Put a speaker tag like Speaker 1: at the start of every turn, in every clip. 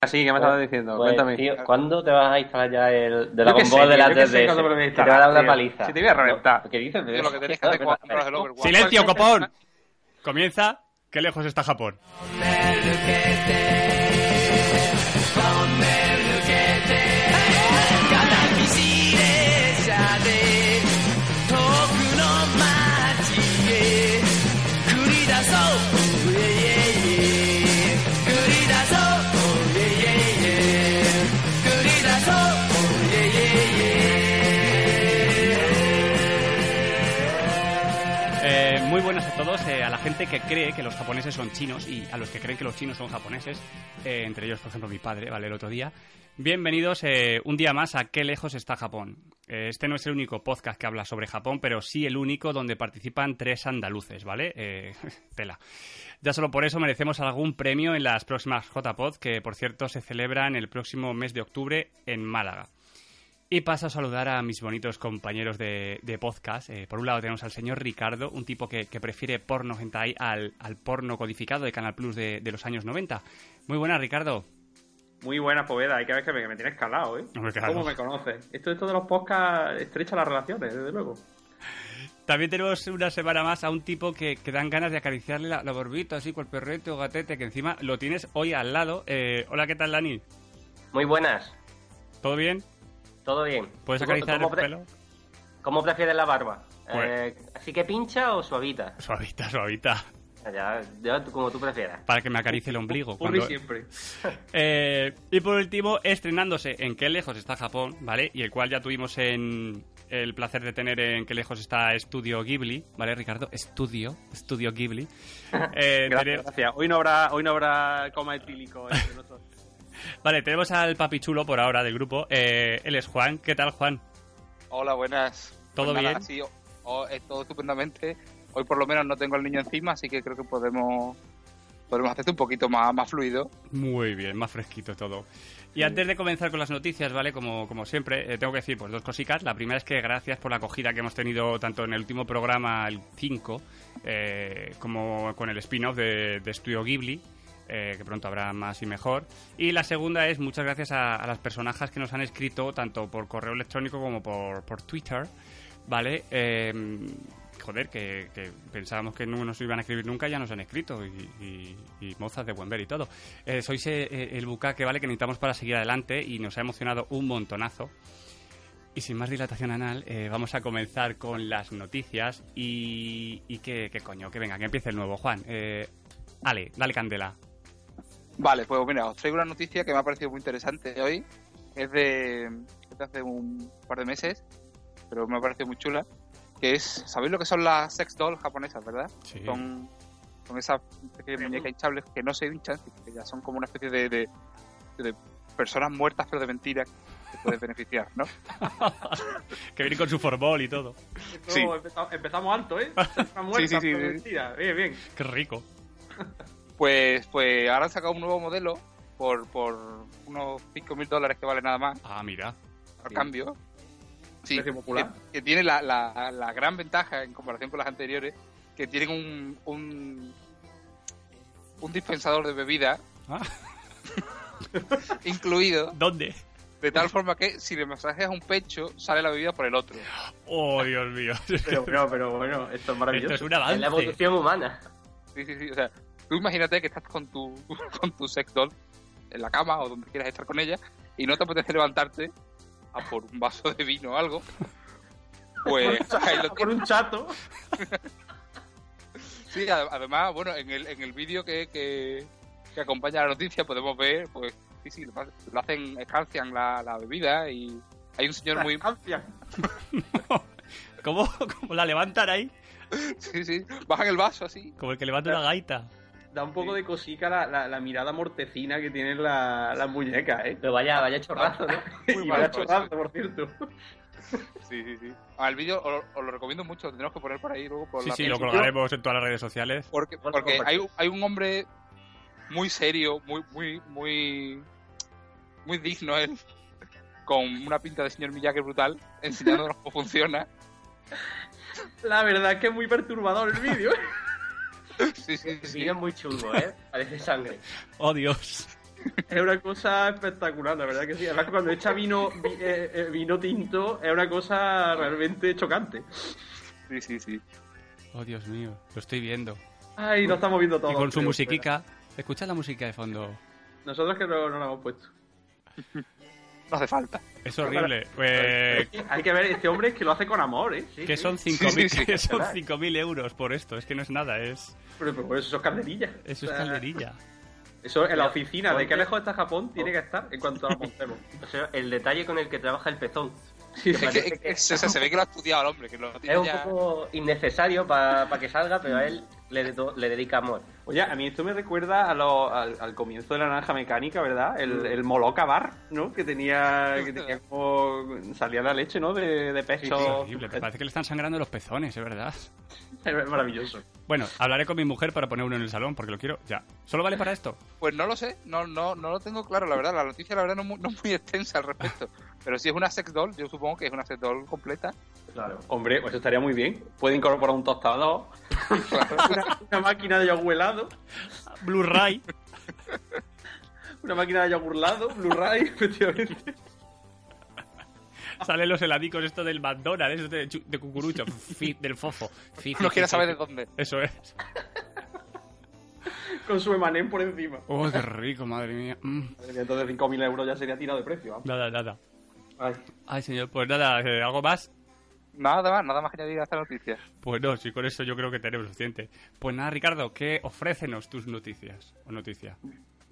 Speaker 1: Así que Ah, me estabas diciendo,
Speaker 2: Pues,
Speaker 1: cuéntame. Ah,
Speaker 2: tío, ¿cuándo te vas a instalar ya el de la
Speaker 1: Yo qué
Speaker 2: bomba
Speaker 1: sé,
Speaker 2: de la
Speaker 1: tío, yo qué sé
Speaker 2: 3DS?
Speaker 1: cuándo me lo voy a
Speaker 2: Que te
Speaker 1: instalar,
Speaker 2: va a dar una
Speaker 1: tío.
Speaker 2: paliza.
Speaker 1: Si te voy a reventar.
Speaker 2: No, ¿Qué dices? de
Speaker 3: Tío, lo que tenías
Speaker 2: eso?
Speaker 3: que hacer es comprar el
Speaker 2: Espera,
Speaker 3: Overwatch.
Speaker 4: Silencio, copón. Comienza. Qué lejos está Japón. Eh, muy buenas a todos, eh, a la gente que cree que los japoneses son chinos y a los que creen que los chinos son japoneses, eh, entre ellos, por ejemplo, mi padre, ¿vale? El otro día. Bienvenidos eh, un día más a Qué lejos está Japón. Eh, este no es el único podcast que habla sobre Japón, pero sí el único donde participan tres andaluces, ¿vale? Eh, tela. Ya solo por eso merecemos algún premio en las próximas JPod, que por cierto se celebran el próximo mes de octubre en Málaga. Y paso a saludar a mis bonitos compañeros de, de podcast. Eh, por un lado tenemos al señor Ricardo, un tipo que, que prefiere porno hentai al, al porno codificado de Canal Plus de, de los años 90. Muy buena, Ricardo.
Speaker 1: Muy buena poveda, hay que ver que me, que me tienes calado, ¿eh?
Speaker 4: Hombre, claro.
Speaker 1: ¿Cómo me conoces? Esto, esto de los podcasts estrecha las relaciones, desde luego.
Speaker 4: También tenemos una semana más a un tipo que, que dan ganas de acariciarle la, la borbita, así, cual perrete o gatete, que encima lo tienes hoy al lado. Eh, hola, ¿qué tal, Lani?
Speaker 2: Muy buenas.
Speaker 4: ¿Todo bien?
Speaker 2: ¿Todo bien?
Speaker 4: ¿Puedes
Speaker 2: ¿Tú-
Speaker 4: acariciar el
Speaker 2: cómo pre-
Speaker 4: pelo?
Speaker 2: ¿Cómo prefieres la barba?
Speaker 4: Pues-
Speaker 2: Eh, ¿Así que pincha o suavita?
Speaker 4: Suavita, suavita.
Speaker 2: Ya, ya, tú- como tú prefieras.
Speaker 4: Para que me acaricie el ombligo.
Speaker 1: Por y
Speaker 4: cuando-
Speaker 1: siempre.
Speaker 4: Eh, y por último, estrenándose en Qué lejos está Japón, ¿vale? Y el cual ya tuvimos en el placer de tener en Qué lejos está Estudio Ghibli, ¿vale, Ricardo? Estudio, Estudio Ghibli. Eh,
Speaker 1: Gracias,
Speaker 4: tenemos-
Speaker 1: gracias. Hoy no habrá, hoy no habrá coma etílico entre nosotros.
Speaker 4: Vale, tenemos al papi chulo por ahora del grupo. Eh, él es Juan. ¿Qué tal, Juan?
Speaker 3: Hola, buenas.
Speaker 4: ¿Todo
Speaker 3: Pues nada,
Speaker 4: bien?
Speaker 3: sí, o- o- eh, todo estupendamente. Hoy por lo menos no tengo al niño encima, así que creo que podemos podemos hacerte un poquito más, más fluido.
Speaker 4: Muy bien, más fresquito todo. Y antes de comenzar con las noticias, ¿vale? Como, como siempre, eh, tengo que decir pues dos cositas. La primera es que gracias por la acogida que hemos tenido tanto en el último programa, el 5, eh, como con el spin-off de, de Studio Ghibli, eh, que pronto habrá más y mejor. Y la segunda es muchas gracias a, a las personajes que nos han escrito, tanto por correo electrónico como por, por Twitter, ¿vale? Eh, joder, que, que pensábamos que no nos iban a escribir nunca, ya nos han escrito, y, y- y mozas de buen ver y todo. Eh, sois eh, eh, el bucaque, ¿vale? Que necesitamos para seguir adelante y nos ha emocionado un montonazo. Y sin más dilatación anal, eh, vamos a comenzar con las noticias y, y que, que coño, que venga, que empiece el nuevo, Juan. Eh, Ale, dale candela.
Speaker 3: Vale, pues mira, os traigo una noticia que me ha parecido muy interesante hoy. Es de, es de hace un par de meses, pero me ha parecido muy chula. Que es, ¿sabéis lo que son las sex dolls japonesas, verdad?
Speaker 4: Sí.
Speaker 3: Son, son esas especies de muñecas hinchables que no se hinchan, sino que ya son como una especie de, de- de personas muertas pero de mentiras que puedes beneficiar, ¿no?
Speaker 4: Que viene con su formol y todo.
Speaker 3: Sí.
Speaker 1: No, empezamos, empezamos alto, ¿eh? Está muerta,
Speaker 3: Sí, sí, sí,
Speaker 1: pero
Speaker 3: sí.
Speaker 1: mentira. Bien, bien.
Speaker 4: Qué rico.
Speaker 3: Pues, pues ahora han sacado un nuevo modelo por, por unos 5.000 dólares que vale nada más,
Speaker 4: Ah, mira.
Speaker 3: a
Speaker 1: Sí.
Speaker 3: cambio. Sí,
Speaker 1: Precio popular.
Speaker 3: que- que tiene la, la- la gran ventaja en comparación con las anteriores, que tienen un, un, un dispensador de bebida
Speaker 4: Ah.
Speaker 3: incluido,
Speaker 4: ¿Dónde?
Speaker 3: de tal forma que si le masajeas un pecho, sale la bebida por el otro.
Speaker 4: Oh, Dios mío.
Speaker 1: Pero, pero, pero bueno, esto es
Speaker 4: Esto
Speaker 1: maravilloso.
Speaker 4: es un
Speaker 2: Es la
Speaker 4: avance.
Speaker 2: evolución humana.
Speaker 3: Sí, sí, sí. O sea, tú imagínate que estás con tu, con tu sex doll en la cama o donde quieras estar con ella y no te apetece levantarte a por un vaso de vino o algo. Pues ahí lo
Speaker 1: Por
Speaker 3: tienes.
Speaker 1: un chato.
Speaker 3: Sí, ad- además, bueno, en el, en el vídeo que, que, que acompaña la noticia podemos ver, pues, sí, sí, lo, fa- lo hacen, escalcian la, la bebida y hay un señor muy...
Speaker 1: Francia.
Speaker 4: ¿Cómo, ¿Cómo la levantan ahí?
Speaker 3: Sí, sí, bajan el vaso así.
Speaker 4: Como el que levanta una gaita.
Speaker 1: Da un poco de cosica la, la, la mirada mortecina que tienen la- las muñecas, ¿eh?
Speaker 2: Pero vaya, vaya chorrazo, ¿no?
Speaker 1: Y
Speaker 3: mal,
Speaker 1: vaya
Speaker 3: pues.
Speaker 1: chorrazo, por cierto.
Speaker 3: Sí, sí, sí. Ah, El vídeo os, os lo recomiendo mucho, lo tendremos que poner por ahí luego por
Speaker 4: Sí,
Speaker 3: la
Speaker 4: sí, lo
Speaker 3: Facebook.
Speaker 4: colgaremos en todas las redes sociales.
Speaker 3: Porque,
Speaker 2: Bueno,
Speaker 3: porque
Speaker 2: compartir.
Speaker 3: hay, un- hay un hombre muy serio, muy, muy, muy, muy digno él, con una pinta de señor Miyake brutal, enseñándonos cómo funciona.
Speaker 1: La verdad es que es muy perturbador el vídeo. ¿eh?
Speaker 3: Sí, sí,
Speaker 2: El
Speaker 3: sí.
Speaker 2: vídeo es muy chungo, ¿eh? Parece sangre.
Speaker 4: Oh, Dios.
Speaker 1: Es una cosa espectacular, la verdad que sí. Además, cuando echa vino, vi- eh, eh, vino tinto, es una cosa realmente chocante.
Speaker 3: Sí, sí, sí.
Speaker 4: Oh, Dios mío, lo estoy viendo.
Speaker 1: Ay, lo estamos viendo todo.
Speaker 4: Y con su musiquica. Escucha la música de fondo.
Speaker 1: Nosotros que no, no la hemos puesto.
Speaker 3: No hace falta.
Speaker 4: Es horrible. Eh,
Speaker 1: Hay que ver, este hombre es que lo hace con amor, ¿eh? Sí,
Speaker 4: que
Speaker 1: sí.
Speaker 4: son
Speaker 3: Sí,
Speaker 4: 5.000
Speaker 3: sí, sí,
Speaker 4: que son
Speaker 2: verdad.
Speaker 4: 5.000 euros por esto. Es que no es nada, es
Speaker 1: Pero, pero por eso, eso es calderilla.
Speaker 4: eso
Speaker 1: O sea,
Speaker 4: es calderilla.
Speaker 1: Eso en la oficina, ¿de qué
Speaker 2: Ponte-
Speaker 1: lejos está Japón? Tiene que estar en cuanto la montemos.
Speaker 2: O sea, el detalle con el que trabaja el pezón.
Speaker 1: Sí,
Speaker 3: Es que,
Speaker 2: Parece que-
Speaker 3: es- o sea, se ve que lo ha estudiado el hombre, que lo
Speaker 2: Es
Speaker 3: tiene
Speaker 2: un
Speaker 3: ya.
Speaker 2: poco innecesario para que salga, pero a él le, de- le dedica amor.
Speaker 1: Oye, a mí esto me recuerda a lo- al, al comienzo de la naranja mecánica, ¿verdad? El, el Moloca Bar, ¿no? Que tenía, que tenía como... salía la leche, ¿no? De, de
Speaker 4: Es
Speaker 1: pecho.
Speaker 4: horrible. te Parece que le están sangrando los pezones, es verdad.
Speaker 1: Es maravilloso.
Speaker 4: Bueno, hablaré con mi mujer para poner uno en el salón porque lo quiero ya. ¿Solo vale para esto?
Speaker 3: Pues no lo sé, no, no, no lo tengo claro, la verdad. La noticia, la verdad, no, es muy- no es muy extensa al respecto. Pero si es una sex doll, yo supongo que es una sex doll completa.
Speaker 2: Claro.
Speaker 1: Hombre, pues eso estaría muy bien. Puede incorporar un tostador, una, una máquina de yogur helado,
Speaker 4: Blu-ray.
Speaker 1: una máquina de yogur helado, Blu-ray, efectivamente.
Speaker 4: Salen los heladicos, esto del McDonald's, esto de, chu- de cucurucho, fi- del fofo. Fi, fi,
Speaker 3: No
Speaker 4: fi,
Speaker 3: quiero
Speaker 4: fi.
Speaker 3: saber de dónde.
Speaker 4: Eso es.
Speaker 1: Con su emanem por encima.
Speaker 4: Oh, qué rico, madre mía. Mm.
Speaker 1: Madre mía, Entonces 5.000 euros ya sería tirado de precio. vamos.
Speaker 4: Nada, nada.
Speaker 1: Ay.
Speaker 4: Ay, señor, pues nada, eh, ¿algo más?
Speaker 3: Nada más, nada más que añadir a esta noticia.
Speaker 4: Pues no, si con eso yo creo que tenemos suficiente. Pues nada, Ricardo, ¿qué ofrécenos tus noticias? O noticia.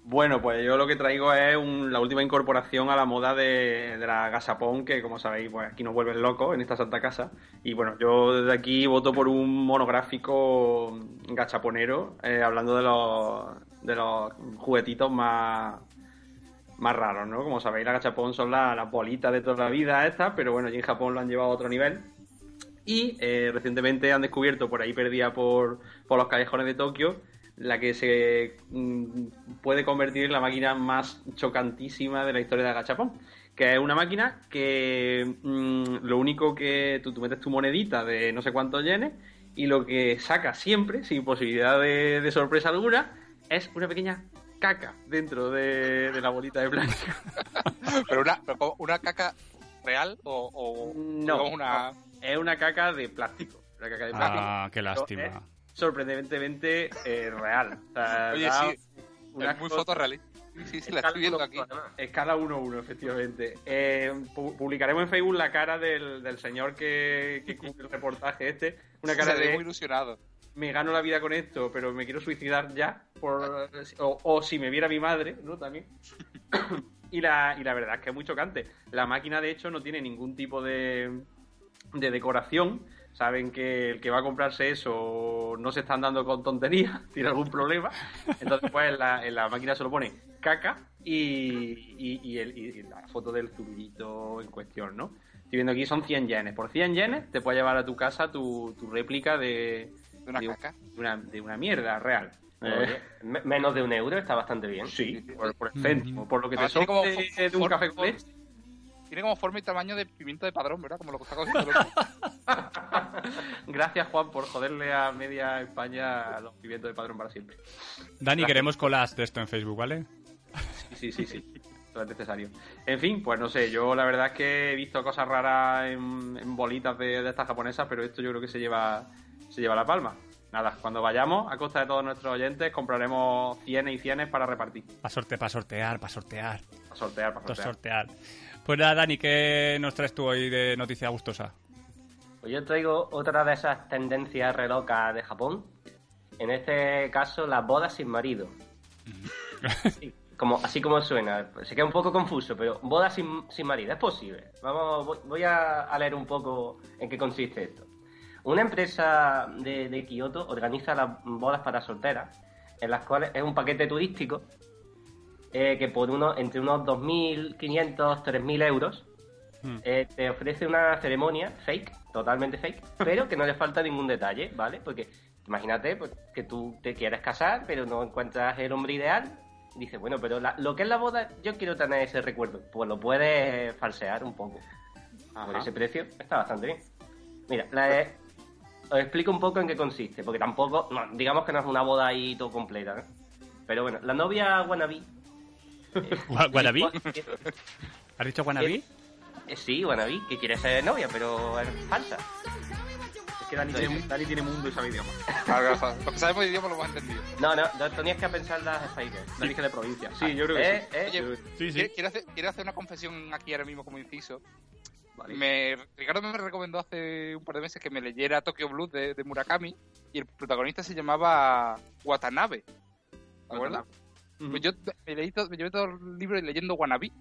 Speaker 1: Bueno, pues yo lo que traigo es un- la última incorporación a la moda de, de la gasapón, que como sabéis, pues aquí nos vuelven locos en esta santa casa. Y bueno, yo desde aquí voto por un monográfico gachaponero, eh, hablando de los, de los juguetitos más, más raros, ¿no? Como sabéis, la gachapón son la- las bolitas de toda la vida estas, pero bueno, allí en Japón lo han llevado a otro nivel. Y eh, recientemente han descubierto, por ahí perdida por, por los callejones de Tokio, la que se mm, puede convertir en la máquina más chocantísima de la historia de Gachapón. Que es una máquina que mm, lo único que tú, tú metes tu monedita de no sé cuántos yenes y lo que saca siempre, sin posibilidad de, de sorpresa alguna, es una pequeña caca dentro de, de la bolita de plástico.
Speaker 3: Pero una, pero como una caca real o, o
Speaker 1: No.
Speaker 3: digamos, una.
Speaker 1: Es una caca de plástico. Una caca de plástico.
Speaker 4: Ah, qué
Speaker 1: Pero
Speaker 4: lástima.
Speaker 1: es sorprendentemente eh, real. O sea,
Speaker 3: Oye,
Speaker 1: da
Speaker 3: sí,
Speaker 1: una
Speaker 3: es muy
Speaker 1: cosa-
Speaker 3: fotorrealista. Sí, sí, sí, la estoy viendo aquí.
Speaker 1: Escala 1-1, efectivamente. Eh, pu- publicaremos en Facebook la cara del, del señor que, que cubre el reportaje este. Una cara
Speaker 3: Se ve
Speaker 1: de
Speaker 3: muy ilusionado.
Speaker 1: me gano la vida con esto, pero me quiero suicidar ya. Por, o, o si me viera mi madre, ¿no? También. y, la, y la verdad es que es muy chocante. La máquina, de hecho, no tiene ningún tipo de, de decoración. Saben que el que va a comprarse eso no se están dando con tonterías, tiene algún problema. Entonces, pues en la, en la máquina se lo pone caca y, y- y el- y la foto del zurguito en cuestión, ¿no? Estoy viendo aquí son 100 yenes. Por 100 yenes te puedes llevar a tu casa tu, tu réplica de,
Speaker 3: De una
Speaker 1: de,
Speaker 3: caca.
Speaker 1: de una, de una mierda real. Eh,
Speaker 2: menos de un euro está bastante bien.
Speaker 1: sí, por, por el céntimo, por lo que
Speaker 3: Ah,
Speaker 1: te sobre
Speaker 3: tiene como
Speaker 1: de, de un
Speaker 3: for-
Speaker 1: café con
Speaker 3: for-
Speaker 1: leche.
Speaker 3: Tiene como forma y tamaño de pimiento de padrón, ¿verdad? Como lo que está cogiendo. el otro.
Speaker 1: Gracias, Juan, por joderle a media España los pimientos de padrón para siempre.
Speaker 4: Dani, queremos colas de esto en Facebook, ¿vale?
Speaker 1: Sí, sí, sí, sí. Eso es necesario. En fin, pues no sé, yo la verdad es que he visto cosas raras en, en bolitas de, de estas japonesas, pero esto yo creo que se lleva, se lleva la palma. Nada, cuando vayamos, a costa de todos nuestros oyentes, compraremos cienes y cienes para repartir,
Speaker 4: Para sorte, pa' sortear, para sortear,
Speaker 1: para sortear, para
Speaker 4: para
Speaker 1: sortear.
Speaker 4: sortear. Pues nada, Dani, ¿qué nos traes tú hoy de noticia gustosa?
Speaker 2: Pues yo traigo otra de esas tendencias relocas de Japón. En este caso, las bodas sin marido. Sí, como, así como suena. Se queda un poco confuso, pero bodas sin, sin marido es posible. Vamos, voy- voy a, a leer un poco en qué consiste esto. Una empresa de, de Kioto organiza las bodas para solteras, en las cuales es un paquete turístico eh, que por uno, entre unos 2.500, 3.000 euros
Speaker 4: Mm.
Speaker 2: eh, te ofrece una ceremonia fake, totalmente fake, pero que no le falta ningún detalle, ¿vale? Porque imagínate pues, que tú te quieres casar, pero no encuentras el hombre ideal. Dices, bueno, pero la- lo que es la boda, yo quiero tener ese recuerdo. Pues lo puedes falsear un poco. Por
Speaker 1: Ajá.
Speaker 2: ese precio está bastante bien. Mira, la- os explico un poco en qué consiste, porque ¿eh? tampoco, no, digamos que no es una boda ahí todo completa, ¿no? Pero bueno, la novia wannabe
Speaker 4: Gua- ¿Guanabí? ¿Has dicho Guanabí?
Speaker 2: Eh, Sí, Guanabí, que quiere ser novia, pero es falsa.
Speaker 1: Es que Dani, tiene, Dani tiene mundo y sabe idioma.
Speaker 3: Claro, o sea, Lo que sabemos de idioma lo hemos entendido.
Speaker 2: No, no, no tenías que pensar las spiders.
Speaker 1: Dani es que de provincia. Sí, yo creo que
Speaker 2: Eh,
Speaker 1: sí.
Speaker 2: eh,
Speaker 3: Oye,
Speaker 4: Sí, sí.
Speaker 3: Quiero- Quiero, hacer, quiero hacer una confesión aquí ahora mismo como inciso.
Speaker 1: Vale.
Speaker 3: Me, Ricardo me recomendó hace un par de meses que me leyera Tokyo Blues de, de Murakami y el protagonista se llamaba Watanabe. ¿De acuerdo?
Speaker 1: Ujú.
Speaker 3: Pues yo t- me, leí todo, me llevé todo el libro leyendo Wannabe.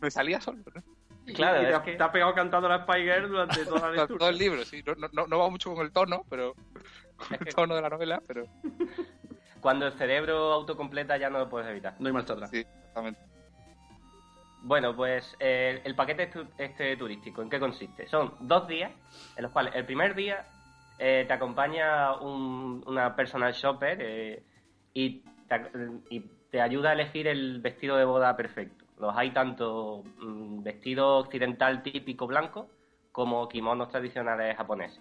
Speaker 3: me salía solo, ¿no?
Speaker 2: claro, eh,
Speaker 1: Y te,
Speaker 2: es
Speaker 1: ha-
Speaker 2: que-
Speaker 1: te ha pegado cantando la Spy Girl durante toda la
Speaker 3: Todo
Speaker 1: lectura.
Speaker 3: el libro, sí. No, no- no, no va mucho con el tono, pero. Con el tono de la novela, pero.
Speaker 2: cuando el cerebro autocompleta ya no lo puedes evitar.
Speaker 1: No hay marcha atrás.
Speaker 3: Sí, exactamente.
Speaker 2: Bueno, pues eh, el paquete tu- este turístico, ¿en qué consiste? Son dos días, en los cuales el primer día eh, te acompaña un- una personal shopper eh, y, te, ac- y te ayuda a elegir el vestido de boda perfecto. Los hay tanto mm, vestido occidental típico blanco como kimonos tradicionales japoneses.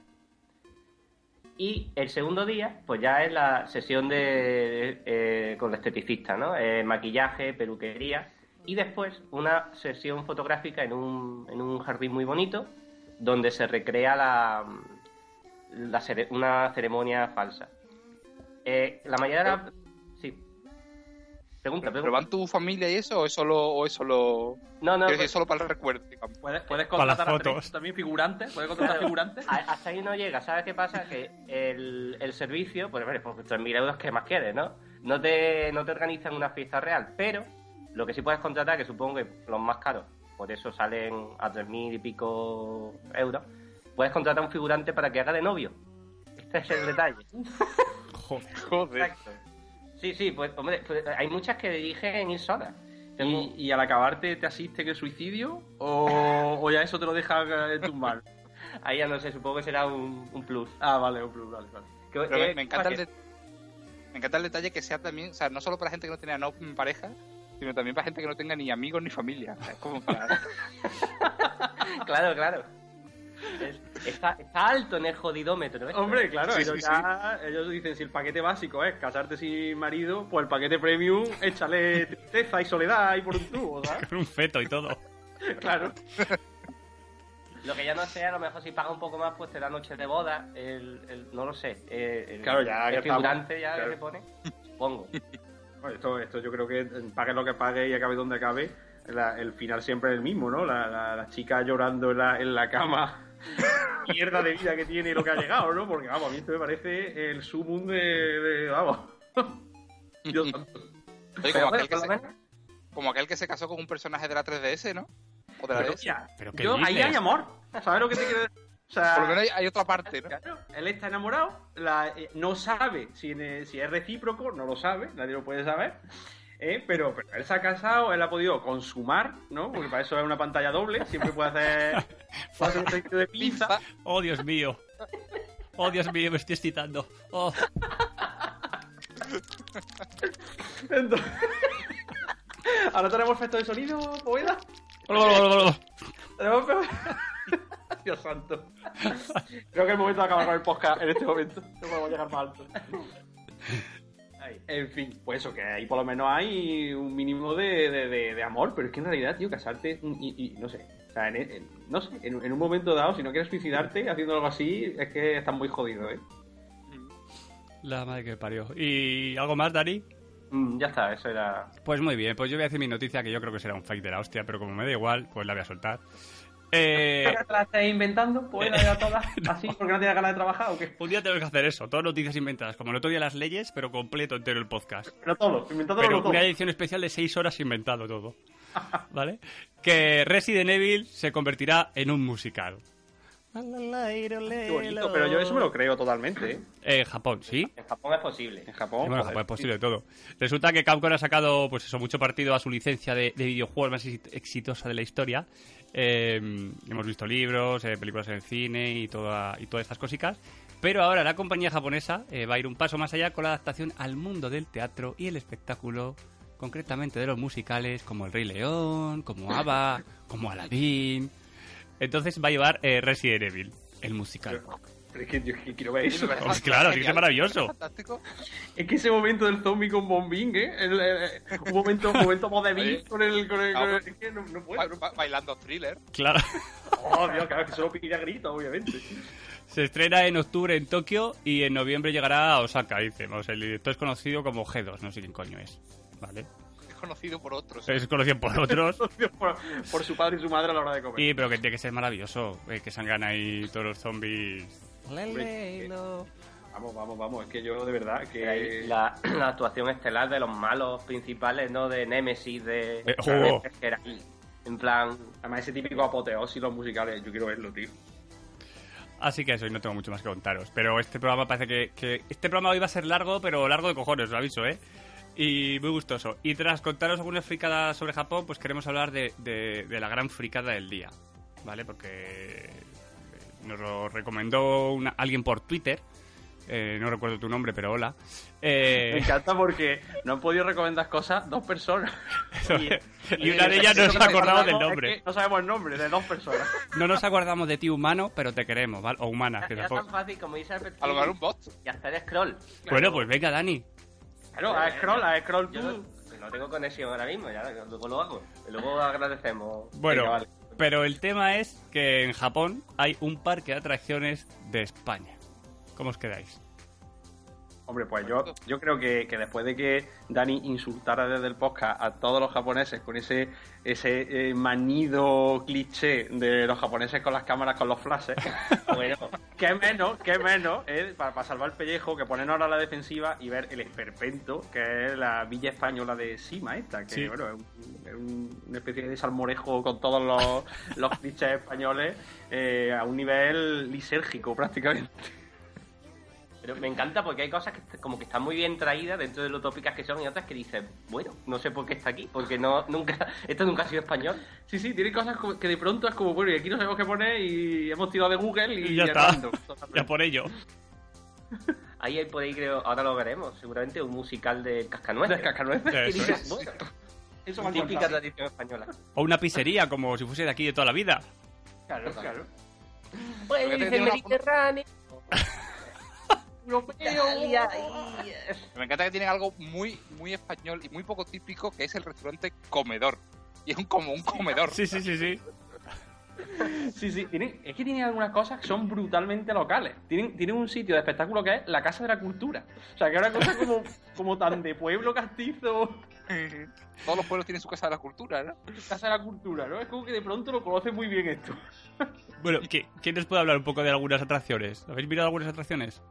Speaker 2: Y el segundo día, pues ya es la sesión de, eh, con el esteticista, ¿no? Eh, maquillaje, peluquería. Y después una sesión fotográfica en un, en un jardín muy bonito, donde se recrea la, la cere- una ceremonia falsa. Eh, la mayoría de las- Sí. Pregunta,
Speaker 3: ¿Pero
Speaker 2: pregunta.
Speaker 3: van tu familia y eso o es solo, o es solo,
Speaker 2: No, no,
Speaker 3: quiero decir,
Speaker 2: pues-
Speaker 3: solo para el recuerdo? digamos?
Speaker 1: ¿Puedes, puedes
Speaker 4: Para las
Speaker 1: contratar a tres
Speaker 4: fotos.
Speaker 1: también figurantes? ¿Puedes contratar figurantes?
Speaker 2: A- Hasta ahí no llega. ¿Sabes qué pasa? Que el, el servicio, pues, hombre, pues 3.000 euros que más quieres, ¿no? No te, no te organizan una fiesta real, pero lo que sí puedes contratar, que supongo que los más caros, por eso salen a 3.000 y pico euros, puedes contratar un figurante para que haga de novio. Este es el detalle.
Speaker 4: Joder.
Speaker 3: Joder.
Speaker 2: Exacto. Sí, sí, pues, hombre, pues, hay muchas que dirigen ir solas. Tengo-
Speaker 1: ¿Y, y al acabarte te asiste que es suicidio? ¿O, o ya eso te lo deja eh, tumbar?
Speaker 2: Ahí ya no sé, supongo que será un, un plus.
Speaker 1: Ah, vale, un plus, vale, vale.
Speaker 2: ¿Qué-
Speaker 3: Pero
Speaker 2: qué-
Speaker 3: me, me encanta el
Speaker 2: qué-
Speaker 3: de- me encanta el detalle que sea también, o sea, no solo para gente que no tenga no pareja, sino también para gente que no tenga ni amigos ni familia. O sea, es como para-
Speaker 2: Claro, claro. Es- está, está alto en el jodidómetro. ¿eh?
Speaker 1: Hombre, claro,
Speaker 3: Sí,
Speaker 1: ellos
Speaker 3: sí,
Speaker 1: ya ellos dicen si el paquete básico es casarte sin marido, pues el paquete premium échale tristeza y soledad ahí por un tubo, ¿sabes?
Speaker 4: Con un feto y todo.
Speaker 1: Claro.
Speaker 2: Lo que ya no sé, a lo mejor si paga un poco más, pues te da noche de boda. El, el- no lo sé. eh, el,
Speaker 1: Claro, ya
Speaker 2: El
Speaker 1: que estamos,
Speaker 2: figurante ya
Speaker 1: claro.
Speaker 2: que se pone. Supongo.
Speaker 1: Bueno, esto, esto yo creo que eh, pague lo que pague y acabe donde acabe, la- el final siempre es el mismo, ¿no? La, la- la chica llorando en la, en la cama, mierda de vida que tiene y lo que ha llegado, ¿no? Porque, vamos, a mí esto me parece el sumum de, de- vamos. Dios santo.
Speaker 3: Oye,
Speaker 2: Pero
Speaker 3: como,
Speaker 2: bueno,
Speaker 3: aquel que
Speaker 2: por
Speaker 3: se,
Speaker 2: lo menos.
Speaker 3: como aquel que se casó con un personaje de la 3DS, ¿no? O de la E DS.
Speaker 1: Mira,
Speaker 4: ¿Pero qué
Speaker 1: yo- ahí
Speaker 4: dices?
Speaker 1: hay amor. ¿Sabes lo que te quiero decir? O sea,
Speaker 3: Por lo menos hay, hay otra parte, ¿no?
Speaker 1: Claro, él está enamorado, la- eh, no sabe si, en- eh, si es recíproco, no lo sabe, nadie lo puede saber. eh, pero, pero él se ha casado, él ha podido consumar, ¿no? Porque para eso es una pantalla doble, siempre puede hacer, puede hacer un proyecto de pinza.
Speaker 4: Oh, Dios mío. Oh, Dios mío, me estoy excitando. Oh.
Speaker 1: Entonces- Ahora tenemos efecto de sonido, Poveda. Tenemos efecto- Dios santo. Creo que el momento de acabar con el podcast en este momento. No podemos llegar más alto.
Speaker 2: Ahí.
Speaker 1: En fin, pues eso, que ahí por lo menos hay un mínimo de, de- de- de amor, pero es que en realidad, tío, casarte y, y no sé, o sea, en, en- no sé, en, en un momento dado, si no quieres suicidarte haciendo algo así, es que estás muy jodido, ¿eh?
Speaker 4: La madre que me parió. ¿Y algo más, Dani?
Speaker 2: Mm, ya está, eso era.
Speaker 4: Pues muy bien, pues yo voy a decir mi noticia que yo creo que será un fake de la hostia, pero como me da igual, pues la voy a soltar. Eh,
Speaker 1: ¿Te la estás inventando? ¿Pues la todas así porque no tienes ganas de trabajar o qué?
Speaker 4: un día tenemos que hacer eso, todas noticias inventadas, como el otro día las leyes, pero completo entero el podcast.
Speaker 1: Pero todo, inventándolo
Speaker 4: Pero
Speaker 1: todo.
Speaker 4: una edición especial de 6 horas inventado todo. ¿Vale? Que Resident Evil se convertirá en un musical.
Speaker 1: Qué bonito, pero yo eso me lo creo totalmente, ¿eh?
Speaker 4: En Japón, sí.
Speaker 2: En Japón es posible.
Speaker 1: En Japón.
Speaker 4: Sí, bueno,
Speaker 1: joder.
Speaker 4: Japón es posible de todo. Resulta que Capcom ha sacado, pues eso, mucho partido a su licencia de, de videojuegos más exit- exitosa de la historia. Eh, hemos visto libros, eh, películas en el cine y, toda, y todas estas cositas. Pero ahora la compañía japonesa eh, va a ir un paso más allá con la adaptación al mundo del teatro y el espectáculo, concretamente de los musicales como El Rey León, como ABBA, como Aladdin. Entonces va a llevar eh, Resident Evil, el musical.
Speaker 1: Pero es que yo que quiero ver eso.
Speaker 4: Pues claro, tiene que ser maravilloso.
Speaker 3: Fantástico.
Speaker 1: Es que ese momento del zombie con bombín, ¿eh? El- el- el- un momento, un momento vodevil
Speaker 3: Oye.
Speaker 1: con el... Con el, con el-
Speaker 3: Ah,
Speaker 1: es que no, no
Speaker 3: Ba-
Speaker 1: puedo.
Speaker 3: ba- bailando thriller.
Speaker 4: Claro.
Speaker 1: Oh, Dios, claro, que solo pide a gritos, obviamente.
Speaker 4: Se estrena en octubre en Tokio y en noviembre llegará a Osaka, dice. Vamos, el director es conocido como G2, no sé quién coño es. ¿Vale?
Speaker 3: Es conocido por otros.
Speaker 4: Es conocido por otros.
Speaker 1: Oh, Dios, por, por su padre y su madre a la hora de comer.
Speaker 4: Y, pero que tiene que ser maravilloso, eh, que salgan ahí todos los zombies.
Speaker 1: Hombre, Vamos, vamos, vamos. Es que yo, de verdad, que...
Speaker 2: Ahí La, la actuación estelar de los malos principales, ¿no? De Nemesis, de...
Speaker 4: Eh, oh.
Speaker 2: de Gerai. en plan...
Speaker 1: Además, ese típico apoteosis, los musicales. Yo quiero verlo, tío.
Speaker 4: Así que eso, y no tengo mucho más que contaros. Pero este programa parece que, que- Este programa hoy va a ser largo, pero largo de cojones, lo aviso, ¿eh? Y muy gustoso. Y tras contaros algunas fricadas sobre Japón, pues queremos hablar de, de- de la gran fricada del día, ¿vale? Porque eh, nos lo recomendó una- alguien por Twitter. eh, no recuerdo tu nombre, pero hola.
Speaker 1: Me
Speaker 4: Eh,
Speaker 1: encanta porque no han podido recomendar cosas dos personas.
Speaker 4: y una de ellas no se ha acordado del nombre.
Speaker 1: Es que no sabemos el nombre de dos personas.
Speaker 4: No nos acordamos de ti humano, pero te queremos, ¿vale? O humana, Ah, que
Speaker 2: Era tan
Speaker 4: tampoco...
Speaker 2: fácil como irse al perfil
Speaker 3: A lo mejor un bot.
Speaker 2: y hacer scroll.
Speaker 4: Bueno, pues venga, Dani.
Speaker 1: Claro, a scroll, a scroll
Speaker 2: Yo
Speaker 1: tú.
Speaker 2: no, pues no tengo conexión ahora mismo, ya luego lo hago. Y Luego agradecemos.
Speaker 4: Bueno,
Speaker 2: Venga, vale.
Speaker 4: pero el tema es que en Japón hay un parque de atracciones de España. ¿Cómo os quedáis?
Speaker 1: Hombre, pues yo, yo creo que, que después de que Dani insultara desde el podcast a todos los japoneses con ese, ese eh, manido cliché de los japoneses con las cámaras, con los flashes,
Speaker 2: Bueno,
Speaker 1: qué menos, qué menos, eh, para, para salvar el pellejo, que ponernos ahora a la defensiva y ver el esperpento, que es la villa española de Sima esta, que
Speaker 4: Sí.
Speaker 1: bueno, es, un- es un- una especie de salmorejo con todos los, los clichés españoles eh, a un nivel lisérgico prácticamente.
Speaker 2: pero me encanta porque hay cosas que est- como que están muy bien traídas dentro de lo tópicas que son y otras que dices, bueno, no sé por qué está aquí, porque no nunca esto nunca ha sido español.
Speaker 1: Sí, sí, tiene cosas como- que de pronto es como, bueno, y aquí no sabemos qué poner y hemos tirado de Google y,
Speaker 4: Y ya
Speaker 1: es
Speaker 4: está.
Speaker 1: random, totalmente.
Speaker 4: Ya por ello.
Speaker 2: Ahí hay por ahí creo, ahora lo veremos, seguramente un musical de Cascanueces.
Speaker 1: De Cascanueces.
Speaker 2: Y
Speaker 4: Eso
Speaker 2: dices,
Speaker 4: es.
Speaker 2: bueno,
Speaker 1: Eso me ha
Speaker 2: típica
Speaker 1: encantado.
Speaker 2: tradición española.
Speaker 4: O una pizzería, como si fuese de aquí de toda la vida.
Speaker 1: Claro, claro.
Speaker 2: Pues
Speaker 3: Porque
Speaker 2: dice
Speaker 3: tenía una-
Speaker 2: Mediterráneo, Italia, y-
Speaker 3: Me encanta que tienen algo muy, muy español y muy poco típico, que es el restaurante comedor. Y es un, como un comedor.
Speaker 4: Sí, sí, sí, sí.
Speaker 1: Sí, sí, tienen- es que tienen algunas cosas que son brutalmente locales. Tienen, tienen un sitio de espectáculo que es la Casa de la Cultura. O sea, que es una cosa como, como tan de pueblo castizo.
Speaker 3: Todos los pueblos tienen su casa de la cultura, ¿no?
Speaker 1: Casa de la Cultura, ¿no? Es como que de pronto lo conoces muy bien esto.
Speaker 4: Bueno, ¿qui- ¿quién nos puede hablar un poco de algunas atracciones? ¿Habéis mirado algunas atracciones?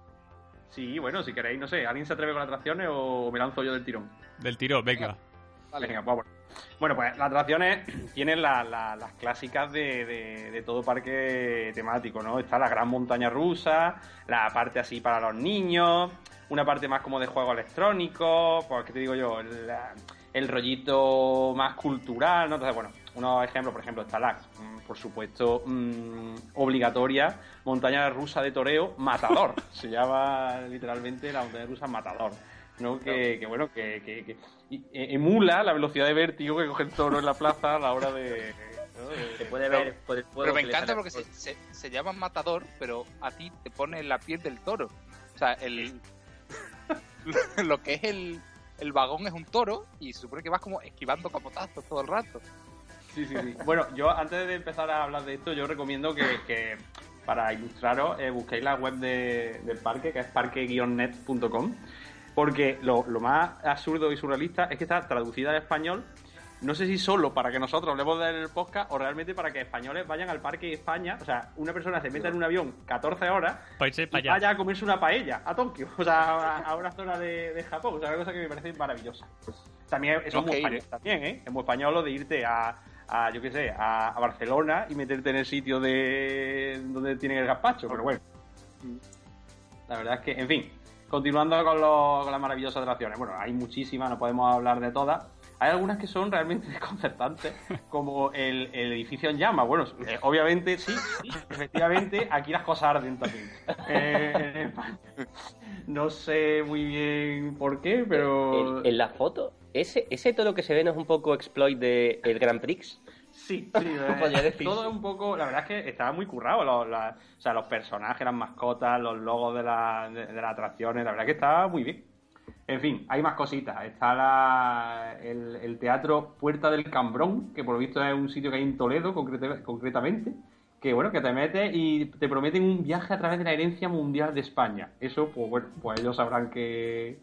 Speaker 1: Sí, bueno, si queréis, no sé, ¿alguien se atreve con atracciones o me lanzo yo del tirón?
Speaker 4: Del tirón, venga.
Speaker 3: Vale.
Speaker 1: Venga, pues, bueno. Bueno, pues las atracciones tienen la- la- las clásicas de, de- de todo parque temático, ¿no? Está la gran montaña rusa, la parte así para los niños, una parte más como de juego electrónico, pues, ¿qué te digo yo? El, la- el rollito más cultural, ¿no? Entonces, bueno, unos ejemplos, por ejemplo, está la, mm, por supuesto, mm, obligatoria montaña rusa de toreo, Matador. Se llama literalmente la montaña rusa Matador. ¿no? Que, que, bueno, que, que- que- y- eh, emula la velocidad de vértigo que coge el toro en la plaza a la hora de. ¿no? de-
Speaker 2: se puede ver por el
Speaker 3: Pero
Speaker 2: pueblo
Speaker 3: me
Speaker 2: que le sale
Speaker 3: encanta
Speaker 2: a
Speaker 3: porque se,
Speaker 2: todos.
Speaker 3: se, se llaman matador, pero a ti te pone en la piel del toro. O sea, el, lo que es el, el vagón es un toro y se supone que vas como esquivando capotazos todo el rato.
Speaker 1: Sí, sí, sí. Bueno, yo antes de empezar a hablar de esto, yo recomiendo que, que para ilustraros, eh, busquéis la web de- del parque, que es parque-net.com, porque lo, lo más absurdo y surrealista es que está traducida al español. No sé si solo para que nosotros hablemos del podcast o realmente para que españoles vayan al parque de España. O sea, una persona se meta en un avión 14 horas
Speaker 4: Para irse
Speaker 1: y
Speaker 4: para allá.
Speaker 1: vaya a comerse una paella a Tokio, o sea, a, a una zona de, de Japón, o sea, una cosa que me parece maravillosa. Pues, También eso es
Speaker 3: Tenemos
Speaker 1: muy
Speaker 3: que ir,
Speaker 1: español, también, ¿eh? Es muy español lo de irte a, a, yo qué sé, a, a Barcelona y meterte en el sitio de donde tienen el gazpacho, pero bueno. La verdad es que, en fin, continuando con, los- con las maravillosas atracciones. Bueno, hay muchísimas, no podemos hablar de todas. Hay algunas que son realmente desconcertantes, como el, el edificio en llamas. Bueno, eh, obviamente sí, sí, efectivamente, aquí las cosas arden también. Eh, en España. No sé muy bien por qué, pero...
Speaker 2: En, en la foto, ese, ese todo lo que se ve no es un poco exploit de el Grand Prix.
Speaker 1: Sí,
Speaker 2: sí, eh,
Speaker 1: podría decir.
Speaker 2: todo
Speaker 1: Todo un poco, la verdad es que estaba muy currado, los, la- o sea, los personajes, las mascotas, los logos de, la- de- de las atracciones, la verdad es que estaba muy bien. En fin, hay más cositas. Está la- el, el teatro Puerta del Cambrón, que por lo visto es un sitio que hay en Toledo concrete- concretamente, que bueno, que te metes y te prometen un viaje a través de la herencia mundial de España. Eso, pues bueno, pues ellos sabrán que,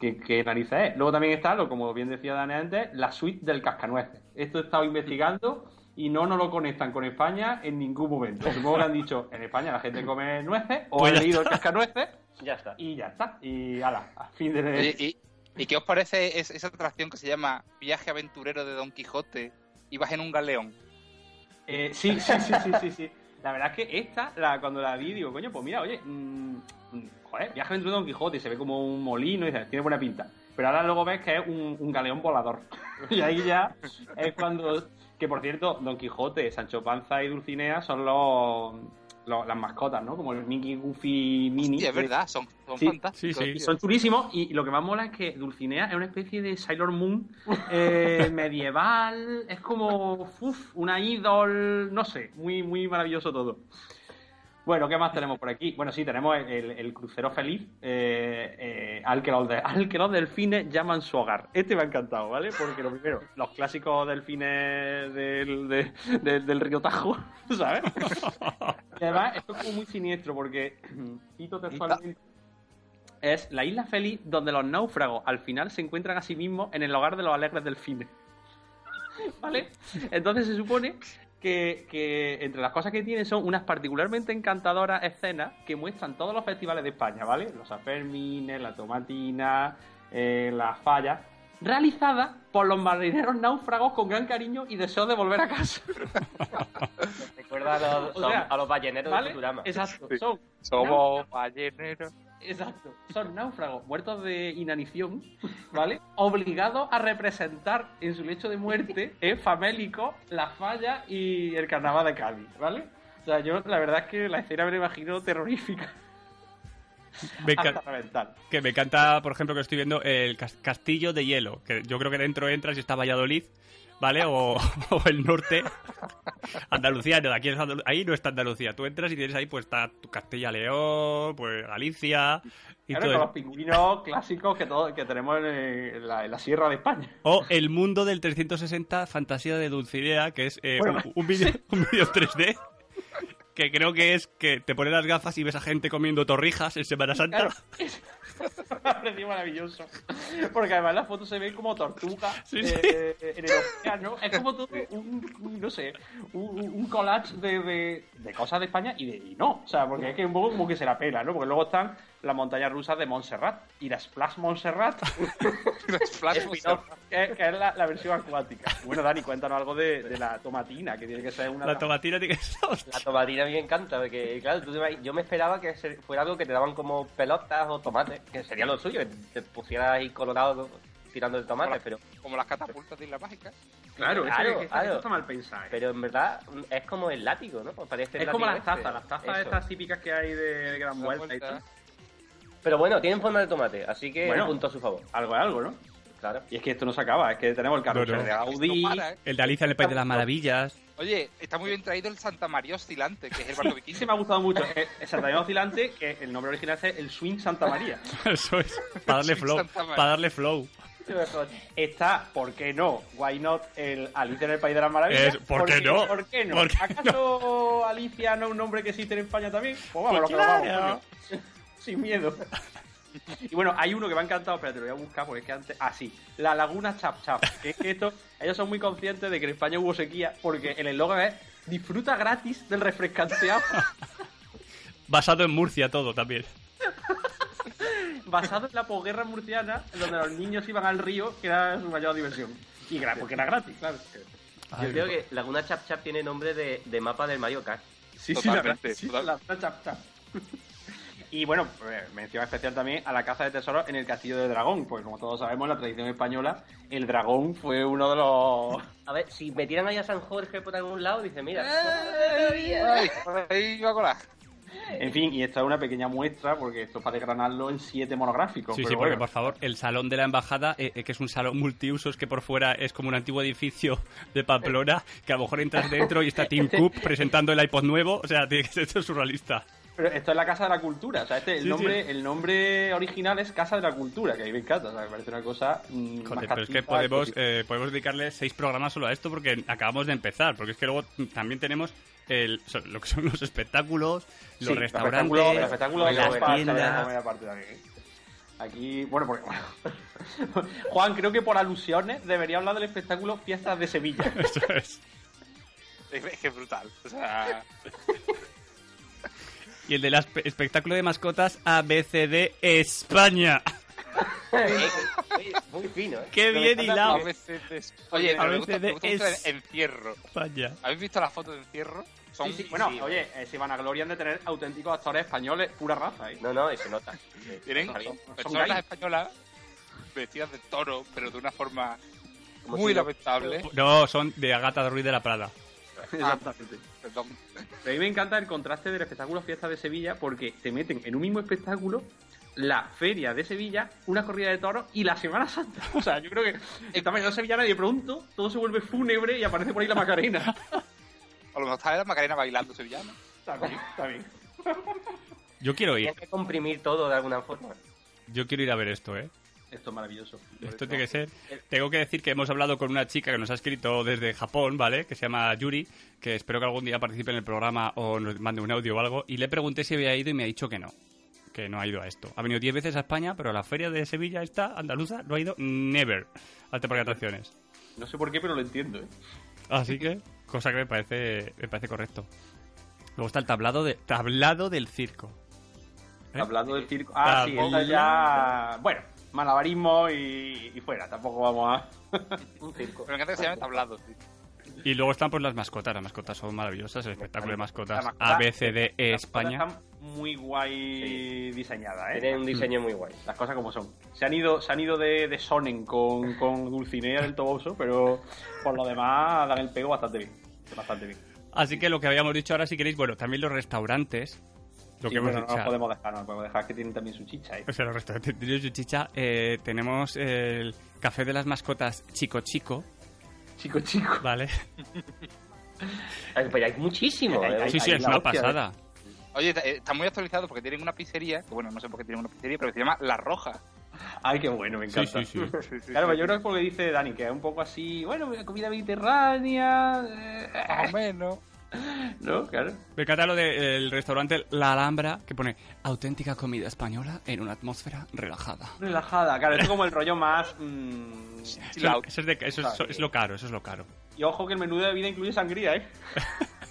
Speaker 1: que, que narices es. Luego también está, lo, como bien decía Dani antes, la suite del cascanueces. Esto he estado investigando y no nos lo conectan con España en ningún momento. Supongo que han dicho, en España la gente come nueces, o
Speaker 4: Pues
Speaker 1: han
Speaker 4: ya
Speaker 1: leído el cascanueces,
Speaker 2: Ya está.
Speaker 1: y ya está. Y ala, a fin de...
Speaker 3: Oye, ¿y, y qué os parece es- esa atracción que se llama Viaje Aventurero de Don Quijote? Y vas en un galeón.
Speaker 1: Eh, sí, sí, sí, sí, sí, sí. La verdad es que esta, la, cuando la vi, digo, coño, pues mira, oye, mm, mm, joder, viaje dentro de Don Quijote y se ve como un molino y dices, tiene buena pinta. Pero ahora luego ves que es un, un galeón volador. y ahí ya es cuando. Que por cierto, Don Quijote, Sancho Panza y Dulcinea son los, los- las mascotas, ¿no? Como el Mickey Goofy Mini.
Speaker 3: Sí, es
Speaker 1: que-
Speaker 3: verdad, son, son
Speaker 1: Sí,
Speaker 3: fantásticos.
Speaker 4: sí, sí.
Speaker 1: y
Speaker 3: tío.
Speaker 1: son chulísimos y lo que más mola es que Dulcinea es una especie de Sailor Moon eh, medieval, es como uf, una idol, no sé, muy, muy maravilloso todo. Bueno, ¿qué más tenemos por aquí? Bueno, sí, tenemos el, el- el crucero feliz eh, eh, al, que los de- al que los delfines llaman su hogar. Este me ha encantado, ¿vale? Porque lo primero, los clásicos delfines del, de- de- del río Tajo, ¿sabes? Y además, esto es como muy siniestro porque, cito textualmente, es la isla feliz donde los náufragos al final se encuentran a sí mismos en el hogar de los alegres delfines. ¿Vale? Entonces se supone que, que entre las cosas que tiene son unas particularmente encantadoras escenas que muestran todos los festivales de España, ¿vale? Los Afermines, la Tomatina, eh, las Fallas, realizadas por los marineros náufragos con gran cariño y deseo de volver a casa.
Speaker 2: Recuerda a los,
Speaker 1: O sea,
Speaker 2: son- a los balleneros
Speaker 1: ¿Vale?
Speaker 2: de Futurama.
Speaker 1: Exacto.
Speaker 3: Sí.
Speaker 1: Son
Speaker 3: Somos balleneros.
Speaker 1: Exacto. Son náufragos muertos de inanición, ¿vale? Obligados a representar en su lecho de muerte, eh, famélico, la falla y el carnaval de Cádiz, ¿vale? O sea, yo la verdad es que la escena me la imagino terrorífica.
Speaker 4: Me
Speaker 1: hasta
Speaker 4: encanta.
Speaker 1: reventar.
Speaker 4: Que me encanta, por ejemplo, que estoy viendo el cas- Castillo de Hielo, que yo creo que dentro entras y está Valladolid, ¿vale? O, o el norte. Andalucía, no, aquí es Andalu- ahí no está Andalucía. Tú entras y tienes ahí, pues está tu Castilla León, pues Galicia y
Speaker 1: Claro,
Speaker 4: todo.
Speaker 1: con
Speaker 4: eso.
Speaker 1: los pingüinos clásicos que, todo, que tenemos en, eh, en la, en la Sierra de España.
Speaker 4: O El Mundo del 360, Fantasía de Dulcinea, que es eh,
Speaker 1: Bueno,
Speaker 4: un- un vídeo un vídeo 3D. Que creo que es que te pones las gafas y ves a gente comiendo torrijas en Semana Santa.
Speaker 1: Claro. Me ha parecido maravilloso. Porque además las fotos se ven como tortuga
Speaker 4: Sí,
Speaker 1: eh, en el océano. Es como todo un, un, no sé, un, un collage de, de, de cosas de España y de y no. O sea, porque es que un poco como que se la pela, ¿no? Porque luego están las montañas rusas de Montserrat y la Splash Montserrat,
Speaker 3: Las flash
Speaker 1: ¿no? que, que es la, la versión acuática. Bueno, Dani, cuéntanos algo de, de la tomatina, que tiene que ser una...
Speaker 4: La tomatina tiene que
Speaker 2: La tomatina a mí me encanta, porque claro, tú te vas- yo me esperaba que se- fuera algo que te daban como pelotas o tomates, que sería lo suyo, que te pusieras ahí colorado tirando de tomates, pero,
Speaker 3: como las catapultas de Isla Mágica.
Speaker 1: Claro, es que-
Speaker 2: Claro,
Speaker 1: es que esto-
Speaker 2: claro.
Speaker 1: esto está mal pensado. ¿eh?
Speaker 2: pero en verdad mm, es como el látigo, ¿no? Pues parece el
Speaker 1: Es como las
Speaker 2: látigo este.
Speaker 1: tazas, las tazas
Speaker 2: Eso.
Speaker 1: estas típicas que hay de, de gran
Speaker 3: Gran
Speaker 1: vuelta, y
Speaker 3: Vuelta.
Speaker 1: tal.
Speaker 2: Pero bueno, tienen forma de tomate, así que
Speaker 1: Bueno.
Speaker 2: un punto a su favor,
Speaker 1: Algo es algo, ¿no?
Speaker 2: claro.
Speaker 1: Y es que esto no se acaba, es que tenemos el carrusel
Speaker 4: No, no.
Speaker 1: de Audi.
Speaker 3: No para, ¿eh?
Speaker 4: El de Alicia en el País de las Maravillas.
Speaker 3: Oye, está muy bien traído el Santa María Oscilante, que es el barco
Speaker 1: Y
Speaker 3: vikingo.
Speaker 1: se me ha gustado mucho. eh, el Santa María Oscilante, que el nombre original es el Swing Santa María.
Speaker 4: Eso es. Para darle
Speaker 3: Sí,
Speaker 4: flow.
Speaker 3: Santa María.
Speaker 4: Para darle flow.
Speaker 1: Está, ¿por qué no? Why not el Alicia en el País de las Maravillas?
Speaker 4: Es, ¿por qué no?
Speaker 1: ¿Por qué no?
Speaker 4: ¿Por qué
Speaker 1: ¿Acaso Alicia no es un nombre que existe en España también? Pues vamos,
Speaker 4: Pues
Speaker 1: que lo vamos,
Speaker 4: claro.
Speaker 1: coño. Sin miedo. Y bueno, hay uno que me ha encantado, espérate, lo voy a buscar porque es que antes. Ah, sí, la Laguna Chap Chap. Que es que esto, ellos son muy conscientes de que en España hubo sequía porque el eslogan es disfruta gratis del refrescante agua.
Speaker 4: Basado en Murcia todo también.
Speaker 1: basado en la posguerra murciana, donde los niños iban al río, que era su mayor diversión. Y gra- porque era gratis, claro. Ah,
Speaker 2: Yo creo que Laguna Chap Chap tiene nombre de, de mapa del ¿eh? Mario Kart.
Speaker 1: Sí,
Speaker 3: sí, la Totalmente, verdad, sí,
Speaker 1: sí,
Speaker 3: total-
Speaker 1: Y bueno, eh, mención especial también a la caza de tesoros en el castillo de dragón, porque como todos sabemos, en la tradición española, el dragón fue uno de los...
Speaker 2: A ver, si me tiran ahí a San Jorge por algún lado, dice, mira,
Speaker 3: Ay, por ahí va a colar.
Speaker 1: En fin, y esta es una pequeña muestra, porque esto es para desgranarlo en siete monográficos.
Speaker 4: Sí,
Speaker 1: pero
Speaker 4: sí, porque
Speaker 1: bueno.
Speaker 4: por favor, el salón de la embajada, eh, eh, que es un salón multiusos que por fuera es como un antiguo edificio de Pamplona, que a lo mejor entras dentro y está Tim Cook presentando el iPod nuevo, o sea, tiene que ser esto surrealista.
Speaker 1: Pero esto es la Casa de la Cultura, o sea, este, el,
Speaker 4: Sí,
Speaker 1: nombre, el nombre original es Casa de la Cultura, que a mí me encanta, o sea, me parece una cosa... mm, más
Speaker 4: Joder, pero es que
Speaker 1: castiza,
Speaker 4: podemos,
Speaker 1: que-
Speaker 4: eh, podemos dedicarle seis programas solo a esto porque acabamos de empezar, porque es que luego también tenemos el, so- lo que son los espectáculos, los
Speaker 1: Sí,
Speaker 4: restaurantes,
Speaker 1: espectáculos- los espectáculos de
Speaker 4: las
Speaker 1: comer, la
Speaker 4: tiendas.
Speaker 1: comida aparte pues, también. Aquí, bueno, porque, bueno. Juan, creo que por alusiones debería hablar del espectáculo Fiestas de Sevilla.
Speaker 4: Eso es.
Speaker 3: Es es que es brutal. O sea,
Speaker 4: Y el del aspe- espectáculo de mascotas ABCD España.
Speaker 2: Muy- muy fino, ¿eh?
Speaker 4: ¡Qué bien
Speaker 3: a
Speaker 4: hilado!
Speaker 3: veces es- Oye,
Speaker 4: A
Speaker 3: pero me
Speaker 4: veces
Speaker 3: gusta, me gusta mucho
Speaker 4: es-
Speaker 3: el encierro.
Speaker 4: España.
Speaker 3: ¿Habéis visto las fotos de encierro? Son
Speaker 1: Sí, sí, bueno, oye, eh, se van a glorian de tener auténticos actores españoles, pura raza, ¿eh?
Speaker 2: No, no, y se nota.
Speaker 3: Tienen
Speaker 1: son- son
Speaker 3: personas
Speaker 1: gays.
Speaker 3: españolas vestidas de toro, pero de una forma
Speaker 2: Como
Speaker 3: muy
Speaker 2: si no-
Speaker 3: lamentable.
Speaker 4: No, son de Agata Ruiz de la Prada.
Speaker 1: Exactamente.
Speaker 3: Perdón.
Speaker 1: Pero a mí me encanta el contraste del espectáculo Fiesta de Sevilla porque te meten en un mismo espectáculo la feria de Sevilla, una corrida de toros y la Semana Santa. O sea, yo creo que el tamaño de Sevilla y de pronto todo se vuelve fúnebre y aparece por ahí la Macarena.
Speaker 3: A lo mejor estaba la Macarena bailando sevillana.
Speaker 1: Está bien, está bien.
Speaker 4: Yo quiero ir,
Speaker 2: Tienes que comprimir todo de alguna forma.
Speaker 4: yo quiero ir a ver esto, ¿eh?
Speaker 1: Esto es maravilloso.
Speaker 4: Esto tiene que ser. Tengo que decir que hemos hablado con una chica que nos ha escrito desde Japón, ¿vale? Que se llama Yuri, que espero que algún día participe en el programa o nos mande un audio o algo. Y le pregunté si había ido y me ha dicho que no. Que no ha ido a esto. Ha venido 10 veces a España, pero a la feria de Sevilla, esta andaluza, no ha ido never. Hasta por atracciones.
Speaker 1: No sé por qué, pero lo entiendo, ¿eh?
Speaker 4: Así que, cosa que me parece, me parece correcto. Luego está el tablado, de, tablado del circo. ¿Eh?
Speaker 1: Hablando del circo. Ah, sí,
Speaker 4: Tampoco-
Speaker 1: está ya. Bueno, malabarismo y, y fuera. Tampoco vamos a.
Speaker 2: Un circo.
Speaker 3: Pero me encanta que se llame tablado. tío.
Speaker 4: Y luego están pues las mascotas. Las mascotas son maravillosas. El espectáculo de mascotas
Speaker 1: La mascota-
Speaker 4: ABCD
Speaker 1: Las cosas
Speaker 4: E, Eh, España.
Speaker 1: están muy guay diseñadas, ¿eh?
Speaker 2: Tiene un diseño muy guay.
Speaker 1: Las cosas como son. Se han ido, se han ido de, de Sonen con, con Dulcinea del Toboso, pero por lo demás dan el pego bastante bien. Bastante bien.
Speaker 4: Así que lo que habíamos dicho ahora, si queréis, bueno, también los restaurantes. Lo
Speaker 1: Sí,
Speaker 4: que hemos
Speaker 1: bueno,
Speaker 4: dicho.
Speaker 1: no nos podemos dejar, no nos podemos dejar que tienen también su chicha, ¿eh?
Speaker 4: O sea, los restaurantes de Yoyo Chicha. eh, tenemos el café de las mascotas Chico Chico,
Speaker 1: Chico, chico.
Speaker 4: ¿vale?
Speaker 2: Ay, Pero hay muchísimo.
Speaker 1: Hay-
Speaker 2: ¿eh?
Speaker 1: hay-
Speaker 4: Sí, sí,
Speaker 1: ahí
Speaker 4: es
Speaker 1: la
Speaker 4: una
Speaker 1: hostia,
Speaker 4: pasada.
Speaker 3: Oye, está- eh, está muy actualizado porque tienen una pizzería, que bueno, no sé por qué tienen una pizzería, pero que se llama La Roja.
Speaker 1: Ay, qué bueno, me
Speaker 4: Sí,
Speaker 1: encanta.
Speaker 4: sí, sí.
Speaker 1: Claro, pero yo creo que es porque dice Dani, que es un poco así, bueno, comida mediterránea,
Speaker 3: Más o menos.
Speaker 1: eh, ¿no? Claro.
Speaker 4: Me encanta lo del restaurante La Alhambra, que pone auténtica comida española en una atmósfera relajada.
Speaker 1: Relajada, claro, esto es como el rollo más... mm,
Speaker 3: Chill out.
Speaker 4: Eso, es, de- eso es- eso es lo caro, eso es lo caro.
Speaker 1: y ojo que el menú de bebida incluye sangría, ¿eh?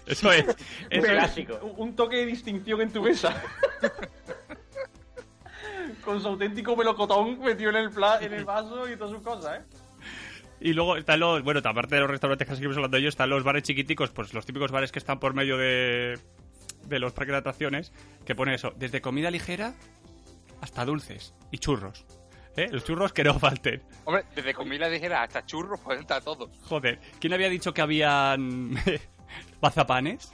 Speaker 4: Eso es.
Speaker 2: Es
Speaker 1: Pero
Speaker 2: clásico.
Speaker 1: Un, un toque de distinción en tu mesa. Con su auténtico melocotón metido en el, pla- en el vaso y todas sus cosas, ¿eh?
Speaker 4: Y luego están los, bueno, aparte de los restaurantes que seguimos hablando de ellos, están los bares chiquiticos, pues los típicos bares que están por medio de, de los parques de atracciones, que pone eso, desde comida ligera hasta dulces y churros. ¿Eh? Los churros que no falten.
Speaker 3: Hombre, desde comida dijera hasta churros, pues entra todo.
Speaker 4: Joder, ¿quién había dicho que habían bazapanes?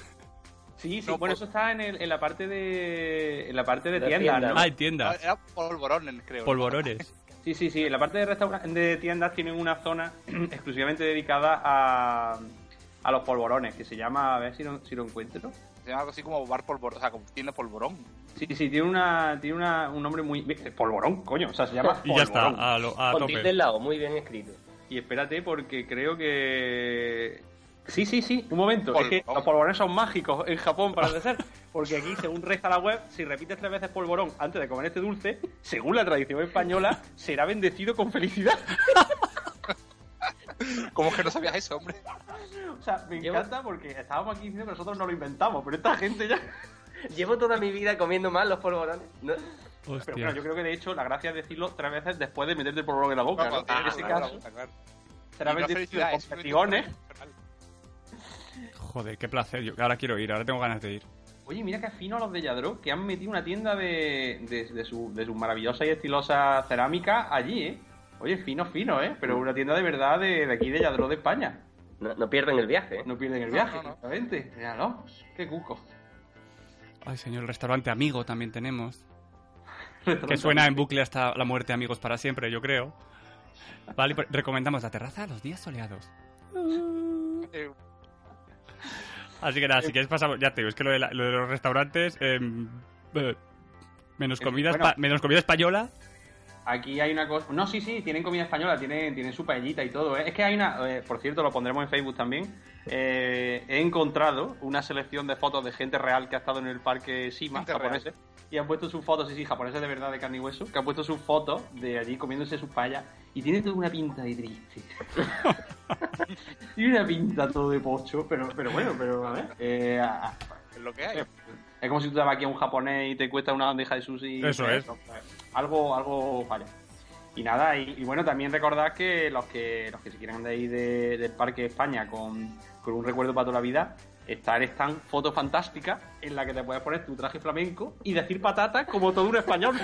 Speaker 1: Sí, sí,
Speaker 3: No,
Speaker 1: bueno,
Speaker 3: por-
Speaker 1: eso está en, el- en la parte de en la parte de
Speaker 2: La
Speaker 1: tiendas,
Speaker 2: tienda.
Speaker 1: ¿no?
Speaker 4: Ah, en tiendas,
Speaker 3: Era polvorones,
Speaker 1: eh,
Speaker 3: creo.
Speaker 4: polvorones.
Speaker 1: Sí, sí, sí. La parte de, restaura- de tiendas tienen una zona exclusivamente dedicada a, a los polvorones, que se llama, a ver si lo, si lo encuentro.
Speaker 3: Se llama algo así como bar polvorón, o sea, como tienda polvorón.
Speaker 1: Sí, sí, tiene, una, tiene una, un nombre muy... eh, Polvorón, coño, o sea, se llama
Speaker 4: Y ya está, ah.
Speaker 1: polvorón.
Speaker 4: a, lo- a
Speaker 2: Con tilde
Speaker 4: tope.
Speaker 2: al lado, muy bien escrito.
Speaker 1: Y espérate, porque creo que. Sí, sí, sí, un momento. Es que
Speaker 3: Polvorón.
Speaker 1: los polvorones son mágicos en Japón, para ser. Porque aquí, según reza la web, si repites tres veces polvorón antes de comer este dulce, según la tradición española, será bendecido con felicidad.
Speaker 3: ¿Cómo que no sabías eso, hombre?
Speaker 1: O sea, me
Speaker 2: Llevo-
Speaker 1: encanta porque estábamos aquí diciendo que nosotros no lo inventamos, pero esta gente ya.
Speaker 2: Llevo toda mi vida comiendo mal los polvorones. No,
Speaker 1: Pero bueno,
Speaker 4: Hostia.
Speaker 1: yo creo que de hecho la gracia es decirlo tres veces después de meterte el polvorón en la boca. ¿no?
Speaker 3: Ah,
Speaker 1: en ese
Speaker 3: claro,
Speaker 1: caso,
Speaker 3: claro.
Speaker 1: será
Speaker 3: Y no
Speaker 1: bendecido
Speaker 3: felicidad,
Speaker 1: con
Speaker 3: es felicidad.
Speaker 1: petigones.
Speaker 4: Joder, qué placer. Yo ahora quiero ir, ahora tengo ganas de ir.
Speaker 1: Oye, mira qué fino los de Yadro, que han metido una tienda de, de, de su, de sus maravillosas y estilosas cerámicas allí, ¿eh? Oye, fino, fino, ¿eh? Pero una tienda de verdad de, de aquí de Yadro de España.
Speaker 2: no, no pierden el viaje. ¿eh?
Speaker 1: No pierden el
Speaker 3: No,
Speaker 1: viaje,
Speaker 3: no, no.
Speaker 1: exactamente. Míralo, qué cuco.
Speaker 4: Ay, señor, el restaurante amigo también tenemos. que suena en bucle hasta la muerte amigos para siempre, yo creo. Vale, pero recomendamos la terraza a los días soleados.
Speaker 3: Eh,
Speaker 4: Así que nada, si quieres pasamos, ya te digo, es que lo de, la- lo de los restaurantes, eh, eh, menos,
Speaker 1: Eh,
Speaker 4: comida,
Speaker 1: bueno.
Speaker 4: espa- menos comida española,
Speaker 1: Aquí hay una cosa. No, sí, sí, tienen comida española, tienen, tienen su paellita y todo. ¿eh? Es que hay una. eh, por cierto, lo pondremos en Facebook también. Eh, he encontrado una selección de fotos de gente real que ha estado en el parque Sima,
Speaker 3: Gente real.
Speaker 1: japoneses. Y han puesto sus fotos, sí, sí, japoneses de verdad de carne y hueso, que han puesto sus fotos de allí comiéndose sus payas. Y tiene toda una pinta de triste. tiene una pinta todo de pocho, pero, pero bueno, pero a ver. eh, a- a-
Speaker 3: es lo que hay.
Speaker 1: es como si tú te vas aquí a un japonés y te cuesta una bandeja de sushi.
Speaker 4: Eso es.
Speaker 1: Algo, algo falla. Y nada, y, y bueno, también recordad que los que los que se quieran de ir de- del Parque España con, con un recuerdo para toda la vida, está el stand Foto Fantástica, en la que te puedes poner tu traje flamenco y decir patatas como todo un español.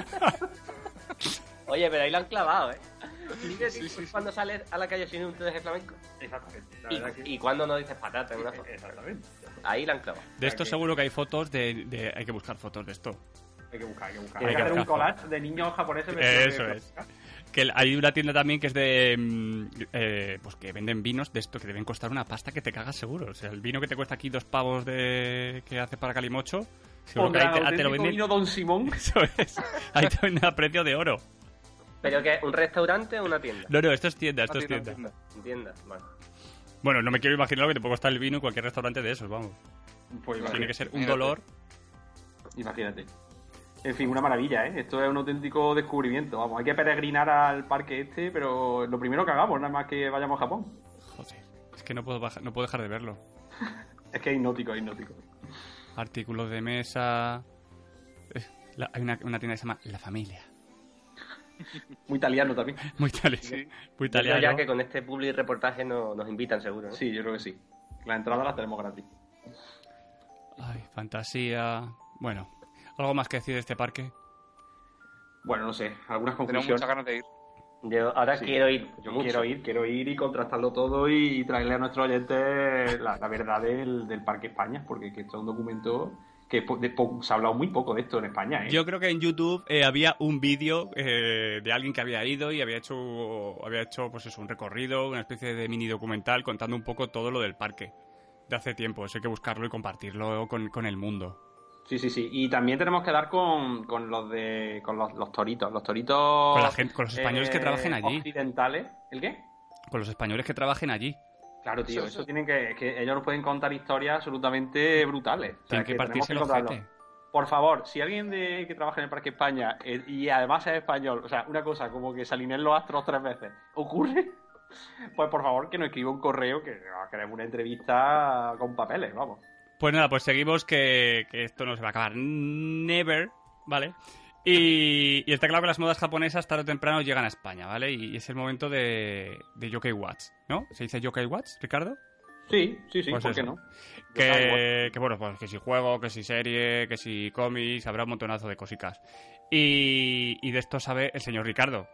Speaker 2: Oye, pero ahí lo han clavado, ¿eh? Dime si- cuando sales a la calle sin un traje flamenco.
Speaker 1: Exactamente. la
Speaker 2: Y,
Speaker 1: verdad que-
Speaker 2: y cuando no dices patata en una foto.
Speaker 1: Exactamente.
Speaker 2: Ahí la han clavado.
Speaker 4: de esto
Speaker 1: que-
Speaker 4: seguro que hay fotos de, de- Hay que buscar fotos de esto.
Speaker 1: Hay que buscar, hay que buscar.
Speaker 4: Hay
Speaker 1: Hay,
Speaker 4: que
Speaker 1: que hacer un
Speaker 4: buscar.
Speaker 1: collage de niños japoneses. vestidos
Speaker 4: Eso
Speaker 1: de-
Speaker 4: es. Que el- hay una tienda también que es de... mm, eh, pues que venden vinos de esto que deben costar una pasta que te cagas seguro. O sea, el vino que te cuesta aquí dos pavos de que hace para Calimocho, seguro que
Speaker 1: Pondrán
Speaker 4: ahí te, ah, te
Speaker 1: auténtico
Speaker 4: lo venden...
Speaker 1: vino Don Simón.
Speaker 4: Eso es. Ahí te venden a precio de oro.
Speaker 2: ¿Pero qué? ¿Un restaurante o una tienda?
Speaker 4: No, no, esto es tienda, esto
Speaker 3: No
Speaker 4: es
Speaker 3: tiene
Speaker 4: tienda.
Speaker 3: tienda.
Speaker 2: Tienda, vale.
Speaker 4: Bueno, no me quiero imaginar lo que te puede costar el vino en cualquier restaurante de esos, vamos.
Speaker 1: Pues
Speaker 4: Tiene que ser un
Speaker 3: Mírate.
Speaker 4: dolor.
Speaker 1: Imagínate. En fin, una maravilla, ¿eh? Esto es un auténtico descubrimiento. Vamos, hay que peregrinar al parque este, pero lo primero que hagamos, nada más que vayamos a Japón.
Speaker 4: Joder, es que no puedo, baja- no puedo dejar de verlo.
Speaker 1: Es que es hipnótico, es hipnótico.
Speaker 4: Artículos de mesa. Eh, la- hay una, una tienda que se llama La Familia.
Speaker 1: Muy italiano también.
Speaker 4: Muy italiano.
Speaker 3: Sí.
Speaker 4: Muy
Speaker 2: Yo creo
Speaker 4: italiano.
Speaker 2: ya que con este public reportaje no- nos invitan seguro, ¿no?
Speaker 1: Sí, yo creo que sí. La entrada la tenemos gratis.
Speaker 4: Ay, fantasía. Bueno, ¿algo más que decir de este parque?
Speaker 1: Bueno, no sé, algunas
Speaker 3: Tenemos muchas
Speaker 1: conclusiones.
Speaker 3: ganas de ir.
Speaker 2: Yo ahora
Speaker 1: Sí.
Speaker 2: quiero ir.
Speaker 1: Yo
Speaker 2: mucho.
Speaker 1: quiero ir, quiero ir y contrastarlo todo y, traerle a nuestros oyentes la, la verdad del, del Parque España, porque es que esto es un documento que po- de po- se ha hablado muy poco de esto en España, ¿eh?
Speaker 4: Yo creo que en YouTube eh, había un vídeo eh, de alguien que había ido y había hecho, había hecho pues eso, un recorrido, una especie de mini documental contando un poco todo lo del parque de hace tiempo. Eso hay que buscarlo y compartirlo con, con el mundo.
Speaker 1: Sí, sí, sí. Y también tenemos que dar con, con los de con los, los toritos, los toritos
Speaker 4: Con la gente- con los españoles que
Speaker 1: eh,
Speaker 4: trabajen allí.
Speaker 1: occidentales. ¿El qué?
Speaker 4: Con los españoles que trabajen allí.
Speaker 1: Claro, tío,
Speaker 3: Eso-
Speaker 1: eso
Speaker 3: eso-
Speaker 1: tienen que, es que ellos nos pueden contar historias absolutamente brutales. O sea,
Speaker 4: Tienen que
Speaker 1: tenemos
Speaker 4: partirse el
Speaker 1: encontrarlos.
Speaker 4: ojete.
Speaker 1: Por favor, si alguien de, que trabaja en el Parque España eh, y además es español, o sea, una cosa como que se alineen los astros tres veces, ocurre, pues por favor que nos escriba un correo que ah, queremos una entrevista con papeles, vamos.
Speaker 4: Pues nada, pues seguimos que, que esto no se va a acabar. Never, ¿vale? Y, y está claro que las modas japonesas tarde o temprano llegan a España, ¿vale? Y, y es el momento de, de Yokai Watch, ¿no? ¿Se dice Yokai Watch, Ricardo?
Speaker 1: Sí, sí, sí,
Speaker 4: Pues
Speaker 1: ¿por qué
Speaker 4: eso.
Speaker 1: no?
Speaker 4: Que, que bueno, pues que si juego, que si serie, que si cómics, habrá un montonazo de cositas. Y, y de esto sabe el señor Ricardo,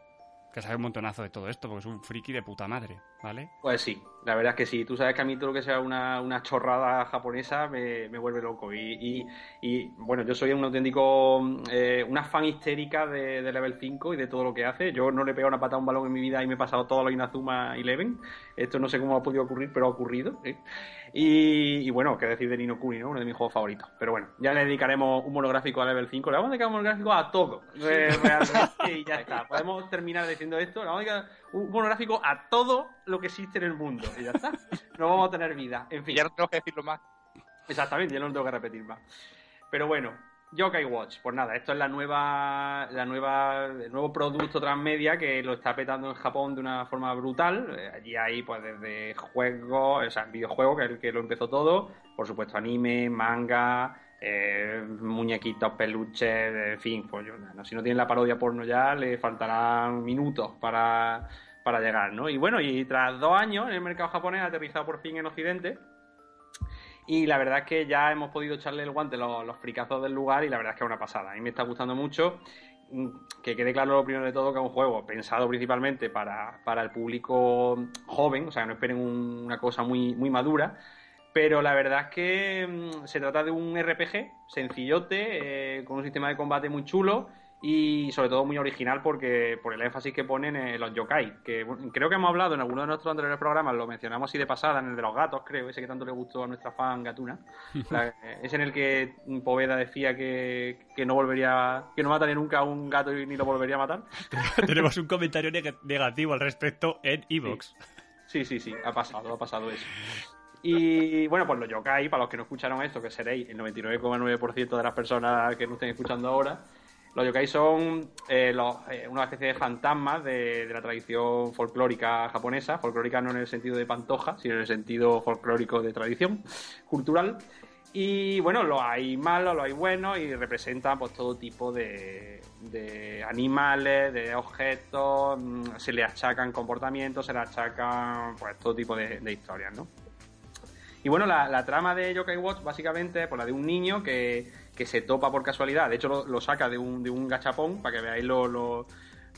Speaker 4: que sabe un montonazo de todo esto, porque es un friki de puta madre, ¿vale?
Speaker 1: Pues sí, la verdad es que sí. Tú sabes que a mí todo lo que sea una, una chorrada japonesa me, me vuelve loco. Y, y- y, bueno, yo soy un auténtico. eh, una fan histérica de, de Level 5 y de todo lo que hace. Yo no le he pegado una patada a un balón en mi vida y me he pasado todo lo Inazuma Eleven. Esto no sé cómo ha podido ocurrir, pero ha ocurrido. ¿eh? Y, y bueno, qué decir de Nino Kuni, ¿no? Uno de mis juegos favoritos. Pero bueno, ya le dedicaremos un monográfico a Level 5. Le vamos a dedicar un monográfico a todo. re- realmente, y ya está. Podemos terminar diciendo esto. Le vamos a dedicar un monográfico a todo lo que existe en el mundo. Y ya está. No vamos a tener vida. En fin.
Speaker 3: Y ya no tengo que decirlo más.
Speaker 1: Exactamente, ya no lo tengo que repetir más. Pero bueno, Yokai Watch, pues nada, esto es la nueva, la nueva, el nuevo producto transmedia que lo está petando en Japón de una forma brutal. Eh, Allí hay pues desde juegos, o sea, videojuegos, que es el que lo empezó todo, por supuesto anime, manga, eh, muñequitos, peluches, en fin, pues yo, no, si no tienen la parodia porno ya, le faltarán minutos para, para llegar, ¿no? Y bueno, y tras dos años en el mercado japonés, ha aterrizado por fin en Occidente. Y la verdad es que ya hemos podido echarle el guante los, los fricazos del lugar y la verdad es que es una pasada. A mí me está gustando mucho. Mm, Que quede claro lo primero de todo que es un juego pensado principalmente para, para el público joven, o sea, que no esperen un- una cosa muy, muy madura, Pero la verdad es que mm, se trata de un RPG sencillote, eh, con un sistema de combate muy chulo y sobre todo muy original porque por el énfasis que ponen en los yokai, que bueno, creo que hemos hablado en alguno de nuestros anteriores programas, lo mencionamos así de pasada, en el de los gatos, creo, ese que tanto le gustó a nuestra fan gatuna, La- eh, es en el que Poveda decía que, que no volvería, que no mataría nunca a un gato y ni lo volvería a matar.
Speaker 4: Tenemos un comentario neg- negativo al respecto en Evox.
Speaker 1: Sí, sí, sí, ha pasado, ha pasado eso. Y bueno, pues los yokai, para los que no escucharon esto, que seréis el 99,9% de las personas que nos estén escuchando ahora, los yokai son eh, los, eh, una especie de fantasmas de, de la tradición folclórica japonesa, folclórica no en el sentido de pantoja, sino en el sentido folclórico de tradición cultural. Y bueno, los hay malos, los hay buenos y representan pues todo tipo de, de animales, de objetos, mm, se le achacan comportamientos, se le achacan pues todo tipo de, de historias, ¿no? Y bueno, la, la trama de Yokai Watch básicamente es por la de un niño que, que se topa por casualidad. De hecho, lo, lo saca de un, de un gachapón para que veáis lo, lo,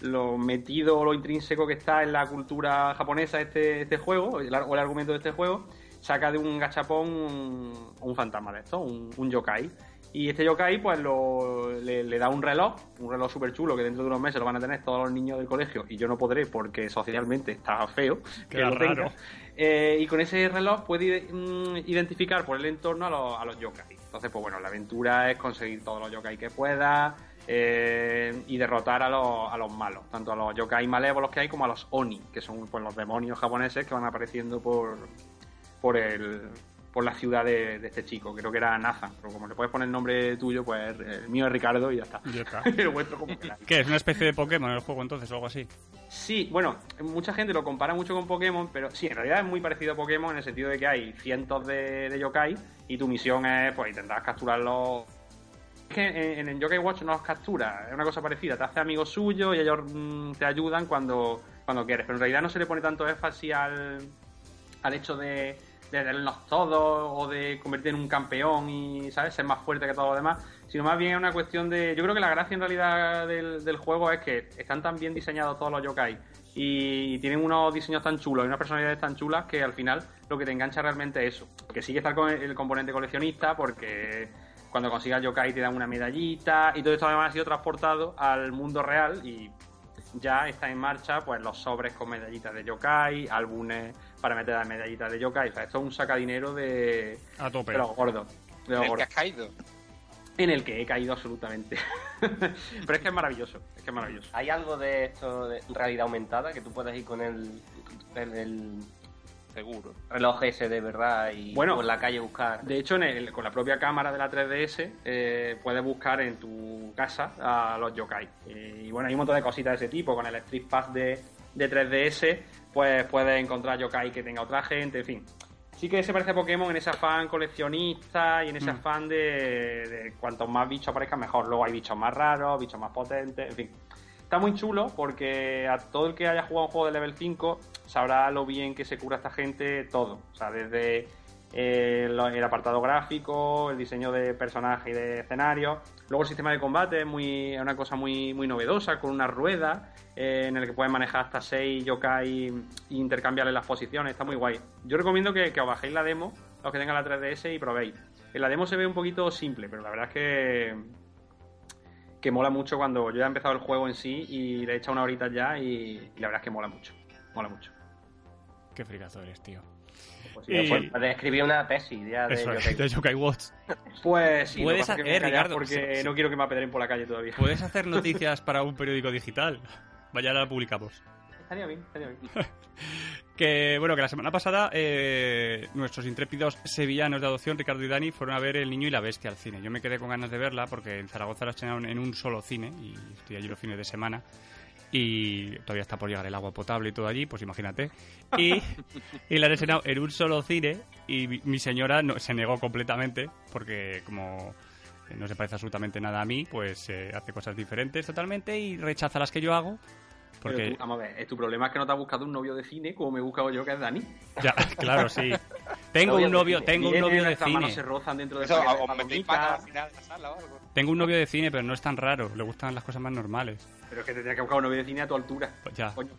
Speaker 1: lo metido o lo intrínseco que está en la cultura japonesa este, este juego, o el, ar- o el argumento de este juego. Saca de un gachapón un, un fantasma de esto, un, un yokai. Y este yokai pues lo, le, le da un reloj, un reloj súper chulo que dentro de unos meses lo van a tener todos los niños del colegio y yo no podré porque socialmente está feo que
Speaker 4: Qué
Speaker 1: lo tenga.
Speaker 4: raro.
Speaker 1: Eh, y con ese reloj puede ide- mm, identificar por el entorno a los, a los yokai. Entonces, pues bueno, la aventura es conseguir todos los yokai que pueda eh, y derrotar a los, a los malos, tanto a los yokai malévolos que hay como a los oni, que son pues, los demonios japoneses que van apareciendo por, por el por la ciudad de, de este chico. Creo que era Nathan, pero como le puedes poner el nombre tuyo, pues el mío es Ricardo y ya está.
Speaker 4: Ya está.
Speaker 1: el vuestro como queráis.
Speaker 4: ¿Qué? ¿Es una especie de Pokémon el juego entonces o algo así?
Speaker 1: Sí, bueno, mucha gente lo compara mucho con Pokémon, pero sí, en realidad es muy parecido a Pokémon en el sentido de que hay cientos de, de yokai y tu misión es pues intentar capturarlos. Es que en, en el Yokai Watch no los captura, es una cosa parecida, te hace amigos suyos y ellos mm, te ayudan cuando, cuando quieres, pero en realidad no se le pone tanto énfasis al, al hecho de, de darnos todos o de convertirte en un campeón y, ¿sabes?, ser más fuerte que todos los demás, sino más bien es una cuestión de... Yo creo que la gracia en realidad del, del juego es que están tan bien diseñados todos los yokai y tienen unos diseños tan chulos y unas personalidades tan chulas que al final lo que te engancha realmente es eso, que sigue estar con el, el componente coleccionista porque... Cuando consigas yokai te dan una medallita y todo esto además ha sido transportado al mundo real y ya está en marcha pues los sobres con medallitas de yokai, álbumes para meter las medallitas de yokai. O sea, esto es un sacadinero de,
Speaker 4: A tope.
Speaker 1: de los gordos. de los
Speaker 3: En el que
Speaker 1: gordos.
Speaker 3: has caído.
Speaker 1: En el que he caído absolutamente. Pero es que es maravilloso, es que es maravilloso.
Speaker 2: ¿Hay algo de esto de realidad aumentada que tú puedas ir con el, el, el
Speaker 3: Seguro.
Speaker 2: reloj ese de verdad y
Speaker 1: Bueno.
Speaker 2: por la calle buscar?
Speaker 1: De hecho, en el- con la propia cámara de la 3DS eh, puedes buscar en tu casa a los yokai. Eh, y bueno, hay un montón de cositas de ese tipo. Con el Street Pass de, de 3DS, pues puedes encontrar yokai que tenga otra gente, en fin. Sí que se parece a Pokémon en ese afán coleccionista y en
Speaker 2: Mm.
Speaker 1: ese afán de, de cuantos más bichos aparezcan mejor. Luego hay bichos más raros, bichos más potentes, en fin. Está muy chulo porque a todo el que haya jugado un juego de level 5 sabrá lo bien que se cura esta gente todo. O sea, desde eh, lo- el apartado gráfico, el diseño de personaje y de escenario. Luego el sistema de combate es, muy, es una cosa muy, muy novedosa, con una rueda eh, en el que puedes manejar hasta 6 yokai e intercambiarle las posiciones. Está muy guay. Yo recomiendo que, que os bajéis la demo, los que tengan la 3DS y probéis. En la demo se ve un poquito simple, pero la verdad es que que mola mucho cuando yo ya he empezado el juego en sí y le he echado una horita ya y, y la verdad es que mola mucho. Mola mucho.
Speaker 4: Qué fricazo eres, tío.
Speaker 1: Pues, sí,
Speaker 4: Y-
Speaker 1: pues-
Speaker 2: Para escribir una tesis ya de
Speaker 4: Eso
Speaker 2: yo
Speaker 4: es,
Speaker 2: que-
Speaker 4: de Yokai Watch.
Speaker 1: pues sí,
Speaker 4: Puedes
Speaker 1: lo que pasa es que me voy
Speaker 4: hacer,
Speaker 1: a callar
Speaker 4: Ricardo,
Speaker 1: Porque
Speaker 4: sí, sí.
Speaker 1: no quiero que me apedren por la calle todavía.
Speaker 4: ¿Puedes hacer noticias para un periódico digital? Vaya, la publicamos.
Speaker 1: Estaría bien, estaría bien.
Speaker 4: Que bueno, que la semana pasada eh, nuestros intrépidos sevillanos de adopción, Ricardo y Dani, fueron a ver El Niño y la Bestia al cine. Yo me quedé con ganas de verla porque en Zaragoza la estrenaron en un solo cine y estoy allí los fines de semana. Y todavía está por llegar el agua potable y todo allí, pues imagínate. Y, y la han estrenado en un solo cine y mi, mi señora no, se negó completamente porque como no se parece absolutamente nada a mí, pues eh, hace cosas diferentes totalmente y rechaza las que yo hago.
Speaker 1: Pero
Speaker 4: Porque,
Speaker 1: tú, vamos a ver, eh, tu problema es que no te has buscado un novio de cine como me he buscado yo, que es Dani.
Speaker 4: Ya, claro, sí. Tengo
Speaker 2: Novio
Speaker 4: un
Speaker 2: de
Speaker 4: novio,
Speaker 2: cine.
Speaker 4: tengo un
Speaker 1: Miren,
Speaker 4: novio de
Speaker 1: nuestras manos se
Speaker 4: cine.
Speaker 1: rozan dentro de
Speaker 3: Eso,
Speaker 1: paquetes de
Speaker 3: o metéis patas al
Speaker 1: palomitas.
Speaker 3: final de la sala o algo.
Speaker 4: Tengo un novio de cine, pero no es tan raro. Le gustan las cosas más normales.
Speaker 1: Pero es que te tendrías que buscar un novio de cine a tu altura.
Speaker 4: Pues ya.
Speaker 1: Coño.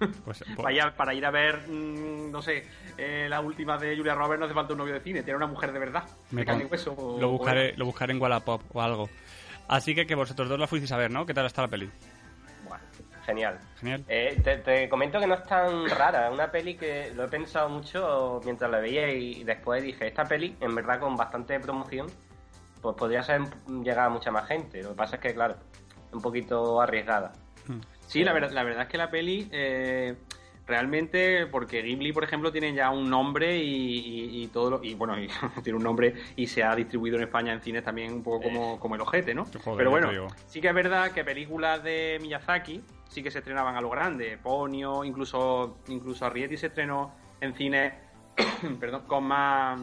Speaker 4: Pues, pues-
Speaker 1: Vaya, para ir a ver, mm, no sé, eh, la última de Julia Roberts no hace falta un novio de cine, tiene una mujer de verdad.
Speaker 4: Me
Speaker 1: de carne
Speaker 4: con-
Speaker 1: y hueso, o-
Speaker 4: lo, buscaré, lo buscaré en Wallapop o algo. Así que que vosotros dos la fuisteis a ver, ¿no? ¿Qué tal está la peli?
Speaker 2: Bueno, genial.
Speaker 4: Genial.
Speaker 2: Eh, te, te comento que no es tan rara, es una peli que lo he pensado mucho mientras la veía y después dije, esta peli, en verdad con bastante promoción, pues podría ser llegar a mucha más gente. Lo que pasa es que, claro, un poquito arriesgada.
Speaker 1: Sí, la, verdad la verdad es que la peli eh, realmente, porque Ghibli, por ejemplo, tiene ya un nombre y, y- y todo lo- y bueno, y tiene un nombre y se ha distribuido en España en cines también un poco como, como el ojete, ¿no?
Speaker 4: Eh.
Speaker 1: Pero
Speaker 4: Joder, ya te
Speaker 1: bueno,
Speaker 4: digo.
Speaker 1: sí que es verdad que películas de Miyazaki sí que se estrenaban a lo grande, Ponio, incluso incluso Arrietty se estrenó en cines, perdón, con más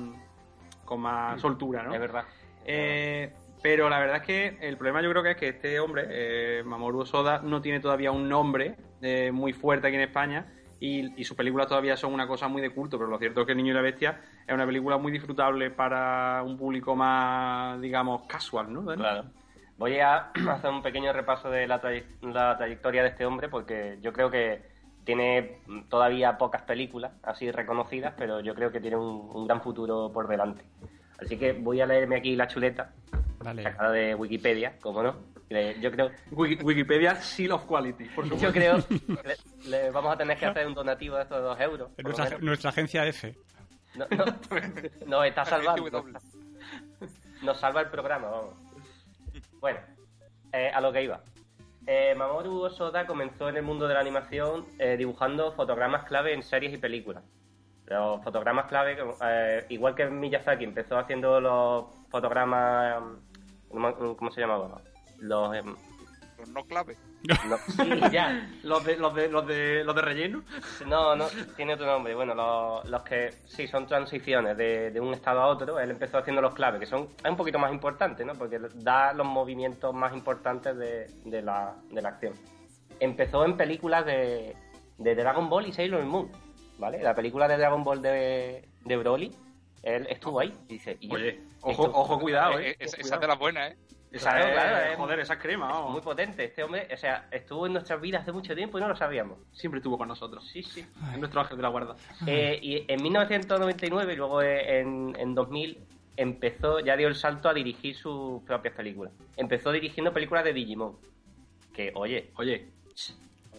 Speaker 1: con más soltura, ¿no?
Speaker 2: Es verdad.
Speaker 1: Eh, pero la verdad es que el problema yo creo que es que este hombre, eh, Mamoru Soda, no tiene todavía un nombre eh, muy fuerte aquí en España y, y sus películas todavía son una cosa muy de culto, pero lo cierto es que El Niño y la Bestia es una película muy disfrutable para un público más, digamos, casual, ¿no? Dani?
Speaker 2: Eh, Claro. Voy a hacer un pequeño repaso de la, tray- la trayectoria de este hombre porque yo creo que tiene todavía pocas películas así reconocidas, pero yo creo que tiene un, un gran futuro por delante. Así que voy a leerme aquí la chuleta
Speaker 4: Dale.
Speaker 2: sacada de Wikipedia, como no. Le- Yo creo,
Speaker 1: Wiki- Wikipedia Seal of Quality, por
Speaker 2: yo
Speaker 1: supuesto.
Speaker 2: creo que le, le vamos a tener que hacer un donativo de estos dos euros. por lo
Speaker 4: Nuestra,
Speaker 2: menos.
Speaker 4: nuestra agencia F.
Speaker 2: No, no, nos está salvando.
Speaker 3: W.
Speaker 2: Nos salva el programa, vamos. Bueno, eh, a lo que iba. Eh, Mamoru Osoda comenzó en el mundo de la animación eh, dibujando fotogramas clave en series y películas. Los fotogramas clave, que, eh, igual que Miyazaki empezó haciendo los fotogramas. eh, ¿Cómo cómo se llamaba? Los. em,
Speaker 3: Pero no clave.
Speaker 2: no- sí, ya.
Speaker 1: Los de, los, de, los, de, los de relleno.
Speaker 2: No, no, tiene otro nombre. Bueno, los, los que sí son transiciones de, de un estado a otro, él empezó haciendo los claves, que son es un poquito más importantes, ¿no? Porque da los movimientos más importantes de, de la, de la acción. Empezó en películas de, de Dragon Ball y Sailor Moon, ¿vale? La película de Dragon Ball de, de Broly, él estuvo ahí. y Dice, y yo-
Speaker 1: Oye, ojo,
Speaker 2: esto-
Speaker 1: ojo, cuidado, eh.
Speaker 3: Eh, eh, esa esa
Speaker 1: Cuidado.
Speaker 3: es de las buenas, ¿eh?
Speaker 1: Esa
Speaker 2: Claro,
Speaker 1: es-
Speaker 2: claro, es-
Speaker 1: joder, esa es crema, vamos.
Speaker 2: Muy potente, este hombre, o sea, estuvo en nuestras vidas hace mucho tiempo y no lo sabíamos.
Speaker 1: Siempre estuvo con nosotros.
Speaker 2: Sí, sí.
Speaker 1: Es nuestro ángel de la guarda.
Speaker 2: Eh, y en 1999 y luego eh, en, en 2000 empezó, ya dio el salto a dirigir sus propias películas. Empezó dirigiendo películas de Digimon. Que, oye,
Speaker 1: Oye,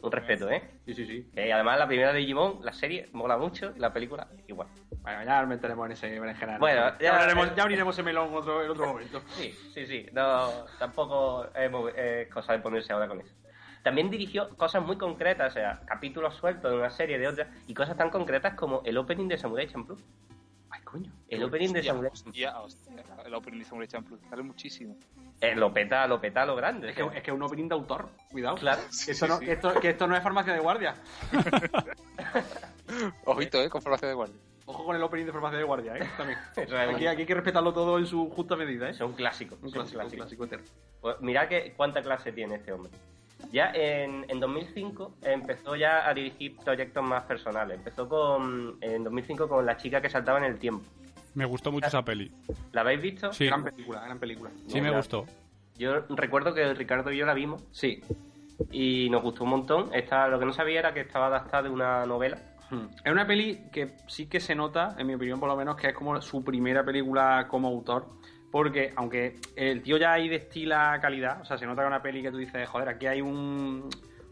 Speaker 2: un respeto, ¿eh?
Speaker 1: sí, sí, sí.
Speaker 2: Que además la primera de Digimon, la serie, mola mucho y la película igual.
Speaker 1: Bueno, ya nos meteremos en ese berenjena. ¿no?
Speaker 2: Bueno,
Speaker 1: ya,
Speaker 2: ya-
Speaker 1: hablaremos- ya abriremos el melón otro, en otro momento.
Speaker 2: Sí, sí, sí. No, tampoco es, mo- es cosa de ponerse ahora con eso. También dirigió cosas muy concretas, o sea, capítulos sueltos de una serie, de otra, y cosas tan concretas como el opening de Samurai Champloo.
Speaker 1: Ay, coño.
Speaker 2: El opening de
Speaker 3: Hostia,
Speaker 2: Samurai
Speaker 3: hostia, hostia. El opening de Samurai Champloo sale muchísimo.
Speaker 2: Eh, lo peta, lo peta a lo grande.
Speaker 1: Es que
Speaker 2: o sea.
Speaker 1: es que un opening de autor, cuidado.
Speaker 2: Claro.
Speaker 1: Que esto, no,
Speaker 3: sí, sí.
Speaker 1: que esto, que esto no es farmacia de guardia.
Speaker 3: Ojito, ¿eh? Con frase de guardia.
Speaker 1: Ojo con el opening de farmacia de guardia, ¿eh? También.
Speaker 2: Eso es
Speaker 1: Aquí,
Speaker 2: un-
Speaker 1: aquí hay que respetarlo todo en su justa medida, ¿eh?
Speaker 2: Es un clásico.
Speaker 1: Un
Speaker 2: es un
Speaker 1: clásico, un
Speaker 2: clásico.
Speaker 1: clásico eterno.
Speaker 2: Pues mirad que, cuánta clase tiene este hombre. Ya en, en 2005 empezó ya a dirigir proyectos más personales. Empezó con en 2005 con La chica que saltaba en el tiempo.
Speaker 4: Me gustó mucho esa peli.
Speaker 2: ¿La habéis visto?
Speaker 4: Sí,
Speaker 1: Gran película, gran película.
Speaker 4: sí me
Speaker 2: No,
Speaker 4: gustó.
Speaker 2: Yo recuerdo que Ricardo y yo la vimos
Speaker 1: Sí.
Speaker 2: y nos gustó un montón. Esta, lo que no sabía era que estaba adaptada de una novela.
Speaker 1: Hmm. Es una peli que sí que se nota, en mi opinión por lo menos, que es como su primera película como autor. Porque aunque el tío ya ahí destila calidad, o sea, se nota que es una peli que tú dices, joder, aquí hay un,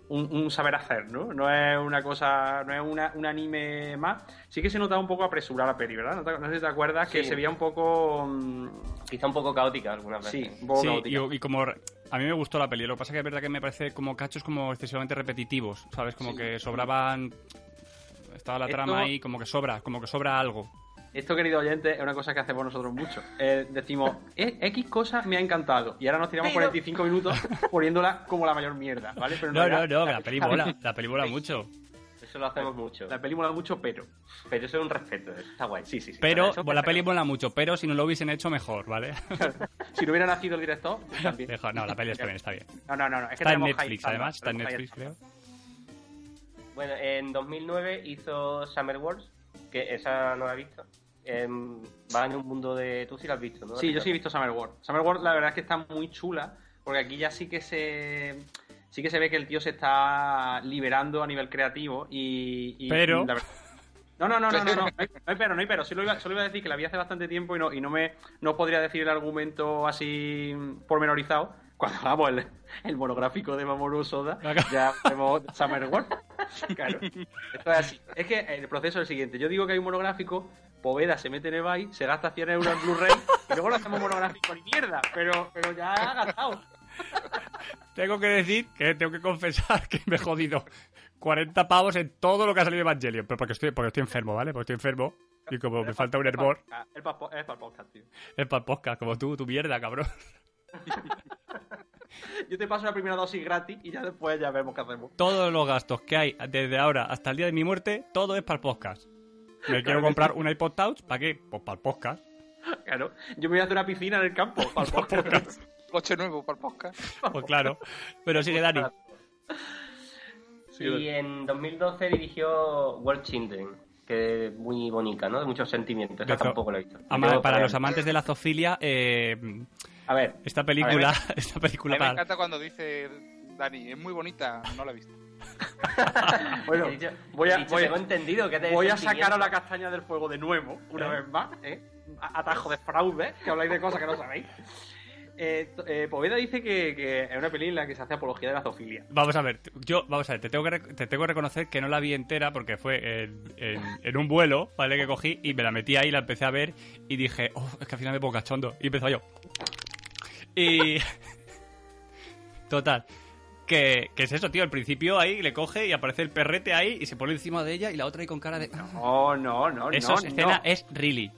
Speaker 1: un, un saber hacer, ¿no? No es una cosa, no es una- un anime más. Sí que se nota un poco apresurada la peli, ¿verdad? No, te- no sé si te acuerdas que
Speaker 2: Sí.
Speaker 1: se veía un poco... mm,
Speaker 2: Quizá un poco caótica algunas
Speaker 1: sí,
Speaker 2: veces.
Speaker 1: un poco
Speaker 4: Sí,
Speaker 1: caótica.
Speaker 4: y, y como re- a mí me gustó la peli, lo que pasa que es verdad que me parece como cachos como excesivamente repetitivos, ¿sabes? Como que sobraban estaba la
Speaker 1: Esto-
Speaker 4: trama ahí como que sobra, como que sobra algo.
Speaker 1: Esto, querido oyente, es una cosa que hacemos nosotros mucho. Eh, decimos, "Eh, X cosa me ha encantado. Y ahora nos tiramos 45 minutos poniéndola como la mayor mierda, ¿vale? Pero en
Speaker 4: No, no,
Speaker 1: realidad,
Speaker 4: no, que la peli mola, la peli mola mucho.
Speaker 2: Eso lo hacemos mucho.
Speaker 1: La peli mola mucho, pero.
Speaker 2: Pero eso es un respeto. eso Está guay. Sí, sí, sí.
Speaker 4: Pero
Speaker 2: Eso-
Speaker 4: bueno, la peli mola mucho, pero si no lo hubiesen hecho mejor, ¿vale?
Speaker 1: Si no hubiera nacido el director, pues también.
Speaker 4: Deja- no, la peli está bien, está bien.
Speaker 1: No, no, no, no, Es que
Speaker 4: Está en
Speaker 1: tenemos high
Speaker 4: Netflix,
Speaker 1: standard,
Speaker 4: además, está en
Speaker 1: tenemos high
Speaker 4: Netflix, creo.
Speaker 2: Bueno, en 2009 hizo Summer Wars, que esa no la he visto. Em, va en un mundo de... Tú sí la has visto, ¿no?
Speaker 1: Sí, yo sí he visto Summer World. Summer World, la verdad es que está muy chula, porque aquí ya sí que se, sí que se ve que el tío se está liberando a nivel creativo y... y
Speaker 4: Pero-
Speaker 1: la verdad- no, no, no, no, no, no, no hay, no hay pero, no hay pero. Solo iba, solo iba a decir que la vi hace bastante tiempo y no, y no me no os podría decir el argumento así mm, pormenorizado. Cuando hagamos el, el monográfico de Mamoru Soda, ya vemos Summer World. Claro. Esto es así. Es que el proceso es el siguiente. Yo digo que hay un monográfico, Poveda se mete en eBay, se gasta 100 euros en Blu-ray, y luego lo hacemos monográfico ni mierda, pero, pero ya ha gastado.
Speaker 4: Tengo que decir que tengo que confesar que me he jodido 40 pavos en todo lo que ha salido de Evangelion. Pero porque estoy, porque estoy enfermo, ¿vale? Porque estoy enfermo. Y como Pues me falta un hervor,
Speaker 1: Es para el podcast, tío.
Speaker 4: es para el podcast, como tú, tu mierda, cabrón.
Speaker 1: Yo te paso la primera dosis gratis y ya después ya vemos qué hacemos.
Speaker 4: Todos los gastos que hay desde ahora hasta el día de mi muerte, todo es para el podcast. Me quiero comprar un iPod Touch, ¿para qué? Pues para el podcast.
Speaker 1: Claro. Yo me voy a hacer una piscina en el campo para el podcast.
Speaker 3: Coche nuevo para el podcast.
Speaker 4: Pues claro. Pero sigue Dani.
Speaker 2: y en 2012 dirigió World Children, que es muy bonita, ¿no? De muchos sentimientos. Esa
Speaker 4: De to-
Speaker 2: tampoco la he visto.
Speaker 4: Ama-
Speaker 2: Yo,
Speaker 4: para
Speaker 2: eh,
Speaker 4: los amantes de la zoofilia, eh,
Speaker 2: A ver,
Speaker 4: esta película, esta
Speaker 3: A mí
Speaker 4: película
Speaker 3: me
Speaker 4: para-
Speaker 3: encanta cuando dice Dani, es muy bonita, no la he visto.
Speaker 1: Bueno,
Speaker 2: he dicho-
Speaker 1: voy a-
Speaker 2: he dicho,
Speaker 1: voy a-
Speaker 2: tengo entendido que te
Speaker 1: Voy a sacaros la castaña del fuego de nuevo, una vez más, ¿eh? A- Atajo de fraude, que habláis de cosas que no sabéis. Eh, t- eh, Poveda dice que, que es una película en la que se hace apología de la zoofilia.
Speaker 4: Vamos a ver, yo, vamos a ver, te tengo que, rec- te tengo que reconocer que no la vi entera porque fue en, en- en un vuelo, ¿vale? Que cogí y me la metí ahí, la empecé a ver y dije, oh, es que al final me pongo cachondo. Y empezaba yo. Y. Total. Que, que es eso, tío. Al principio ahí le coge y aparece el perrete ahí y se pone encima de ella y la otra ahí con cara de.
Speaker 1: No, no, no,
Speaker 4: Eso
Speaker 1: no,
Speaker 4: es escena
Speaker 1: no.
Speaker 4: es really.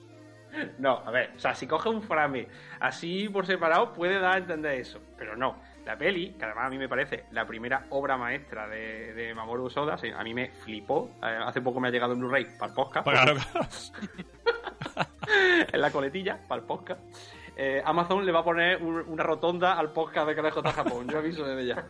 Speaker 1: No, a ver, o sea, si coge un frame así por separado puede dar a entender eso, pero no. La peli, que además a mí me parece la primera obra maestra de, de Mamoru Soda, sí, a mí me flipó. Eh, Hace poco me ha llegado un Blu-ray para el podcast.
Speaker 4: Para lo-
Speaker 1: en la coletilla para el podcast. Eh, Amazon le va a poner un- una rotonda al podcast de Canal J Japón, yo aviso desde ya.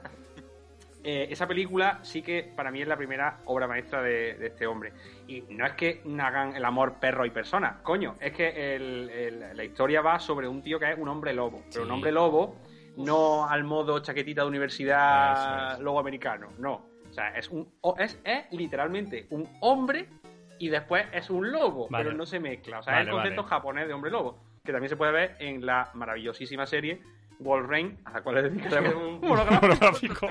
Speaker 1: Eh, esa película sí que para mí es la primera obra maestra de, de este hombre. Y no es que hagan el amor perro y persona, coño, es que el- el- la historia va sobre un tío que es un hombre lobo. Pero un
Speaker 4: Sí.
Speaker 1: hombre lobo no al modo chaquetita de universidad
Speaker 4: Eso es.
Speaker 1: lobo americano, no. O sea, es, un, o- es, es literalmente un hombre y después es un lobo,
Speaker 4: Vale.
Speaker 1: pero no se mezcla. O sea, es
Speaker 4: Vale,
Speaker 1: el concepto
Speaker 4: vale.
Speaker 1: japonés de hombre lobo, que también se puede ver en la maravillosísima serie Wolf Rain, a la cual le dedicaremos un monográfico.
Speaker 4: monográfico.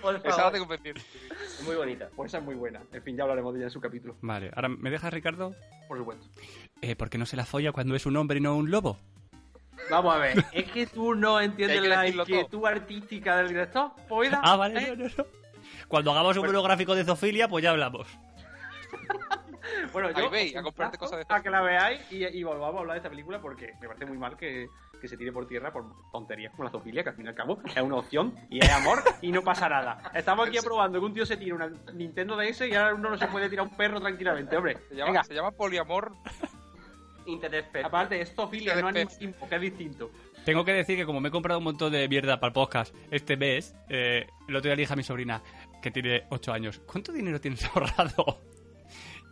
Speaker 2: Por
Speaker 3: Esa la
Speaker 2: favor,
Speaker 3: tengo pendiente.
Speaker 2: es muy bonita.
Speaker 1: Pues esa es muy buena. En fin, ya hablaremos de ella en su capítulo,
Speaker 4: Vale, ahora, ¿me dejas, Ricardo?
Speaker 1: por supuesto.
Speaker 4: Eh, ¿Por qué no se la folla cuando es un hombre y no un lobo?
Speaker 1: Vamos a ver, es que tú no entiendes
Speaker 3: Hay que
Speaker 1: la
Speaker 3: decirlo todo.
Speaker 1: inquietud artística del director, Poeda.
Speaker 4: Ah, vale,
Speaker 1: ¿eh?
Speaker 4: no, no, no. Cuando hagamos un monográfico de zoofilia, pues ya hablamos.
Speaker 1: Bueno,
Speaker 3: Ahí
Speaker 1: yo
Speaker 3: veis,
Speaker 1: os
Speaker 3: a comprarte
Speaker 1: emplazo
Speaker 3: cosas de
Speaker 1: a que la veáis y, y volvamos a hablar de esta película porque me parece muy mal que, que se tire por tierra por tonterías como la zoofilia, que al fin y al cabo es una opción y es amor y no pasa nada. Estamos aquí
Speaker 3: Sí.
Speaker 1: aprobando que un tío se tire una Nintendo DS y ahora uno no se puede tirar un perro tranquilamente, hombre.
Speaker 3: Se llama,
Speaker 1: Venga,
Speaker 3: se llama poliamor.
Speaker 2: Interespecie.
Speaker 1: aparte es zoofilia,
Speaker 3: Qué
Speaker 1: no
Speaker 3: desprecio.
Speaker 1: animalismo, que es distinto.
Speaker 4: Tengo que decir que como me he comprado un montón de mierda para el podcast este mes, eh, el otro día le dije a mi sobrina, que tiene 8 años, ¿cuánto dinero tienes ahorrado?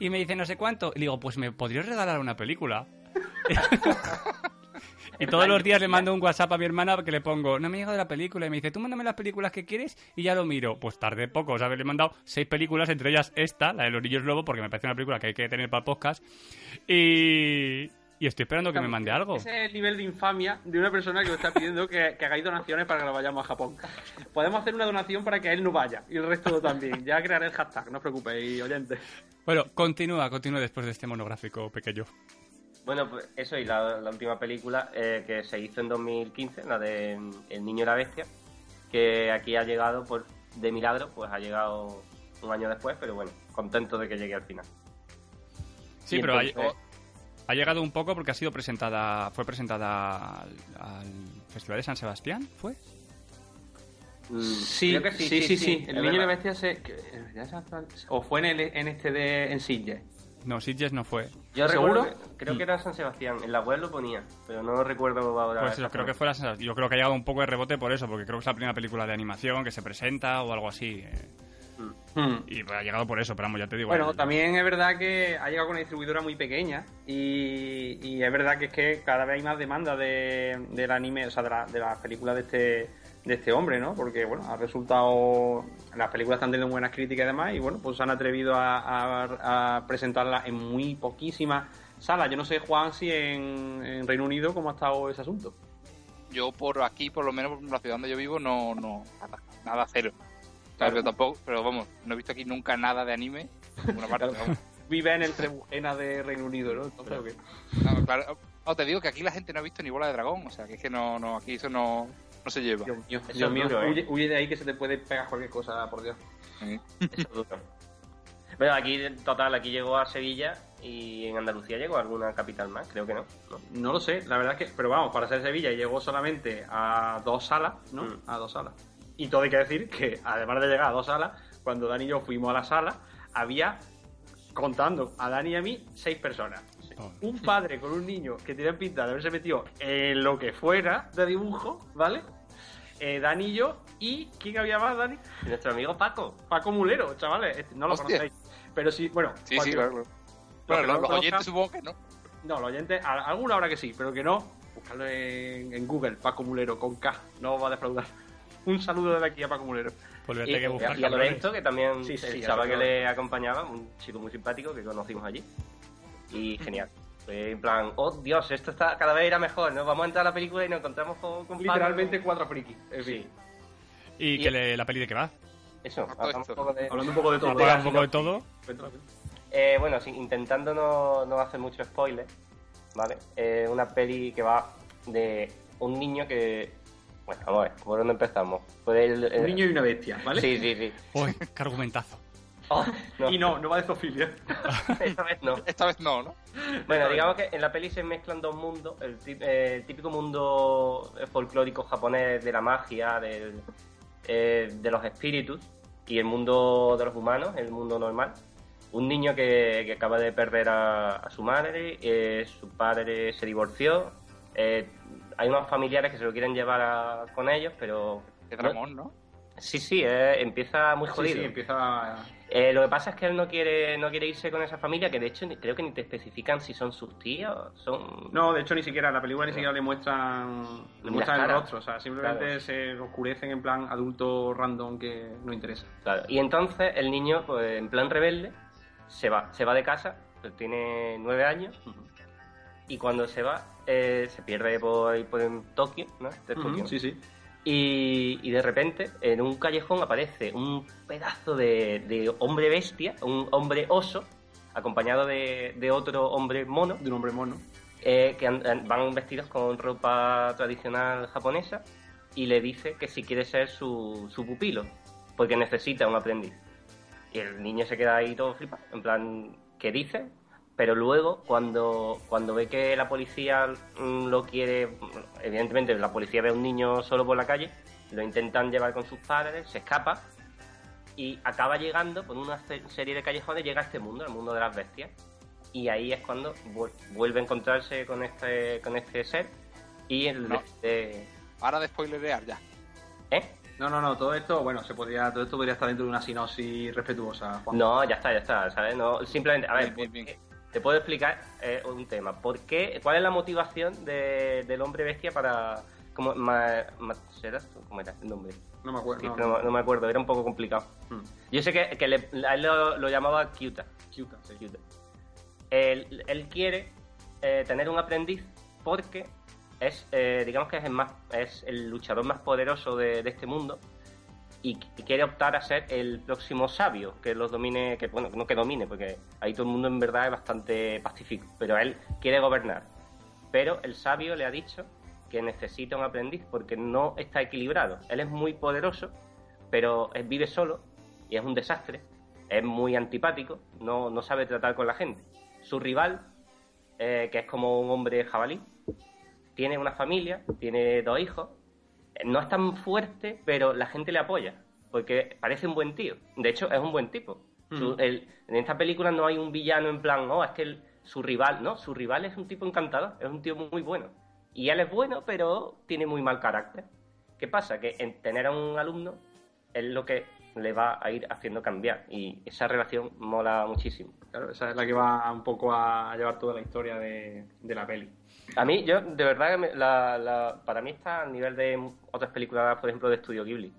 Speaker 4: Y me dice, no sé cuánto. Y le digo, pues me podrías regalar una película. y todos los días le mando un WhatsApp a mi hermana que le pongo, no me he llegado la película. Y me dice, tú mándame las películas que quieres y ya lo miro. Pues tardé poco, ¿sabes? Le he mandado seis películas, entre ellas esta, la de Los Niños Lobo, porque me parece una película que hay que tener para el podcast. Y... Y estoy esperando que me mande algo.
Speaker 1: Ese es el nivel de infamia de una persona que os está pidiendo que, que hagáis donaciones para que lo vayamos a Japón. Podemos hacer una donación para que él no vaya y el resto también. Ya crearé el hashtag, no os preocupéis, oyentes.
Speaker 4: Bueno, continúa, continúa después de este monográfico pequeño.
Speaker 2: Bueno, pues eso y la, la última película eh, que se hizo en 2015, la de mm, El niño y la bestia, que aquí ha llegado por de milagro, pues ha llegado un año después, pero bueno, contento de que llegue al final.
Speaker 4: Sí,
Speaker 2: Y
Speaker 4: pero ha,
Speaker 2: entonces-
Speaker 4: ha llegado un poco porque ha sido presentada, fue presentada al, al Festival de San Sebastián, ¿fue? oh,
Speaker 2: Mm,
Speaker 1: Sí,
Speaker 2: creo que
Speaker 1: sí, sí, sí,
Speaker 2: es
Speaker 1: El niño y la
Speaker 2: verdad.
Speaker 1: bestia se. que- en realidad se hacen- O fue en, el, en este de. en Sitges.
Speaker 4: No, Sitges no fue. Pues
Speaker 2: Yo recuerdo
Speaker 1: ¿Seguro? Mm.
Speaker 2: que- creo que era en San Sebastián, en la web lo ponía, pero no recuerdo ahora.
Speaker 4: Pues yo creo que fue la San- Yo creo que ha llegado un poco de rebote por eso, porque creo que es la primera película de animación que se presenta o algo así. eh,
Speaker 1: Hmm.
Speaker 4: Y ha llegado por eso, pero vamos, ya te digo. eh,
Speaker 1: Bueno,
Speaker 4: el-
Speaker 1: también es verdad que ha llegado con una distribuidora muy pequeña y, y es verdad que es que cada vez hay más demanda de, del anime, o sea, de, la- de las películas de este, de este hombre, ¿no? Porque, bueno, ha resultado. Las películas están teniendo buenas críticas y demás, y bueno, pues han atrevido a, a- a presentarlas en muy poquísimas salas. Yo no sé, Juan, si en, en Reino Unido cómo ha estado ese asunto.
Speaker 3: Yo por aquí, por lo menos por la ciudad donde yo vivo, no, no, nada, nada cero. O sea,
Speaker 1: Claro.
Speaker 3: Pero tampoco, pero vamos, no he visto aquí nunca nada de anime. por ninguna parte,
Speaker 1: Claro.
Speaker 3: vamos.
Speaker 1: Vive en el Trebujena de Reino Unido, ¿no? Entonces, ¿o qué?
Speaker 3: Claro, claro. No, te digo que aquí la gente no ha visto ni bola de dragón, o sea, que es que no, no, aquí eso no, no se lleva.
Speaker 1: Dios mío,
Speaker 2: es
Speaker 1: Dios mío,
Speaker 2: duro, ¿eh?
Speaker 1: huye, huye de ahí que se te puede pegar cualquier cosa, por Dios.
Speaker 3: Sí.
Speaker 2: Eso es duro. Bueno, aquí, total, aquí llegó a Sevilla y en Andalucía llegó a alguna capital más, creo que no. ¿no?
Speaker 1: No lo sé, la verdad es que, pero vamos, para ser Sevilla llegó solamente a dos salas, ¿no?
Speaker 2: Mm.
Speaker 1: A dos salas. Y todo hay que decir que, además de llegar a dos salas, cuando Dani y yo fuimos a la sala, había, contando a Dani y a mí, seis personas.
Speaker 4: Toma.
Speaker 1: Un padre con un niño que tenía pinta de haberse metido en lo que fuera de dibujo, ¿vale? Eh, Dani y yo, y ¿quién había más, Dani?
Speaker 2: Y nuestro amigo Paco.
Speaker 1: Paco Mulero, chavales, este, no lo
Speaker 3: Hostia.
Speaker 1: conocéis. Pero sí, bueno,
Speaker 3: Sí, sí,
Speaker 1: cualquier-
Speaker 3: claro. claro. Claro,
Speaker 1: que
Speaker 3: los,
Speaker 1: no
Speaker 3: los
Speaker 1: conozca-
Speaker 3: oyentes supongo que no.
Speaker 1: no, los oyentes, a- alguna hora que sí, pero que no, buscarlo en, en Google, Paco Mulero, con K, no os va a defraudar. Un saludo desde aquí a Paco Mulero.
Speaker 4: Pues
Speaker 2: Y,
Speaker 4: voy a tener que
Speaker 2: y
Speaker 4: buscar.
Speaker 2: a
Speaker 4: cabrones.
Speaker 2: Lorenzo, que también
Speaker 1: Sí, sí,
Speaker 2: el
Speaker 1: sí,
Speaker 2: chaval que
Speaker 1: claro.
Speaker 2: le acompañaba, un chico muy simpático que conocimos allí. Y genial. Fue en plan, oh Dios, esto está cada vez era mejor, ¿no? Vamos a entrar a la película y nos encontramos con, con Paco.
Speaker 1: Literalmente cuatro friki. En fin,
Speaker 2: Sí,
Speaker 4: ¿Y,
Speaker 2: y-
Speaker 4: que le- la peli de qué va?
Speaker 2: eso.
Speaker 3: Todo
Speaker 2: hablamos
Speaker 3: esto.
Speaker 2: un poco de-
Speaker 1: Eh, hablando un poco de todo.
Speaker 4: Habla un poco de todo.
Speaker 2: Eh, bueno, sí, intentando no, no hacer mucho spoiler, ¿vale? Eh, una peli que va de un niño que... Bueno, vamos a ver, ¿por dónde empezamos? Pues el,
Speaker 1: Un
Speaker 2: el-
Speaker 1: niño y una bestia, ¿vale?
Speaker 2: Sí, sí, sí.
Speaker 4: Uy, qué argumentazo.
Speaker 2: Oh, no,
Speaker 1: Y no, no va de zoofilia.
Speaker 2: esta vez no.
Speaker 3: Esta vez no, ¿no?
Speaker 2: Bueno, digamos que en la peli se mezclan dos mundos, el, tí- eh, el típico mundo folclórico japonés de la magia, del, eh, de los espíritus, y el mundo de los humanos, el mundo normal. Un niño que, que acaba de perder a, a su madre, eh, su padre se divorció, eh, hay unos familiares que se lo quieren llevar a- con ellos, pero...
Speaker 3: De Dramón, ¿no?
Speaker 2: Sí, sí, eh, empieza muy
Speaker 1: Sí,
Speaker 2: jodido.
Speaker 1: sí, empieza.
Speaker 2: Eh, lo que pasa es que él no quiere, no quiere irse con esa familia, que de hecho ni- creo que ni te especifican si son sus tíos, son...
Speaker 1: No, de hecho, ni siquiera la película ni siquiera le muestran, le
Speaker 2: Las
Speaker 1: muestran el
Speaker 2: caras.
Speaker 1: rostro. O sea, simplemente
Speaker 2: Claro.
Speaker 1: se oscurecen en plan adulto random que no interesa.
Speaker 2: Claro. Y entonces el niño, pues, en plan rebelde, se va, se va de casa, pues, tiene nueve años, y cuando se va, eh, se pierde por, por en Tokio, ¿no? Este es
Speaker 1: Ujú,
Speaker 2: Tokio.
Speaker 1: Sí, sí.
Speaker 2: Y, y de repente, en un callejón aparece un pedazo de, de hombre bestia, un hombre oso, acompañado de, de otro hombre mono,
Speaker 1: De un hombre mono.
Speaker 2: eh, que an- an- van vestidos con ropa tradicional japonesa y le dice que si quiere ser su, su pupilo, porque necesita un aprendiz. Y el niño se queda ahí todo flipado, en plan, ¿qué dice? Pero luego, cuando, cuando ve que la policía mm, lo quiere, mm, evidentemente la policía ve a un niño solo por la calle, lo intentan llevar con sus padres, se escapa y acaba llegando por una ce- serie de callejones, llega a este mundo, el mundo de las bestias y ahí es cuando vuel- vuelve a encontrarse con este con este ser y el
Speaker 3: No.
Speaker 2: este-
Speaker 3: Ahora de spoilerear ya.
Speaker 2: ¿eh?
Speaker 1: No, no, no, todo esto, bueno, se podría, todo esto podría estar dentro de una sinopsis respetuosa, Juan.
Speaker 2: no ya está ya está sabes no simplemente a ver
Speaker 3: Bien, bien,
Speaker 2: ¿por
Speaker 3: bien.
Speaker 2: qué? te puedo explicar eh, un tema por qué cuál es la motivación de- del hombre bestia para como ma, ma- ¿será? cómo era el nombre
Speaker 1: No me acuerdo.
Speaker 2: Sí,
Speaker 1: no,
Speaker 2: no,
Speaker 1: no.
Speaker 2: no me acuerdo era un poco complicado
Speaker 1: Mm.
Speaker 2: yo sé que, que le- a él lo, lo llamaba Kyuta
Speaker 1: Cute, sí.
Speaker 2: Cute. Él, él quiere eh, tener un aprendiz porque es, eh, digamos que es el, más, es el luchador más poderoso de, de este mundo y, qu- y quiere optar a ser el próximo sabio que los domine, que bueno, no que domine, porque ahí todo el mundo en verdad es bastante pacífico, pero él quiere gobernar. Pero el sabio le ha dicho que necesita un aprendiz porque no está equilibrado. Él es muy poderoso, pero él vive solo y es un desastre. Es muy antipático, no, no sabe tratar con la gente. Su rival, eh, que es como un hombre jabalí, tiene una familia, tiene dos hijos, eh, no es tan fuerte, pero la gente le apoya, porque parece un buen tío. De hecho, es un buen tipo. Su-
Speaker 1: Ujú.
Speaker 2: el- en esta película no hay un villano en plan, no, es que el- su rival, no, su rival es un tipo encantador, es un tío muy, muy bueno. Y él es bueno, pero tiene muy mal carácter. ¿Qué pasa? Que en tener a un alumno es lo que le va a ir haciendo cambiar. Y esa relación mola muchísimo.
Speaker 1: Claro, esa es la que va un poco a llevar toda la historia de, de la peli.
Speaker 2: A mí, yo, de verdad, que me- la- la- para mí está al nivel de otras películas, por ejemplo, de Estudio Ghibli.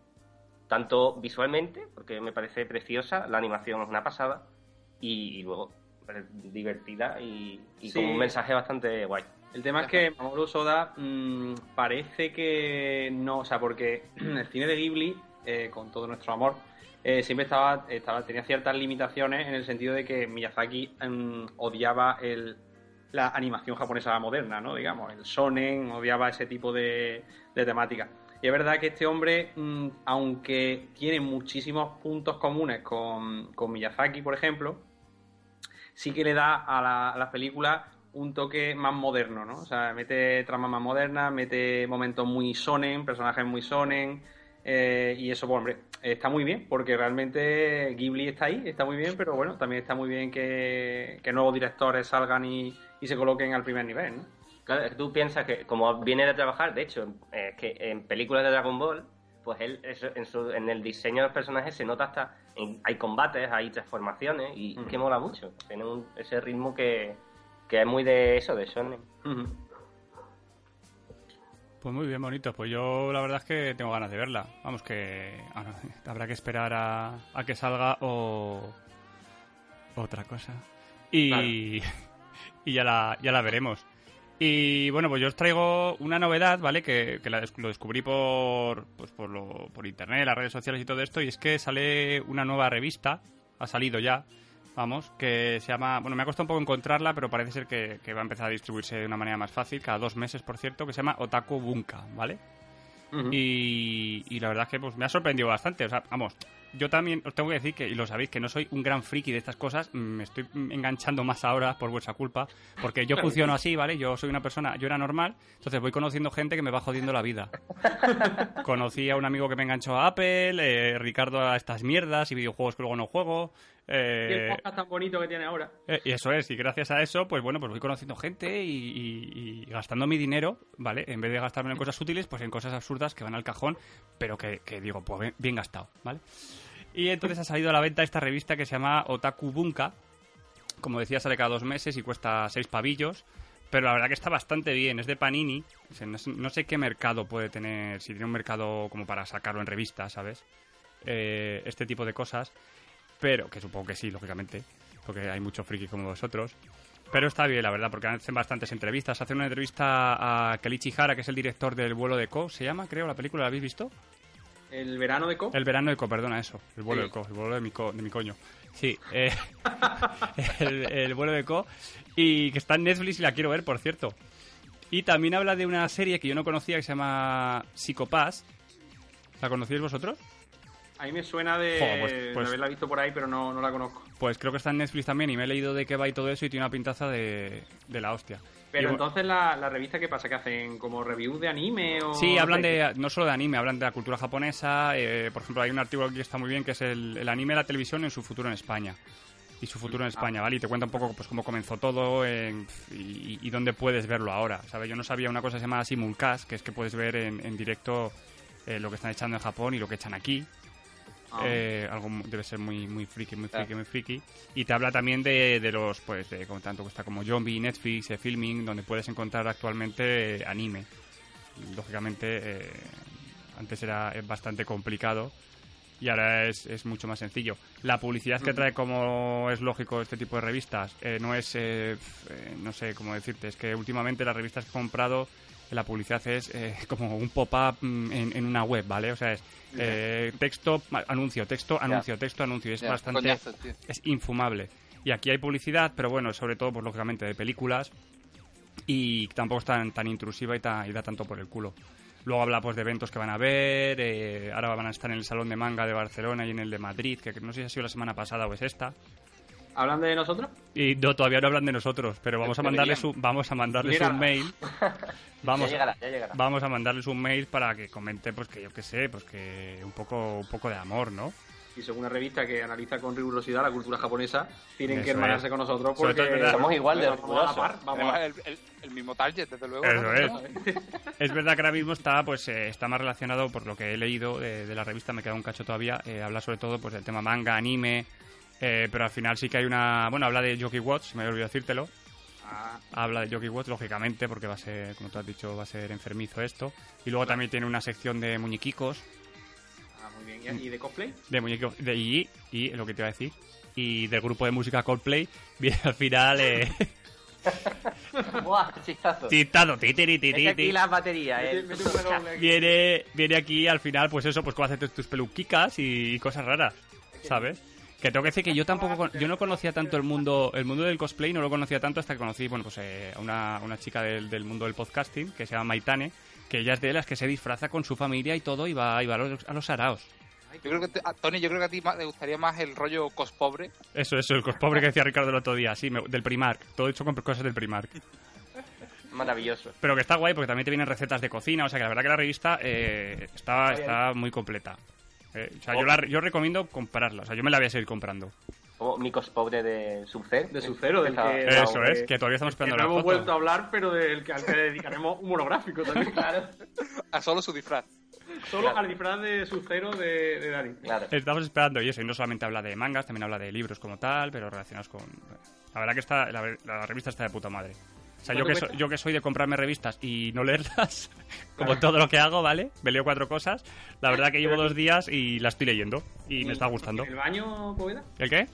Speaker 2: Tanto visualmente, porque me parece preciosa, la animación es una pasada, y, y luego eh, divertida y, y
Speaker 1: Sí.
Speaker 2: con un mensaje bastante guay.
Speaker 1: El tema es que Mamoru Soda mm, parece que no, o sea, porque el cine de Ghibli, eh, con todo nuestro amor, eh, siempre estaba, estaba, tenía ciertas limitaciones en el sentido de que Miyazaki mm, odiaba el, la animación japonesa moderna, ¿no? Digamos, el shonen, odiaba ese tipo de, de temática. Y es verdad que este hombre, mm, aunque tiene muchísimos puntos comunes con, con Miyazaki, por ejemplo, sí que le da a, la- a las películas un toque más moderno, ¿no? O sea, mete tramas más modernas, mete momentos muy sonen, personajes muy sonen, eh, y eso, pues, hombre, está muy bien, porque realmente Ghibli está ahí, está muy bien, pero bueno, también está muy bien que, que nuevos directores salgan y, y se coloquen al primer nivel, ¿no?
Speaker 2: Claro, es que tú piensas que, como viene de trabajar, de hecho, eh, es que en películas de Dragon Ball, pues él eso- en, su- en el diseño de los personajes se nota hasta. en- hay combates, hay transformaciones, y
Speaker 1: Mm.
Speaker 2: que mola mucho. Tiene un- ese ritmo que, que es muy de eso, de shonen.
Speaker 1: Ujú.
Speaker 4: Pues muy bien, bonito. Pues yo la verdad es que tengo ganas de verla. Vamos, que ahora habrá que esperar a, a que salga o otra cosa. Y, y ya, la, ya la veremos. Y bueno, pues yo os traigo una novedad, ¿vale? Que, que la des- lo descubrí por, pues por, lo, por internet, las redes sociales y todo esto. Y es que sale una nueva revista, ha salido ya, vamos, que se llama... Bueno, me ha costado un poco encontrarla, pero parece ser que, que va a empezar a distribuirse de una manera más fácil, cada dos meses, por cierto, que se llama Otaku Bunka, ¿vale?
Speaker 1: Ujú.
Speaker 4: Y, y la verdad es que pues, me ha sorprendido bastante. O sea, vamos, yo también os tengo que decir que, y lo sabéis, que no soy un gran friki de estas cosas. Me estoy enganchando más ahora por vuestra culpa. Porque yo funciono así, ¿vale? Yo soy una persona, yo era normal, entonces voy conociendo gente que me va jodiendo la vida. Conocí a un amigo que me enganchó a Apple, eh, Ricardo a estas mierdas y videojuegos que luego no juego.
Speaker 1: Y el
Speaker 4: Eh,
Speaker 1: podcast tan bonito que tiene ahora.
Speaker 4: eh, y eso es, y gracias a eso, pues bueno, pues voy conociendo gente y, y- y gastando mi dinero, ¿vale? En vez de gastarme en cosas útiles, pues en cosas absurdas que van al cajón, pero que, que digo, pues bien, bien gastado, ¿vale? Y entonces ha salido a la venta esta revista que se llama Otaku Bunka. Como decía, sale cada dos meses y cuesta seis pavillos. Pero la verdad que está bastante bien, es de Panini. O sea, no, sé, no sé qué mercado puede tener, si tiene un mercado como para sacarlo en revista, ¿sabes? Eh, este tipo de cosas. Pero, que supongo que sí, lógicamente, porque hay muchos frikis como vosotros. Pero está bien, la verdad, porque hacen bastantes entrevistas. Hacen una entrevista a Kelichi Hara, que es el director del vuelo de Co, se llama, creo, la película, ¿la habéis visto?
Speaker 1: El verano de Co.
Speaker 4: El verano de Co, perdona eso. El vuelo
Speaker 1: Sí.
Speaker 4: de Co, el vuelo de mi, co- de mi coño. Sí, eh, el, el vuelo de Co. Y que está en Netflix y la quiero ver, por cierto. Y también habla de una serie que yo no conocía que se llama Psicopass. ¿La conocíais vosotros?
Speaker 1: A mí me suena de,
Speaker 4: Joder, pues- pues-
Speaker 1: de haberla visto por ahí, pero no, no la conozco.
Speaker 4: Pues creo que está en Netflix también y me he leído de qué va y todo eso y tiene una pintaza de, de la hostia.
Speaker 1: Pero
Speaker 4: Y bu-
Speaker 1: entonces, la, la revista qué pasa? ¿Que hacen como reviews de anime o...?
Speaker 4: Sí,
Speaker 1: no
Speaker 4: hablan
Speaker 1: sé?
Speaker 4: de no solo de anime, hablan de la cultura japonesa. eh, por ejemplo, hay un artículo aquí que está muy bien que es el, el anime de la televisión en su futuro en España. Y su
Speaker 1: Ah.
Speaker 4: futuro en España, ¿vale? Y te cuenta un poco pues cómo comenzó todo en- y, y dónde puedes verlo ahora, ¿sabes? Yo no sabía una cosa llamada simulcast, que es que puedes ver en, en directo eh, lo que están echando en Japón y lo que echan aquí,
Speaker 1: Ah.
Speaker 4: eh, algo mu- debe ser muy muy friki, muy
Speaker 3: Claro.
Speaker 4: friki, muy friki. Y te habla también de, de los, pues, de como tanto está como Zombie, Netflix, eh, Filming, donde puedes encontrar actualmente eh, anime. Lógicamente, eh, antes era eh, bastante complicado y ahora es, es mucho más sencillo. La publicidad que trae, como es lógico, este tipo de revistas, eh, no es, eh, pf, eh, no sé cómo decirte, es que últimamente las revistas que he comprado, la publicidad es eh, como un pop-up mm, en, en una web, ¿vale? O sea, es eh, texto, ma- anuncio, texto, anuncio, texto, anuncio, y es
Speaker 3: Ya,
Speaker 4: bastante,
Speaker 3: coñazo, tío.
Speaker 4: es infumable. Y aquí hay publicidad, pero bueno, sobre todo, pues lógicamente, de películas, y tampoco es tan, tan intrusiva y, ta- y da tanto por el culo. Luego habla pues, de eventos que van a ver, eh, ahora van a estar en el Salón de Manga de Barcelona y en el de Madrid, que no sé si ha sido la semana pasada o es esta.
Speaker 1: ¿Hablan de nosotros?
Speaker 4: Y no, todavía no hablan de nosotros, pero vamos a mandarles un, vamos a mandarles
Speaker 1: Mira.
Speaker 4: un mail. Vamos,
Speaker 2: Ya llegará, ya llegará.
Speaker 4: vamos a mandarles un mail para que comente, pues que yo qué sé, pues que un poco, un poco de amor, ¿no?
Speaker 1: y según una revista que analiza con rigurosidad la cultura japonesa, tienen
Speaker 4: Eso
Speaker 1: que hermanarse
Speaker 4: es.
Speaker 1: con nosotros
Speaker 4: Sobre todo es
Speaker 1: porque
Speaker 4: verdad.
Speaker 1: somos
Speaker 4: Somos
Speaker 2: igual de
Speaker 1: vamos a la par,
Speaker 2: orgullosos.
Speaker 1: vamos a la
Speaker 3: Además,
Speaker 1: par.
Speaker 3: el, el- el mismo target, desde luego.
Speaker 4: Eso
Speaker 3: ¿no?
Speaker 4: es. Es verdad que ahora mismo está, pues, eh, está más relacionado, por lo que he leído eh, de, de la revista, me queda un cacho todavía, eh, habla sobre todo pues, del tema manga, anime, eh, pero al final sí que hay una... Bueno, habla de Jockey Watch, me he olvidado decírtelo,
Speaker 1: Ah,
Speaker 4: habla de Jockey Watch, lógicamente, porque va a ser, como tú has dicho, va a ser enfermizo esto. Y luego también tiene una sección de muñequicos,
Speaker 1: ah, muy bien. ¿Y y de cosplay?
Speaker 4: de muñequicos de y y lo que te iba a decir, y del grupo de música Coldplay, viene al final... Eh,
Speaker 2: ¡Buah, qué chistazo!
Speaker 4: titado, titiri,
Speaker 2: Es
Speaker 4: titiri,
Speaker 2: que aquí las baterías,
Speaker 1: Mete-
Speaker 2: eh.
Speaker 1: mete un pelo doble aquí.
Speaker 4: viene, viene aquí al final, pues eso, pues cómo haces tus peluquicas y cosas raras, ¿sabes? Que tengo que decir que yo tampoco, con- yo no conocía tanto el mundo, el mundo del cosplay, no lo conocía tanto hasta que conocí, bueno, pues eh, a una, una chica del, del mundo del podcasting que se llama Maitane, que ella es de las que se disfraza con su familia y todo y va, y va a los, a los araos.
Speaker 3: Yo creo que, te- a- Tony, yo creo que a ti más- te gustaría más el rollo cospobre.
Speaker 4: Eso, eso, el cospobre que decía Ricardo el otro día, sí, me- del Primark, todo hecho con cosas del Primark.
Speaker 2: Maravilloso.
Speaker 4: Pero que está guay porque también te vienen recetas de cocina, o sea que la verdad que la revista eh, está,
Speaker 2: bien.
Speaker 4: está muy completa. Eh, o sea,
Speaker 1: Oh.
Speaker 4: yo, la- yo recomiendo comprarla, o sea, yo me la voy a seguir comprando.
Speaker 2: Como Micos Pobre de Sub-Zero.
Speaker 1: De Sub-Zero, del
Speaker 2: Esa-
Speaker 1: que-
Speaker 2: esa-
Speaker 4: Eso
Speaker 1: eh,
Speaker 4: es, que todavía estamos
Speaker 1: Que no
Speaker 4: esperando la
Speaker 1: hemos
Speaker 4: foto.
Speaker 1: vuelto a hablar, pero del que, al que dedicaremos un monográfico también.
Speaker 3: A solo su disfraz.
Speaker 1: Solo al disfraz de Sub-Zero de, de Dani.
Speaker 2: Claro.
Speaker 4: Estamos esperando y eso, y no solamente habla de mangas, también habla de libros como tal, pero relacionados con... La verdad que está, la, ver- la revista está de puta madre. O sea, yo
Speaker 1: ¿Cuánto
Speaker 4: que, so-
Speaker 1: cuesta?
Speaker 4: yo que soy de comprarme revistas y no leerlas, como todo lo que hago, ¿vale? Me leo cuatro cosas, la verdad que llevo dos días y la estoy leyendo y me está gustando.
Speaker 1: ¿En el baño, Poveda?
Speaker 4: ¿El qué?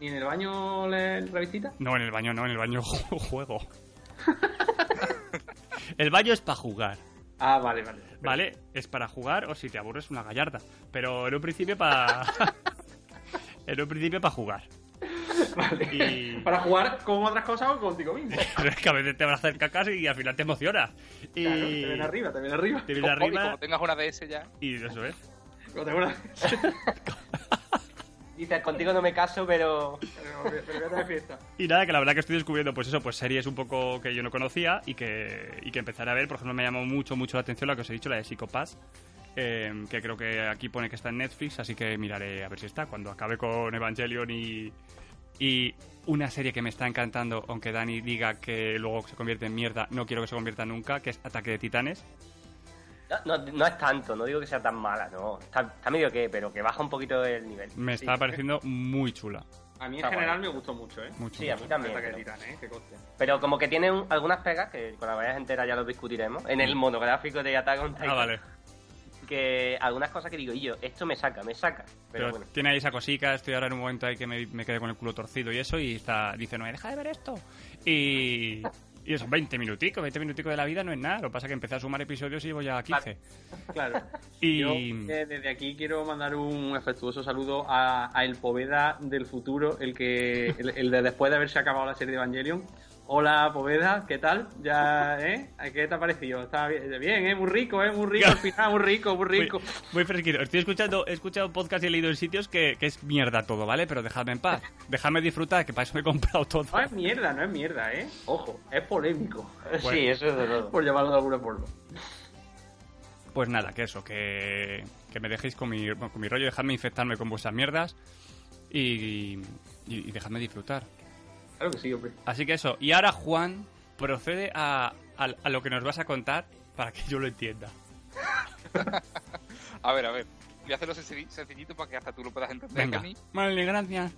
Speaker 1: ¿Ni en el baño la revistita?
Speaker 4: No, en el baño no, en el baño ju- juego. el baño es para jugar,
Speaker 1: Ah, vale, vale.
Speaker 4: ¿vale? Es para jugar o si te aburres una gallarda. Pero en un principio para... en un principio para jugar.
Speaker 1: Vale.
Speaker 4: Y-
Speaker 1: Para jugar con otras cosas o contigo mismo.
Speaker 4: Pero es que a veces te van a hacer cacas y al final te emociona. Y...
Speaker 1: Claro, te ven arriba, te ven arriba.
Speaker 4: Te viene
Speaker 3: Cospobre, Y
Speaker 4: arriba
Speaker 3: como tengas una de ese ya.
Speaker 4: y eso es.
Speaker 1: Pero te acuerdas-
Speaker 2: Dices, contigo no me caso, pero...
Speaker 1: Pero- pero vete de fiesta.
Speaker 4: Y nada, que la verdad que estoy descubriendo, pues eso, pues series un poco que yo no conocía y que, y que empezaré a ver. Por ejemplo, me llamó mucho, mucho la atención la que os he dicho, la de Psychopass, eh, que creo que aquí pone que está en Netflix, así que miraré a ver si está. Cuando acabe con Evangelion y, y una serie que me está encantando, aunque Dani diga que luego se convierte en mierda, no quiero que se convierta nunca, que es Ataque de Titanes.
Speaker 2: No, no, no es tanto, no digo que sea tan mala, no. Está, está medio que, pero que baja un poquito el nivel.
Speaker 4: Me está
Speaker 1: Sí.
Speaker 4: pareciendo muy chula.
Speaker 1: A mí en
Speaker 3: Está
Speaker 1: general me gustó mucho, ¿eh?
Speaker 4: Mucho.
Speaker 2: Sí, a mí también.
Speaker 1: Ataque de
Speaker 2: pero-
Speaker 1: Titán, ¿eh? Que coste.
Speaker 2: Pero como que tiene un- algunas pegas, que cuando la vayas entera ya lo discutiremos, en el monográfico de Attack on Titan,
Speaker 4: Mm. Ah, vale.
Speaker 2: que algunas cosas que digo, y yo, esto me saca, me saca, pero,
Speaker 4: Pero,
Speaker 2: bueno.
Speaker 4: tiene ahí esa cosica, estoy ahora en un momento ahí que me, me quedé con el culo torcido y eso, y está, dice, no me deja de ver esto. Y, y eso, 20 minuticos, 20 minuticos de la vida no es nada, lo que pasa es que empecé a sumar episodios y llevo ya 15.
Speaker 1: Claro.
Speaker 4: Y
Speaker 1: Yo eh, desde aquí quiero mandar un afectuoso saludo a, a El Poveda del futuro, el que el, el de después de haberse acabado la serie de Evangelion. Hola Poveda, ¿qué tal? Ya, ¿eh? ¿A ¿Qué te ha parecido? Está bien, bien, ¿eh? Muy rico, ¿eh? Muy rico al final, muy rico, muy
Speaker 4: muy,
Speaker 1: rico.
Speaker 4: muy fresquito. Estoy escuchando, he escuchado podcast y he leído en sitios que, que es mierda todo, ¿vale? Pero dejadme en paz, dejadme disfrutar, que para eso me he comprado todo.
Speaker 1: No es mierda, no es mierda, ¿eh? Ojo, es polémico,
Speaker 2: Sí, eso es de todo.
Speaker 1: por llamarlo de alguna forma.
Speaker 4: Pues nada, que eso, que, que me dejéis con mi, con mi rollo, dejadme infectarme con vuestras mierdas y- y, y dejadme disfrutar.
Speaker 1: Claro que sí, hombre.
Speaker 4: Así que eso. Y ahora, Juan, procede a, a, a lo que nos vas a contar para que yo lo entienda.
Speaker 3: A ver, a ver. Voy a hacerlo senc- sencillito para que hasta tú lo puedas entender.
Speaker 4: Venga.
Speaker 3: Tony.
Speaker 4: Vale, gracias.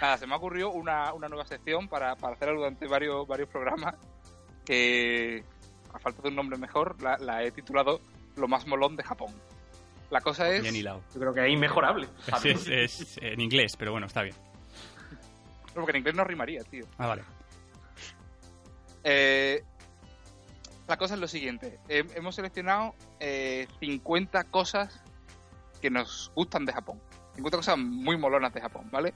Speaker 3: Nada, se me ha ocurrido una, una nueva sección para, para hacer durante varios, varios programas que, a falta de un nombre mejor, la, la he titulado Lo más molón de Japón. La cosa es...
Speaker 4: Bien hilado.
Speaker 1: Yo creo que es inmejorable.
Speaker 4: Sí, es, es en inglés, pero bueno, está bien.
Speaker 3: No, Porque en inglés no rimaría, tío.
Speaker 4: Ah, vale.
Speaker 3: Eh, la cosa es lo siguiente. Hem- hemos seleccionado eh, 50 cosas que nos gustan de Japón. 50 cosas muy molonas de Japón, ¿vale?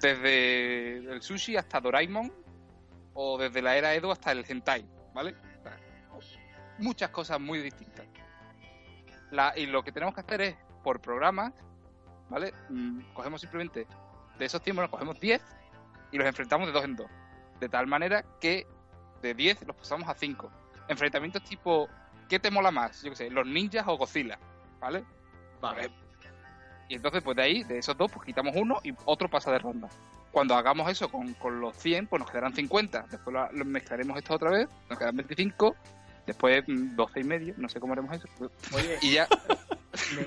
Speaker 3: Desde el sushi hasta Doraemon o desde la era Edo hasta el hentai, ¿vale? O sea, Muchas cosas muy distintas. La- y lo que tenemos que hacer es, por programas, ¿vale? Mm, Cogemos simplemente, de esos tiempos nos cogemos 10 y los enfrentamos de dos en dos. De tal manera que de 10 los pasamos a 5. Enfrentamientos tipo, ¿qué te mola más? Yo qué sé, los ninjas o Godzilla, ¿vale?
Speaker 1: Vale.
Speaker 3: Y entonces, pues de ahí, de esos dos, pues quitamos uno y otro pasa de ronda. Cuando hagamos eso con, con los 100, pues nos quedarán 50. Después lo, lo mezclaremos esto otra vez, nos quedan 25. Después mm, 12 y medio, no sé cómo haremos eso.
Speaker 1: Oye,
Speaker 3: Y ya,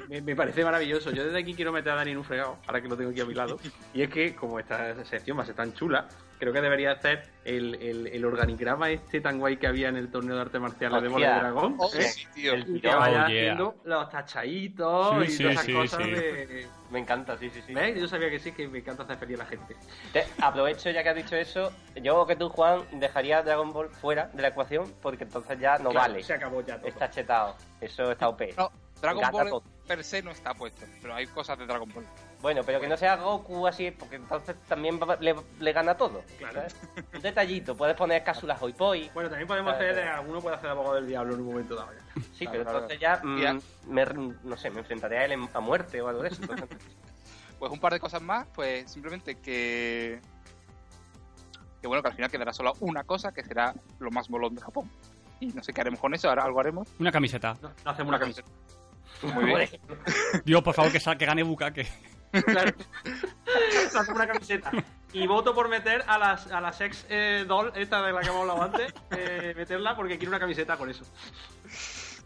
Speaker 1: me, me- me parece maravilloso. Yo desde aquí quiero meter a Dani en un fregado, ahora que lo tengo aquí a mi lado. Y es que, como esta sección va a ser tan chula, creo que debería hacer el, el- el organigrama este tan guay que había en el torneo de artes marciales de bola de
Speaker 2: Hostia.
Speaker 1: dragón.
Speaker 3: oh,
Speaker 1: ¿eh?
Speaker 3: sí, tío.
Speaker 2: El-
Speaker 1: Y que vaya
Speaker 4: Oh, yeah.
Speaker 1: haciendo los tachaditos
Speaker 4: Sí,
Speaker 1: y
Speaker 4: sí,
Speaker 1: todas esas
Speaker 4: sí,
Speaker 1: cosas
Speaker 4: sí.
Speaker 1: de...
Speaker 2: Me encanta, sí, sí, sí.
Speaker 1: ¿Ves? Yo sabía que sí, que me encanta hacer feliz a la gente.
Speaker 2: Te- aprovecho ya que has dicho eso. Yo que tú, Juan, dejaría Dragon Ball fuera de la ecuación porque entonces ya no
Speaker 1: Claro,
Speaker 2: vale.
Speaker 1: Se acabó ya todo.
Speaker 2: Está chetado. Eso está OP.
Speaker 3: No, Dragon
Speaker 2: Gata
Speaker 3: Ball
Speaker 2: con-
Speaker 3: per se no está puesto, pero hay cosas de Dragon Ball.
Speaker 2: Bueno, pero que no sea Goku así, porque entonces también va- le, le gana todo.
Speaker 1: Claro.
Speaker 2: ¿sabes? Un detallito, puedes poner cápsulas hoy poi.
Speaker 1: Bueno, también podemos
Speaker 2: Claro,
Speaker 1: hacer...
Speaker 2: claro.
Speaker 1: Alguno puede hacer abogado del diablo en un momento dado. ya.
Speaker 2: Sí,
Speaker 3: Claro,
Speaker 2: pero
Speaker 3: claro.
Speaker 2: entonces ya, mm,
Speaker 3: Ya.
Speaker 2: me, no sé, me enfrentaré a él en- a muerte o algo de eso. entonces.
Speaker 3: Pues un par de cosas más, pues simplemente que. Que bueno, que al final quedará solo una cosa, que será lo más molón de Japón. Y no sé qué haremos con eso, ahora algo haremos.
Speaker 4: Una camiseta.
Speaker 1: No, no hacemos una camiseta.
Speaker 3: Muy bien.
Speaker 4: Dios, por favor, que, sal- que gane Buca, que...
Speaker 1: Claro. Se hace una camiseta. Y voto por meter a las a las ex eh, doll, esta de la que hemos hablado antes, eh, meterla porque quiero una camiseta con eso.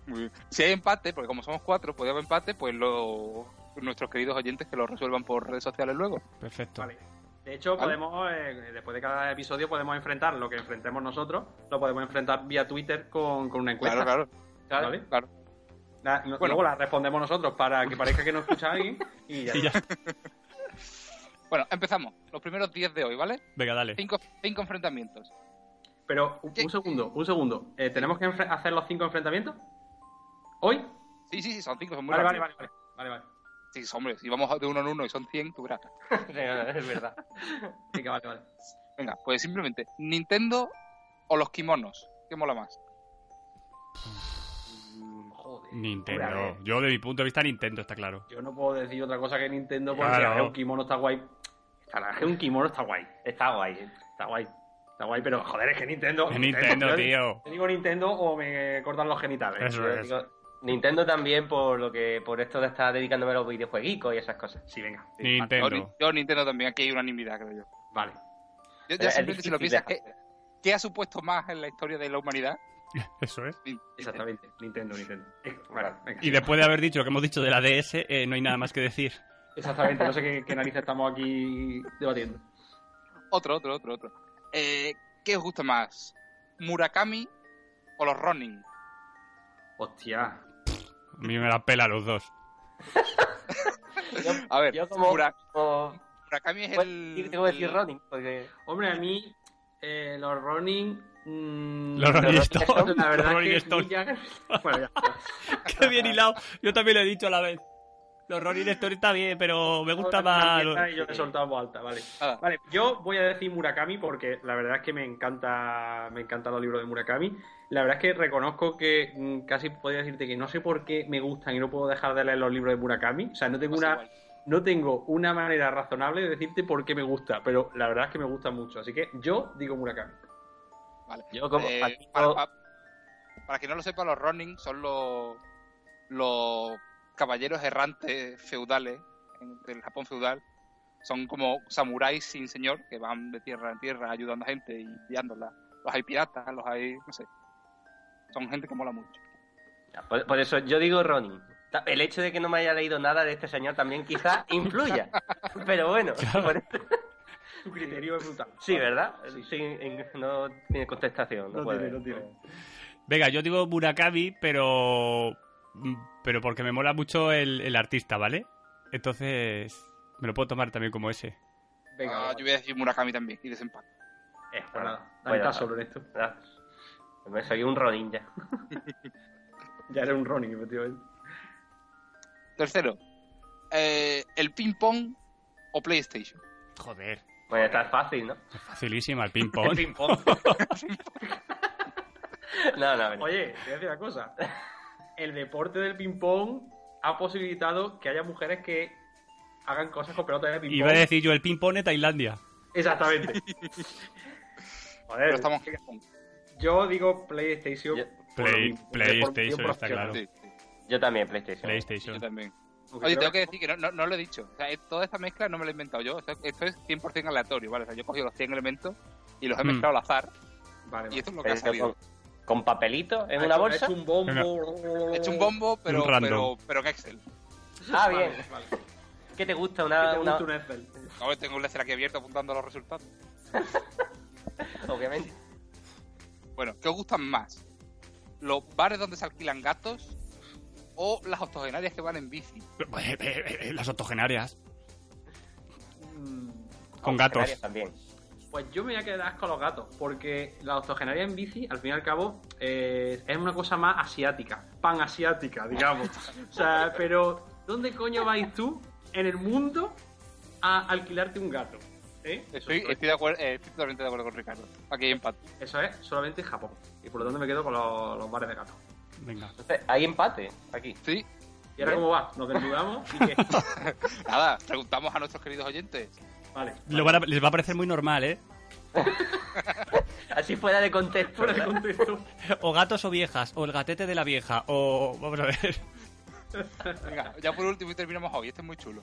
Speaker 3: Muy bien. Si hay empate, porque como somos cuatro, podemos empate, pues lo, nuestros queridos oyentes que lo resuelvan por redes sociales luego.
Speaker 4: Perfecto.
Speaker 1: Vale. De hecho,
Speaker 3: Vale.
Speaker 1: podemos, eh, después de cada episodio, podemos enfrentar lo que enfrentemos nosotros, lo podemos enfrentar vía Twitter con, con una encuesta.
Speaker 3: Claro, claro,
Speaker 2: claro.
Speaker 1: ¿Vale?
Speaker 3: claro.
Speaker 1: La- no-
Speaker 3: Bueno.
Speaker 1: Luego la respondemos nosotros para que parezca que no escucha a alguien y ya.
Speaker 4: Y ya.
Speaker 3: Bueno, empezamos. Los primeros 10 de hoy, ¿vale?
Speaker 4: Venga, dale.
Speaker 3: Cinco, cinco enfrentamientos.
Speaker 1: Pero un,
Speaker 3: ¿Qué?
Speaker 1: un segundo, un segundo. Eh, ¿Tenemos que enfre- hacer los cinco enfrentamientos? ¿Hoy?
Speaker 3: Sí, sí, sí, son cinco, son muy
Speaker 1: Vale, vale,
Speaker 3: rápidos.
Speaker 1: vale, vale. Vale, vale.
Speaker 3: Sí, sí, hombre, si vamos de uno en uno y son 100, tú verás.
Speaker 2: es verdad.
Speaker 1: Venga, vale, vale.
Speaker 3: Venga, pues simplemente, ¿Nintendo o los kimonos? ¿Qué mola más?
Speaker 2: Mm, Joder. Una
Speaker 4: Nintendo.
Speaker 2: vez.
Speaker 4: Yo, de mi punto de vista, Nintendo, está claro.
Speaker 1: Yo no puedo decir otra cosa que Nintendo porque
Speaker 4: Claro.
Speaker 1: es un kimono está guay. Está, la- es un kimono está guay.
Speaker 2: Está guay.
Speaker 1: Está guay. Está guay, pero joder, es que Nintendo.
Speaker 4: Es Nintendo, tío.
Speaker 1: Te digo Nintendo o me cortan los genitales.
Speaker 4: Eso
Speaker 1: Yo
Speaker 4: es.
Speaker 1: digo-
Speaker 2: Nintendo también por lo que por esto de estar dedicándome a los videojueguitos y esas cosas.
Speaker 1: Sí, venga.
Speaker 3: Yo, ni-
Speaker 4: Nintendo.
Speaker 3: yo Nintendo también, aquí hay unanimidad, creo yo.
Speaker 1: Vale.
Speaker 3: Yo,
Speaker 2: Es-
Speaker 3: ya
Speaker 2: es
Speaker 3: simplemente si lo
Speaker 2: difícil
Speaker 3: piensas, ¿qué,
Speaker 2: dejarlo.
Speaker 3: qué ha supuesto más en la historia de la humanidad? eh,
Speaker 4: Eso es.
Speaker 1: Exactamente. Nintendo, Nintendo. Eh, Vale, venga.
Speaker 4: Y después de haber dicho lo que hemos dicho de la DS, eh, no hay nada más que decir.
Speaker 1: Exactamente. No sé qué, qué narices estamos aquí debatiendo.
Speaker 3: Otro, otro, otro, otro. Eh, ¿Qué os gusta más? ¿Murakami o los Ronin?
Speaker 1: Hostia.
Speaker 4: A mí me la pela los dos.
Speaker 2: Yo,
Speaker 3: A ver,
Speaker 2: yo como,
Speaker 3: Murak-
Speaker 2: como-
Speaker 3: Murakami es
Speaker 2: pues,
Speaker 3: el...
Speaker 2: sí, tengo que decir
Speaker 3: el-
Speaker 2: Ronin, porque
Speaker 1: Hombre, a mí eh, los Ronin. mm,
Speaker 4: Los Rolling
Speaker 2: Rolling
Speaker 4: Stones.
Speaker 2: Stones,
Speaker 1: La verdad
Speaker 4: Los Rolling
Speaker 1: es que
Speaker 4: Stones.
Speaker 1: Miyagi- Bueno, ya.
Speaker 4: Qué bien hilado. Yo también lo he dicho a la vez. Los Rolling Stones está bien, pero me gusta más. los-
Speaker 1: Y yo le he soltado en voz alta, vale.
Speaker 3: Nada.
Speaker 1: Vale, yo voy a decir Murakami porque la verdad es que me encanta, me encantan los libros de Murakami. La verdad es que reconozco que mm, casi podría decirte que no sé por qué me gustan y no puedo dejar de leer los libros de Murakami. O sea, no tengo
Speaker 3: Pues
Speaker 1: una,
Speaker 3: igual.
Speaker 1: no tengo una manera razonable de decirte por qué me gusta, pero la verdad es que me gusta mucho. Así que yo digo Murakami.
Speaker 3: Vale.
Speaker 2: yo como
Speaker 3: Eh,
Speaker 2: aquí
Speaker 3: para,
Speaker 2: no-
Speaker 3: para- para quien no lo sepa, los Ronin son los, los caballeros errantes feudales en- del Japón feudal. Son como samuráis sin señor que van de tierra en tierra ayudando a gente y guiándola. Los hay piratas, los hay, no sé. Son gente que mola mucho.
Speaker 2: por, por eso yo digo Ronin. Ta- El hecho de que no me haya leído nada de este señor también quizá influya. Pero bueno, por eso-
Speaker 1: Tu criterio es brutal.
Speaker 2: sí, ¿verdad?
Speaker 1: Sí.
Speaker 2: Sí, en- no tiene contestación. No,
Speaker 1: No
Speaker 2: puede.
Speaker 1: tiene, no tiene.
Speaker 4: Venga, yo digo Murakami, pero. mm, Pero porque me mola mucho el, el artista, ¿vale? Entonces. Me lo puedo tomar también como ese.
Speaker 1: Venga,
Speaker 3: Ah,
Speaker 1: vale.
Speaker 3: yo voy a decir Murakami también y desempate.
Speaker 1: Eh, pues nada, Dani
Speaker 2: Bueno,
Speaker 1: está
Speaker 2: nada.
Speaker 1: solo en esto.
Speaker 2: Ah, Me soy un Ronin ya.
Speaker 1: Ya era un Ronin, efectivamente.
Speaker 3: Tercero, eh, el ping-pong o PlayStation.
Speaker 4: Joder.
Speaker 2: Bueno, está fácil, ¿no?
Speaker 4: Facilísima, el
Speaker 2: El
Speaker 4: ping-pong.
Speaker 2: ping-pong. no, no, no.
Speaker 1: Oye, te voy a decir una cosa. El deporte del ping-pong ha posibilitado que haya mujeres que hagan cosas con pelotas de ping-pong.
Speaker 4: Iba a decir yo, el ping-pong de Tailandia.
Speaker 1: Exactamente. Joder,
Speaker 3: Pero estamos.
Speaker 1: yo digo PlayStation.
Speaker 2: Yo-
Speaker 1: por lo
Speaker 4: Play-
Speaker 1: mismo,
Speaker 4: PlayStation,
Speaker 1: deporte
Speaker 4: está claro.
Speaker 3: Sí, sí,
Speaker 2: Yo también, PlayStation.
Speaker 3: yo
Speaker 4: PlayStation.
Speaker 3: también.
Speaker 1: Aunque
Speaker 3: Oye,
Speaker 1: creo
Speaker 3: tengo que decir que no, no, no lo he dicho. O sea, eh, toda esta mezcla no me la he inventado yo. O sea, esto es 100% aleatorio, ¿vale? O sea, yo he cogido los 100 elementos y los he
Speaker 4: Mm.
Speaker 3: mezclado al azar.
Speaker 1: Vale,
Speaker 3: Y
Speaker 1: vale.
Speaker 3: esto es lo que ha
Speaker 2: Pero
Speaker 3: salido.
Speaker 2: con, con papelito en
Speaker 1: Ha
Speaker 2: una
Speaker 1: hecho- ha
Speaker 2: bolsa.
Speaker 1: hecho un bombo.
Speaker 3: He hecho un bombo, pero,
Speaker 4: Un random.
Speaker 3: pero, pero en Excel.
Speaker 2: Ah,
Speaker 1: Vale,
Speaker 2: bien.
Speaker 1: vale.
Speaker 2: ¿Qué te gusta?
Speaker 3: Ah,
Speaker 2: Una,
Speaker 1: Que te
Speaker 2: una-
Speaker 1: guste un Excel.
Speaker 3: Ahora tengo un Excel aquí abierto apuntando los resultados.
Speaker 2: Obviamente.
Speaker 3: Bueno, ¿qué os gustan más? ¿Los bares donde se alquilan gatos o las octogenarias que van en bici?
Speaker 4: Eh, eh, eh, Las octogenarias.
Speaker 1: Mm,
Speaker 4: Con
Speaker 2: Con
Speaker 4: gatos.
Speaker 2: Canarias También.
Speaker 1: Pues yo me voy a quedar con los gatos, porque la octogenaria en bici, al fin y al cabo, eh, es una cosa más asiática, pan asiática, digamos. o sea, pero ¿dónde coño vais tú en el mundo a alquilarte un gato? ¿Eh?
Speaker 3: Estoy, estoy de acuerdo, eh, estoy totalmente de acuerdo con Ricardo. Aquí hay empate.
Speaker 1: Eso es solamente en Japón. Y por lo tanto me quedo con los, los bares de gatos.
Speaker 4: Venga.
Speaker 2: Entonces, hay empate aquí.
Speaker 3: Sí,
Speaker 1: ¿Y ahora
Speaker 2: Bien.
Speaker 1: cómo va? Nos desnudamos y qué.
Speaker 3: nada, preguntamos a nuestros queridos oyentes.
Speaker 1: Vale.
Speaker 4: Lo van a- les va a parecer muy normal, ¿eh?
Speaker 2: Así fuera de contexto.
Speaker 1: Fuera de
Speaker 2: ¿verdad?
Speaker 1: contexto.
Speaker 4: O gatos o viejas, o el gatete de la vieja, o... Vamos a ver.
Speaker 3: Venga, ya por último y terminamos hoy. Este es muy chulo.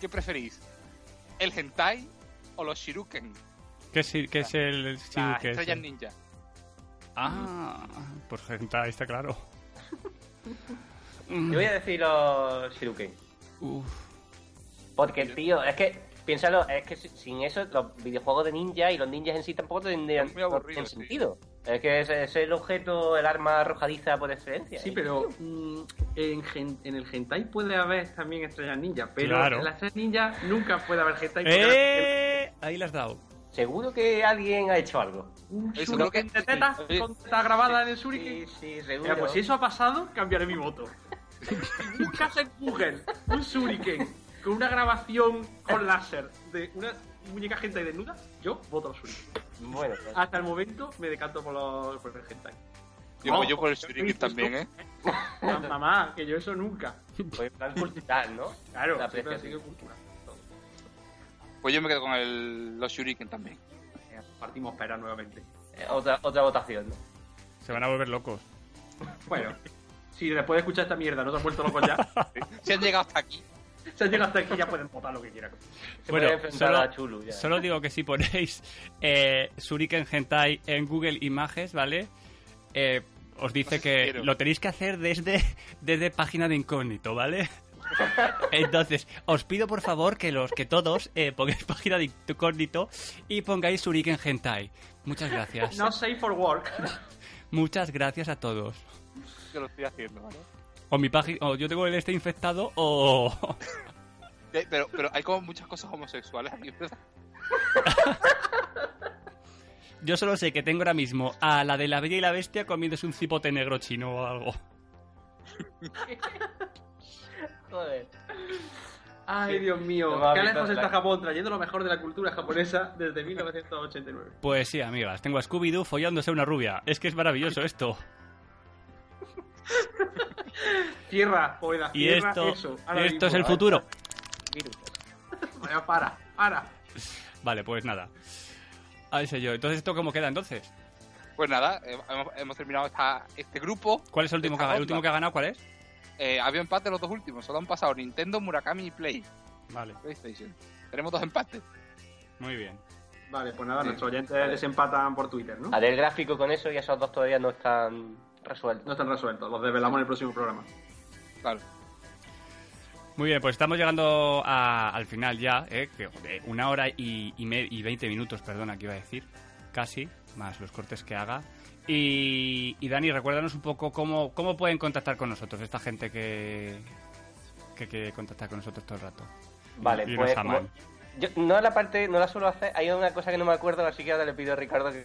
Speaker 3: ¿Qué preferís? ¿El hentai o los shiruken?
Speaker 4: ¿Qué es, qué
Speaker 3: Ah,
Speaker 4: es el...
Speaker 3: Las
Speaker 4: qué es
Speaker 3: estrellas
Speaker 4: el-
Speaker 3: ninja.
Speaker 4: Ah, pues gente, ahí está claro.
Speaker 2: Yo voy a decir los Shiruken.
Speaker 4: Uf.
Speaker 2: Porque, tío, es que, piénsalo, es que si- sin eso los videojuegos de ninja y los ninjas en sí tampoco tendrían
Speaker 3: Son muy aburridos,
Speaker 2: no tienen
Speaker 3: sí.
Speaker 2: sentido. Es que ese ese es el objeto, el arma arrojadiza por excelencia.
Speaker 1: Sí,
Speaker 2: Y-
Speaker 1: pero mm, en, gen- en el hentai puede haber también estrellas ninja, pero
Speaker 4: Claro.
Speaker 1: en las estrellas ninja nunca puede haber hentai. porque
Speaker 4: ¡Eh! Ahí las has dado.
Speaker 2: Seguro que alguien ha hecho algo.
Speaker 1: Un
Speaker 3: Oye, seguro
Speaker 1: shuriken
Speaker 3: que-
Speaker 1: de tetas
Speaker 3: oye,
Speaker 1: con teta grabada en el
Speaker 2: Sí,
Speaker 1: shuriken.
Speaker 2: sí, seguro.
Speaker 1: Mira, pues si eso ha pasado, cambiaré mi voto. Si buscas en Google un shuriken con una grabación con láser de una muñeca hentai desnuda, yo voto al shuriken.
Speaker 2: Bueno, pues,
Speaker 1: Hasta el momento me decanto por, los, por el hentai.
Speaker 3: Yo,
Speaker 1: No,
Speaker 3: yo por el
Speaker 1: yo
Speaker 3: shuriken
Speaker 1: dices tú.
Speaker 3: también, ¿eh?
Speaker 1: Ah, Mamá, que yo eso nunca.
Speaker 2: pues en plan cultural, ¿no?
Speaker 1: Claro,
Speaker 2: La
Speaker 1: siempre ha
Speaker 2: apreciación.
Speaker 1: sido cultura.
Speaker 3: Pues yo me quedo con el, los shuriken también.
Speaker 1: Partimos pera nuevamente.
Speaker 2: Eh, Otra, otra votación, ¿no?
Speaker 4: Se van a volver locos.
Speaker 1: Bueno, si después de escuchar esta mierda no te has vuelto loco ya,
Speaker 3: Si han llegado hasta aquí,
Speaker 1: si has llegado hasta aquí ya pueden votar lo que quieran.
Speaker 2: Se puede enfrentar a Chulu ya.
Speaker 4: solo digo que si ponéis eh, Shuriken Hentai en Google Images, ¿vale? Eh, os dice
Speaker 3: Os
Speaker 4: que
Speaker 3: quiero.
Speaker 4: lo tenéis que hacer desde, desde página de incógnito, ¿vale? Entonces, os pido por favor que los que todos eh, pongáis página de incógnito y pongáis Shuriken Hentai. Muchas gracias.
Speaker 1: No safe for work.
Speaker 4: Muchas gracias a todos.
Speaker 3: yo lo estoy haciendo, ¿vale?
Speaker 4: O mi página, o yo tengo el este infectado o
Speaker 3: Eh, Pero, pero hay como muchas cosas homosexuales aquí, ¿verdad?
Speaker 4: Yo solo sé que tengo ahora mismo a la de la Bella y la Bestia comiéndose un cipote negro chino o algo.
Speaker 2: Joder.
Speaker 1: Ay, Dios mío.
Speaker 2: Lo va a
Speaker 1: Qué lejos
Speaker 2: evitar
Speaker 1: está
Speaker 2: la-
Speaker 1: Japón trayendo lo mejor de la cultura japonesa desde 1989.
Speaker 4: Pues sí, amigas, tengo a Scooby-Doo follándose a una rubia. Es que es maravilloso esto.
Speaker 1: Tierra, poeda,
Speaker 4: Y
Speaker 1: cierra
Speaker 4: esto,
Speaker 1: eso. Ahora
Speaker 4: esto
Speaker 1: mismo. ¿eh?
Speaker 4: es el futuro.
Speaker 1: Vaya, para, para.
Speaker 4: Vale, pues nada. Ay, sé yo. Entonces, ¿esto cómo queda entonces?
Speaker 3: Pues nada, eh, hemos, hemos terminado esta, este grupo.
Speaker 4: ¿Cuál es el último que ha
Speaker 3: Esta
Speaker 4: ganado? ¿El último
Speaker 3: onda.
Speaker 4: que ha ganado cuál es?
Speaker 3: Eh, había empate los dos últimos, solo han pasado Nintendo, Murakami y Play.
Speaker 4: Vale,
Speaker 3: PlayStation. Tenemos dos empates.
Speaker 4: muy bien.
Speaker 1: Vale, pues nada,
Speaker 3: Sí.
Speaker 1: nuestros oyentes desempatan por Twitter, ¿no?
Speaker 2: A ver, el gráfico con eso y esos dos todavía no están resueltos.
Speaker 1: No están resueltos, los desvelamos en el próximo programa.
Speaker 3: Claro.
Speaker 4: Muy bien, pues estamos llegando a- al final ya, ¿eh? Que, joder, una hora y, y, me- y 20 minutos, perdón, aquí iba a decir, casi, más los cortes que haga. Y, y Dani, recuérdanos un poco cómo, cómo pueden contactar con nosotros, esta gente que, que quiere contactar con nosotros todo el rato.
Speaker 2: Vale,
Speaker 4: Y- y
Speaker 2: pues.
Speaker 4: nos
Speaker 2: como-
Speaker 4: aman.
Speaker 2: Yo no la parte, no la suelo hacer. Hay una cosa que no me acuerdo, así que ahora le pido a Ricardo que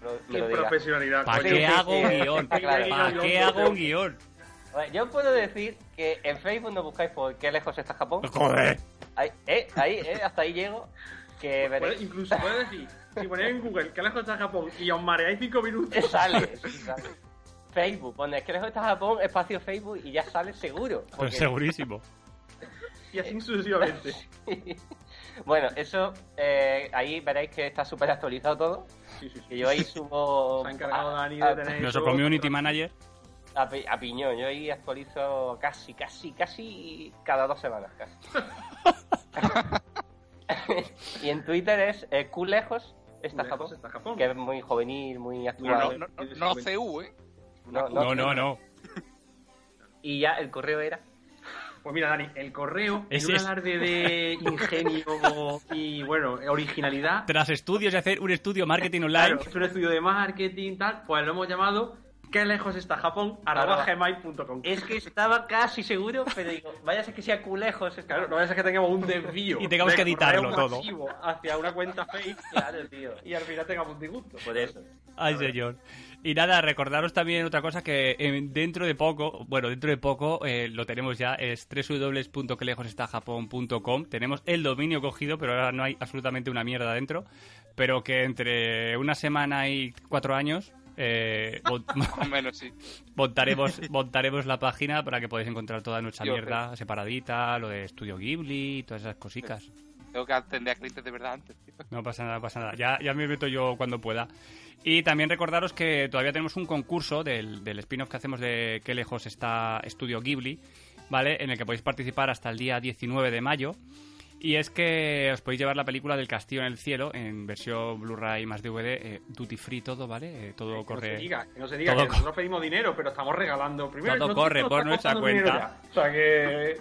Speaker 2: lo- me lo
Speaker 1: Qué
Speaker 2: diga.
Speaker 1: profesionalidad.
Speaker 4: ¿Para
Speaker 1: coño.
Speaker 4: qué hago un
Speaker 2: Pues sí,
Speaker 4: guión?
Speaker 2: está claro.
Speaker 4: ¿Para qué hago un guión?
Speaker 2: A ver, Yo puedo decir que en Facebook nos buscáis por qué lejos está Japón.
Speaker 4: ¡Joder!
Speaker 2: Ahí, eh, ahí, eh, hasta ahí llego. Que
Speaker 1: Puede-
Speaker 2: veréis.
Speaker 1: incluso Pues puedes decir, si ponéis en Google que lejos está Japón y os mareáis 5 minutos,
Speaker 2: Sale, sale. Facebook, pones que lejos está Japón, espacio Facebook y ya sale seguro.
Speaker 4: Pero
Speaker 2: porque-
Speaker 4: segurísimo.
Speaker 1: y así sucesivamente.
Speaker 2: bueno, eso, eh, ahí veréis que está súper actualizado todo.
Speaker 1: Sí, sí, sí.
Speaker 2: Que yo ahí subo.
Speaker 1: Se ha encargado
Speaker 2: ah,
Speaker 1: Dani
Speaker 2: ah,
Speaker 1: de tener.
Speaker 4: Nuestro
Speaker 1: todo.
Speaker 4: community manager.
Speaker 2: A, pi- a piñón, yo ahí actualizo casi, casi, casi cada dos semanas, casi. y en Twitter es eh, Culejos está
Speaker 1: Lejos
Speaker 2: Japón,
Speaker 1: está Japón.
Speaker 2: que es muy juvenil, muy
Speaker 3: No,
Speaker 2: actual.
Speaker 3: no, no, no, no CU, ¿eh?
Speaker 2: No, no,
Speaker 4: No, no, no.
Speaker 2: Y ya el correo era.
Speaker 1: Pues mira, Dani, el correo
Speaker 4: Es-
Speaker 1: en un
Speaker 4: es-
Speaker 1: alarde de ingenio y, bueno, originalidad.
Speaker 4: Tras estudios y hacer un estudio marketing online.
Speaker 1: Claro, es un estudio de marketing tal, pues lo hemos llamado Qué lejos está Japón, arroba gmail.com.
Speaker 2: Es que estaba casi seguro, pero digo, vaya a ser que sea Culejos. Es
Speaker 1: Claro, no vaya a ser que tengamos un desvío.
Speaker 4: Y tengamos
Speaker 1: de
Speaker 4: que editarlo
Speaker 1: correo
Speaker 4: todo.
Speaker 1: masivo Hacia una cuenta fake
Speaker 2: Claro, tío.
Speaker 1: y al final tengamos un disgusto.
Speaker 2: Por eso.
Speaker 4: Ay, señor. Y nada, recordaros también otra cosa que eh, dentro de poco, bueno, dentro de poco eh, lo tenemos ya, es www.quelejosestajapón.com. Tenemos el dominio cogido, pero ahora no hay absolutamente una mierda dentro. Pero que entre una semana y cuatro años eh, mont-
Speaker 3: Más o menos, sí.
Speaker 4: montaremos, montaremos la página para que podáis encontrar toda nuestra
Speaker 3: Yo
Speaker 4: mierda separadita, lo de Estudio Ghibli, y todas esas cositas.
Speaker 3: Tengo que atender a clientes de verdad antes. tío.
Speaker 4: No pasa nada, pasa nada. Ya, ya me meto yo cuando pueda. Y también recordaros que todavía tenemos un concurso del, del spin-off que hacemos de Qué lejos está Estudio Ghibli, ¿vale? En el que podéis participar hasta el día 19 de mayo. Y es que os podéis llevar la película del Castillo en el Cielo en versión Blu-ray más DVD, eh, duty free todo, ¿vale? Eh, todo
Speaker 1: Que
Speaker 4: corre.
Speaker 1: No se diga, que no se diga
Speaker 4: Todo
Speaker 1: que nosotros pedimos dinero, pero estamos regalando primero.
Speaker 4: Todo
Speaker 1: no-
Speaker 4: corre
Speaker 1: no
Speaker 4: por
Speaker 1: estamos
Speaker 4: nuestra
Speaker 1: dando dinero
Speaker 4: cuenta.
Speaker 1: ya. O sea que.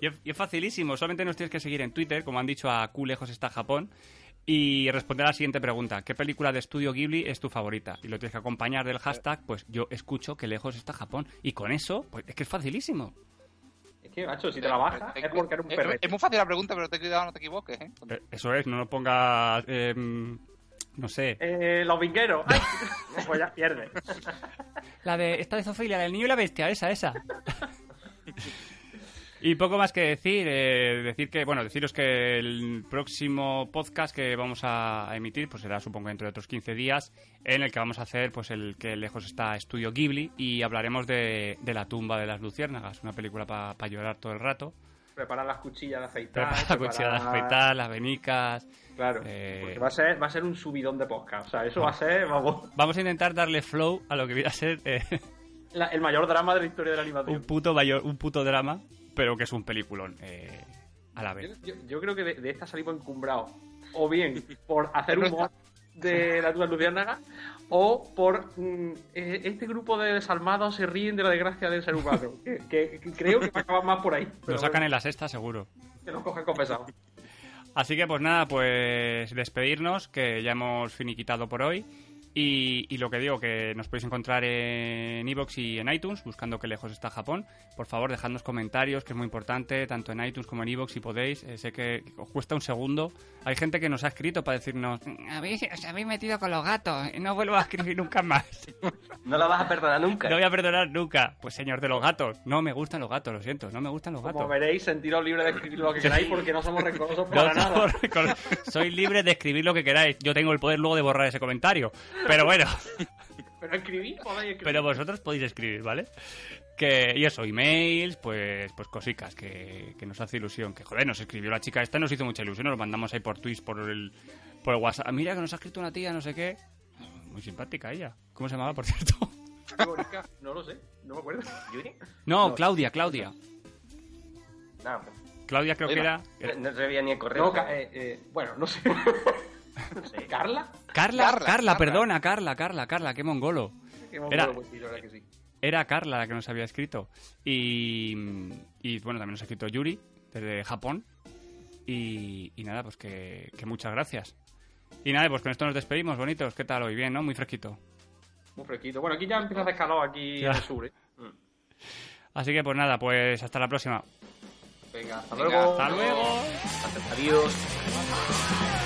Speaker 4: Y es, y es facilísimo, solamente nos tienes que seguir en Twitter, como han dicho a Q lejos está Japón, y responder a la siguiente pregunta. ¿Qué película de estudio Ghibli es tu favorita? Y lo tienes que acompañar del hashtag, pues yo escucho que lejos está Japón. Y con eso, pues es que es facilísimo.
Speaker 1: Es que, macho, si te la bajas
Speaker 3: Eh,
Speaker 1: es porque eres un
Speaker 3: eh,
Speaker 1: perrete.
Speaker 3: Es muy fácil la pregunta, pero ten cuidado, no te equivoques, ¿eh?
Speaker 4: Eh, Eso es, no nos pongas... em, no sé.
Speaker 1: Eh, los vingueros. ¡Ay! pues ya pierde.
Speaker 4: La de esta de Zofilia, la del niño y la bestia, esa, esa. Y poco más que decir, eh, decir que, bueno, deciros que el próximo podcast que vamos a emitir, pues será supongo dentro de otros 15 días, en el que vamos a hacer pues el que lejos está Estudio Ghibli y hablaremos de, de La tumba de las luciérnagas, una película para llorar todo el rato.
Speaker 1: Preparar las cuchillas de afeitar.
Speaker 4: Preparar la cuchilla de
Speaker 1: preparar-
Speaker 4: afeitar, las venicas.
Speaker 1: Claro.
Speaker 4: Eh,
Speaker 1: Porque va a, ser, va a ser un subidón de podcast. O sea, eso va a ser, vamos,
Speaker 4: Vamos a intentar darle flow a lo que viene a ser eh,
Speaker 1: la- el mayor drama de la historia de la animación.
Speaker 4: un puto mayor, un puto drama, pero que es un peliculón eh, a la vez.
Speaker 1: Yo, yo- yo creo que de, de esta salimos encumbrados. O bien por hacer
Speaker 3: No
Speaker 1: un mod de la Tumba de Luciérnaga, o por mm, eh, este grupo de desarmados se ríen de la desgracia del ser humano. que, que- que creo que va a acabar más por ahí.
Speaker 4: Lo sacan en la sexta, seguro.
Speaker 1: Que nos cogen confesados.
Speaker 4: Así que pues nada, pues despedirnos, que ya hemos finiquitado por hoy. Y, y lo que digo, que nos podéis encontrar en iVoox y en iTunes, buscando que lejos está Japón. Por favor, dejadnos comentarios, que es muy importante, tanto en iTunes como en iVoox, si podéis. Eh, sé que os cuesta un segundo. Hay gente que nos ha escrito para decirnos, "Mm, habéis, os habéis metido con los gatos, no vuelvo a escribir nunca más.
Speaker 2: No la vas a perdonar nunca.
Speaker 4: No voy a perdonar nunca. Pues señor de los gatos, no me gustan los gatos, lo siento, no me gustan los
Speaker 1: Como
Speaker 4: gatos.
Speaker 1: veréis, sentiros libres de escribir lo que queráis porque no somos rencorosos para
Speaker 4: No,
Speaker 1: nada.
Speaker 4: por- con- soy libre de escribir lo que queráis. Yo tengo el poder luego de borrar ese comentario. Pero bueno,
Speaker 1: Pero escribir, podéis escribir.
Speaker 4: pero vosotros podéis escribir, ¿vale? Que, y eso, emails, pues, pues cositas que, que nos hace ilusión. Que joder, nos escribió la chica esta, nos hizo mucha ilusión. Nos mandamos ahí por Twitch, por el, por el WhatsApp. Mira que nos ha escrito una tía, no sé qué. Muy simpática ella. ¿Cómo se llamaba, por cierto?
Speaker 1: Mónica, No lo sé, no me acuerdo.
Speaker 2: ¿Yuri?
Speaker 4: No, Claudia, Claudia.
Speaker 2: No,
Speaker 4: Claudia creo que
Speaker 3: Oiga.
Speaker 4: era.
Speaker 2: no, no se veía ni el correo.
Speaker 1: No, Ca- eh, eh, bueno, no sé.
Speaker 2: No sé.
Speaker 1: ¿Carla?
Speaker 4: Carla, Carla,
Speaker 3: Carla, Carla.
Speaker 4: perdona, Carla, Carla, Carla, qué mongolo.
Speaker 1: Que me
Speaker 4: Era-
Speaker 1: acuerdo, pues sí, la verdad que sí.
Speaker 4: Era Carla la que nos había escrito. Y, y, bueno, también nos ha escrito Yuri, desde Japón. Y, y nada, pues que, que muchas gracias. Y nada, pues con esto nos despedimos, bonitos. ¿Qué tal hoy? Bien, ¿no? Muy fresquito.
Speaker 1: Muy fresquito. Bueno, aquí ya empieza a hacer calor aquí
Speaker 4: Ya.
Speaker 1: en el sur, ¿eh?
Speaker 4: Así que pues nada, pues hasta la próxima.
Speaker 1: Venga, hasta
Speaker 3: Venga,
Speaker 1: luego.
Speaker 4: Hasta luego.
Speaker 2: Adiós.
Speaker 1: Adiós.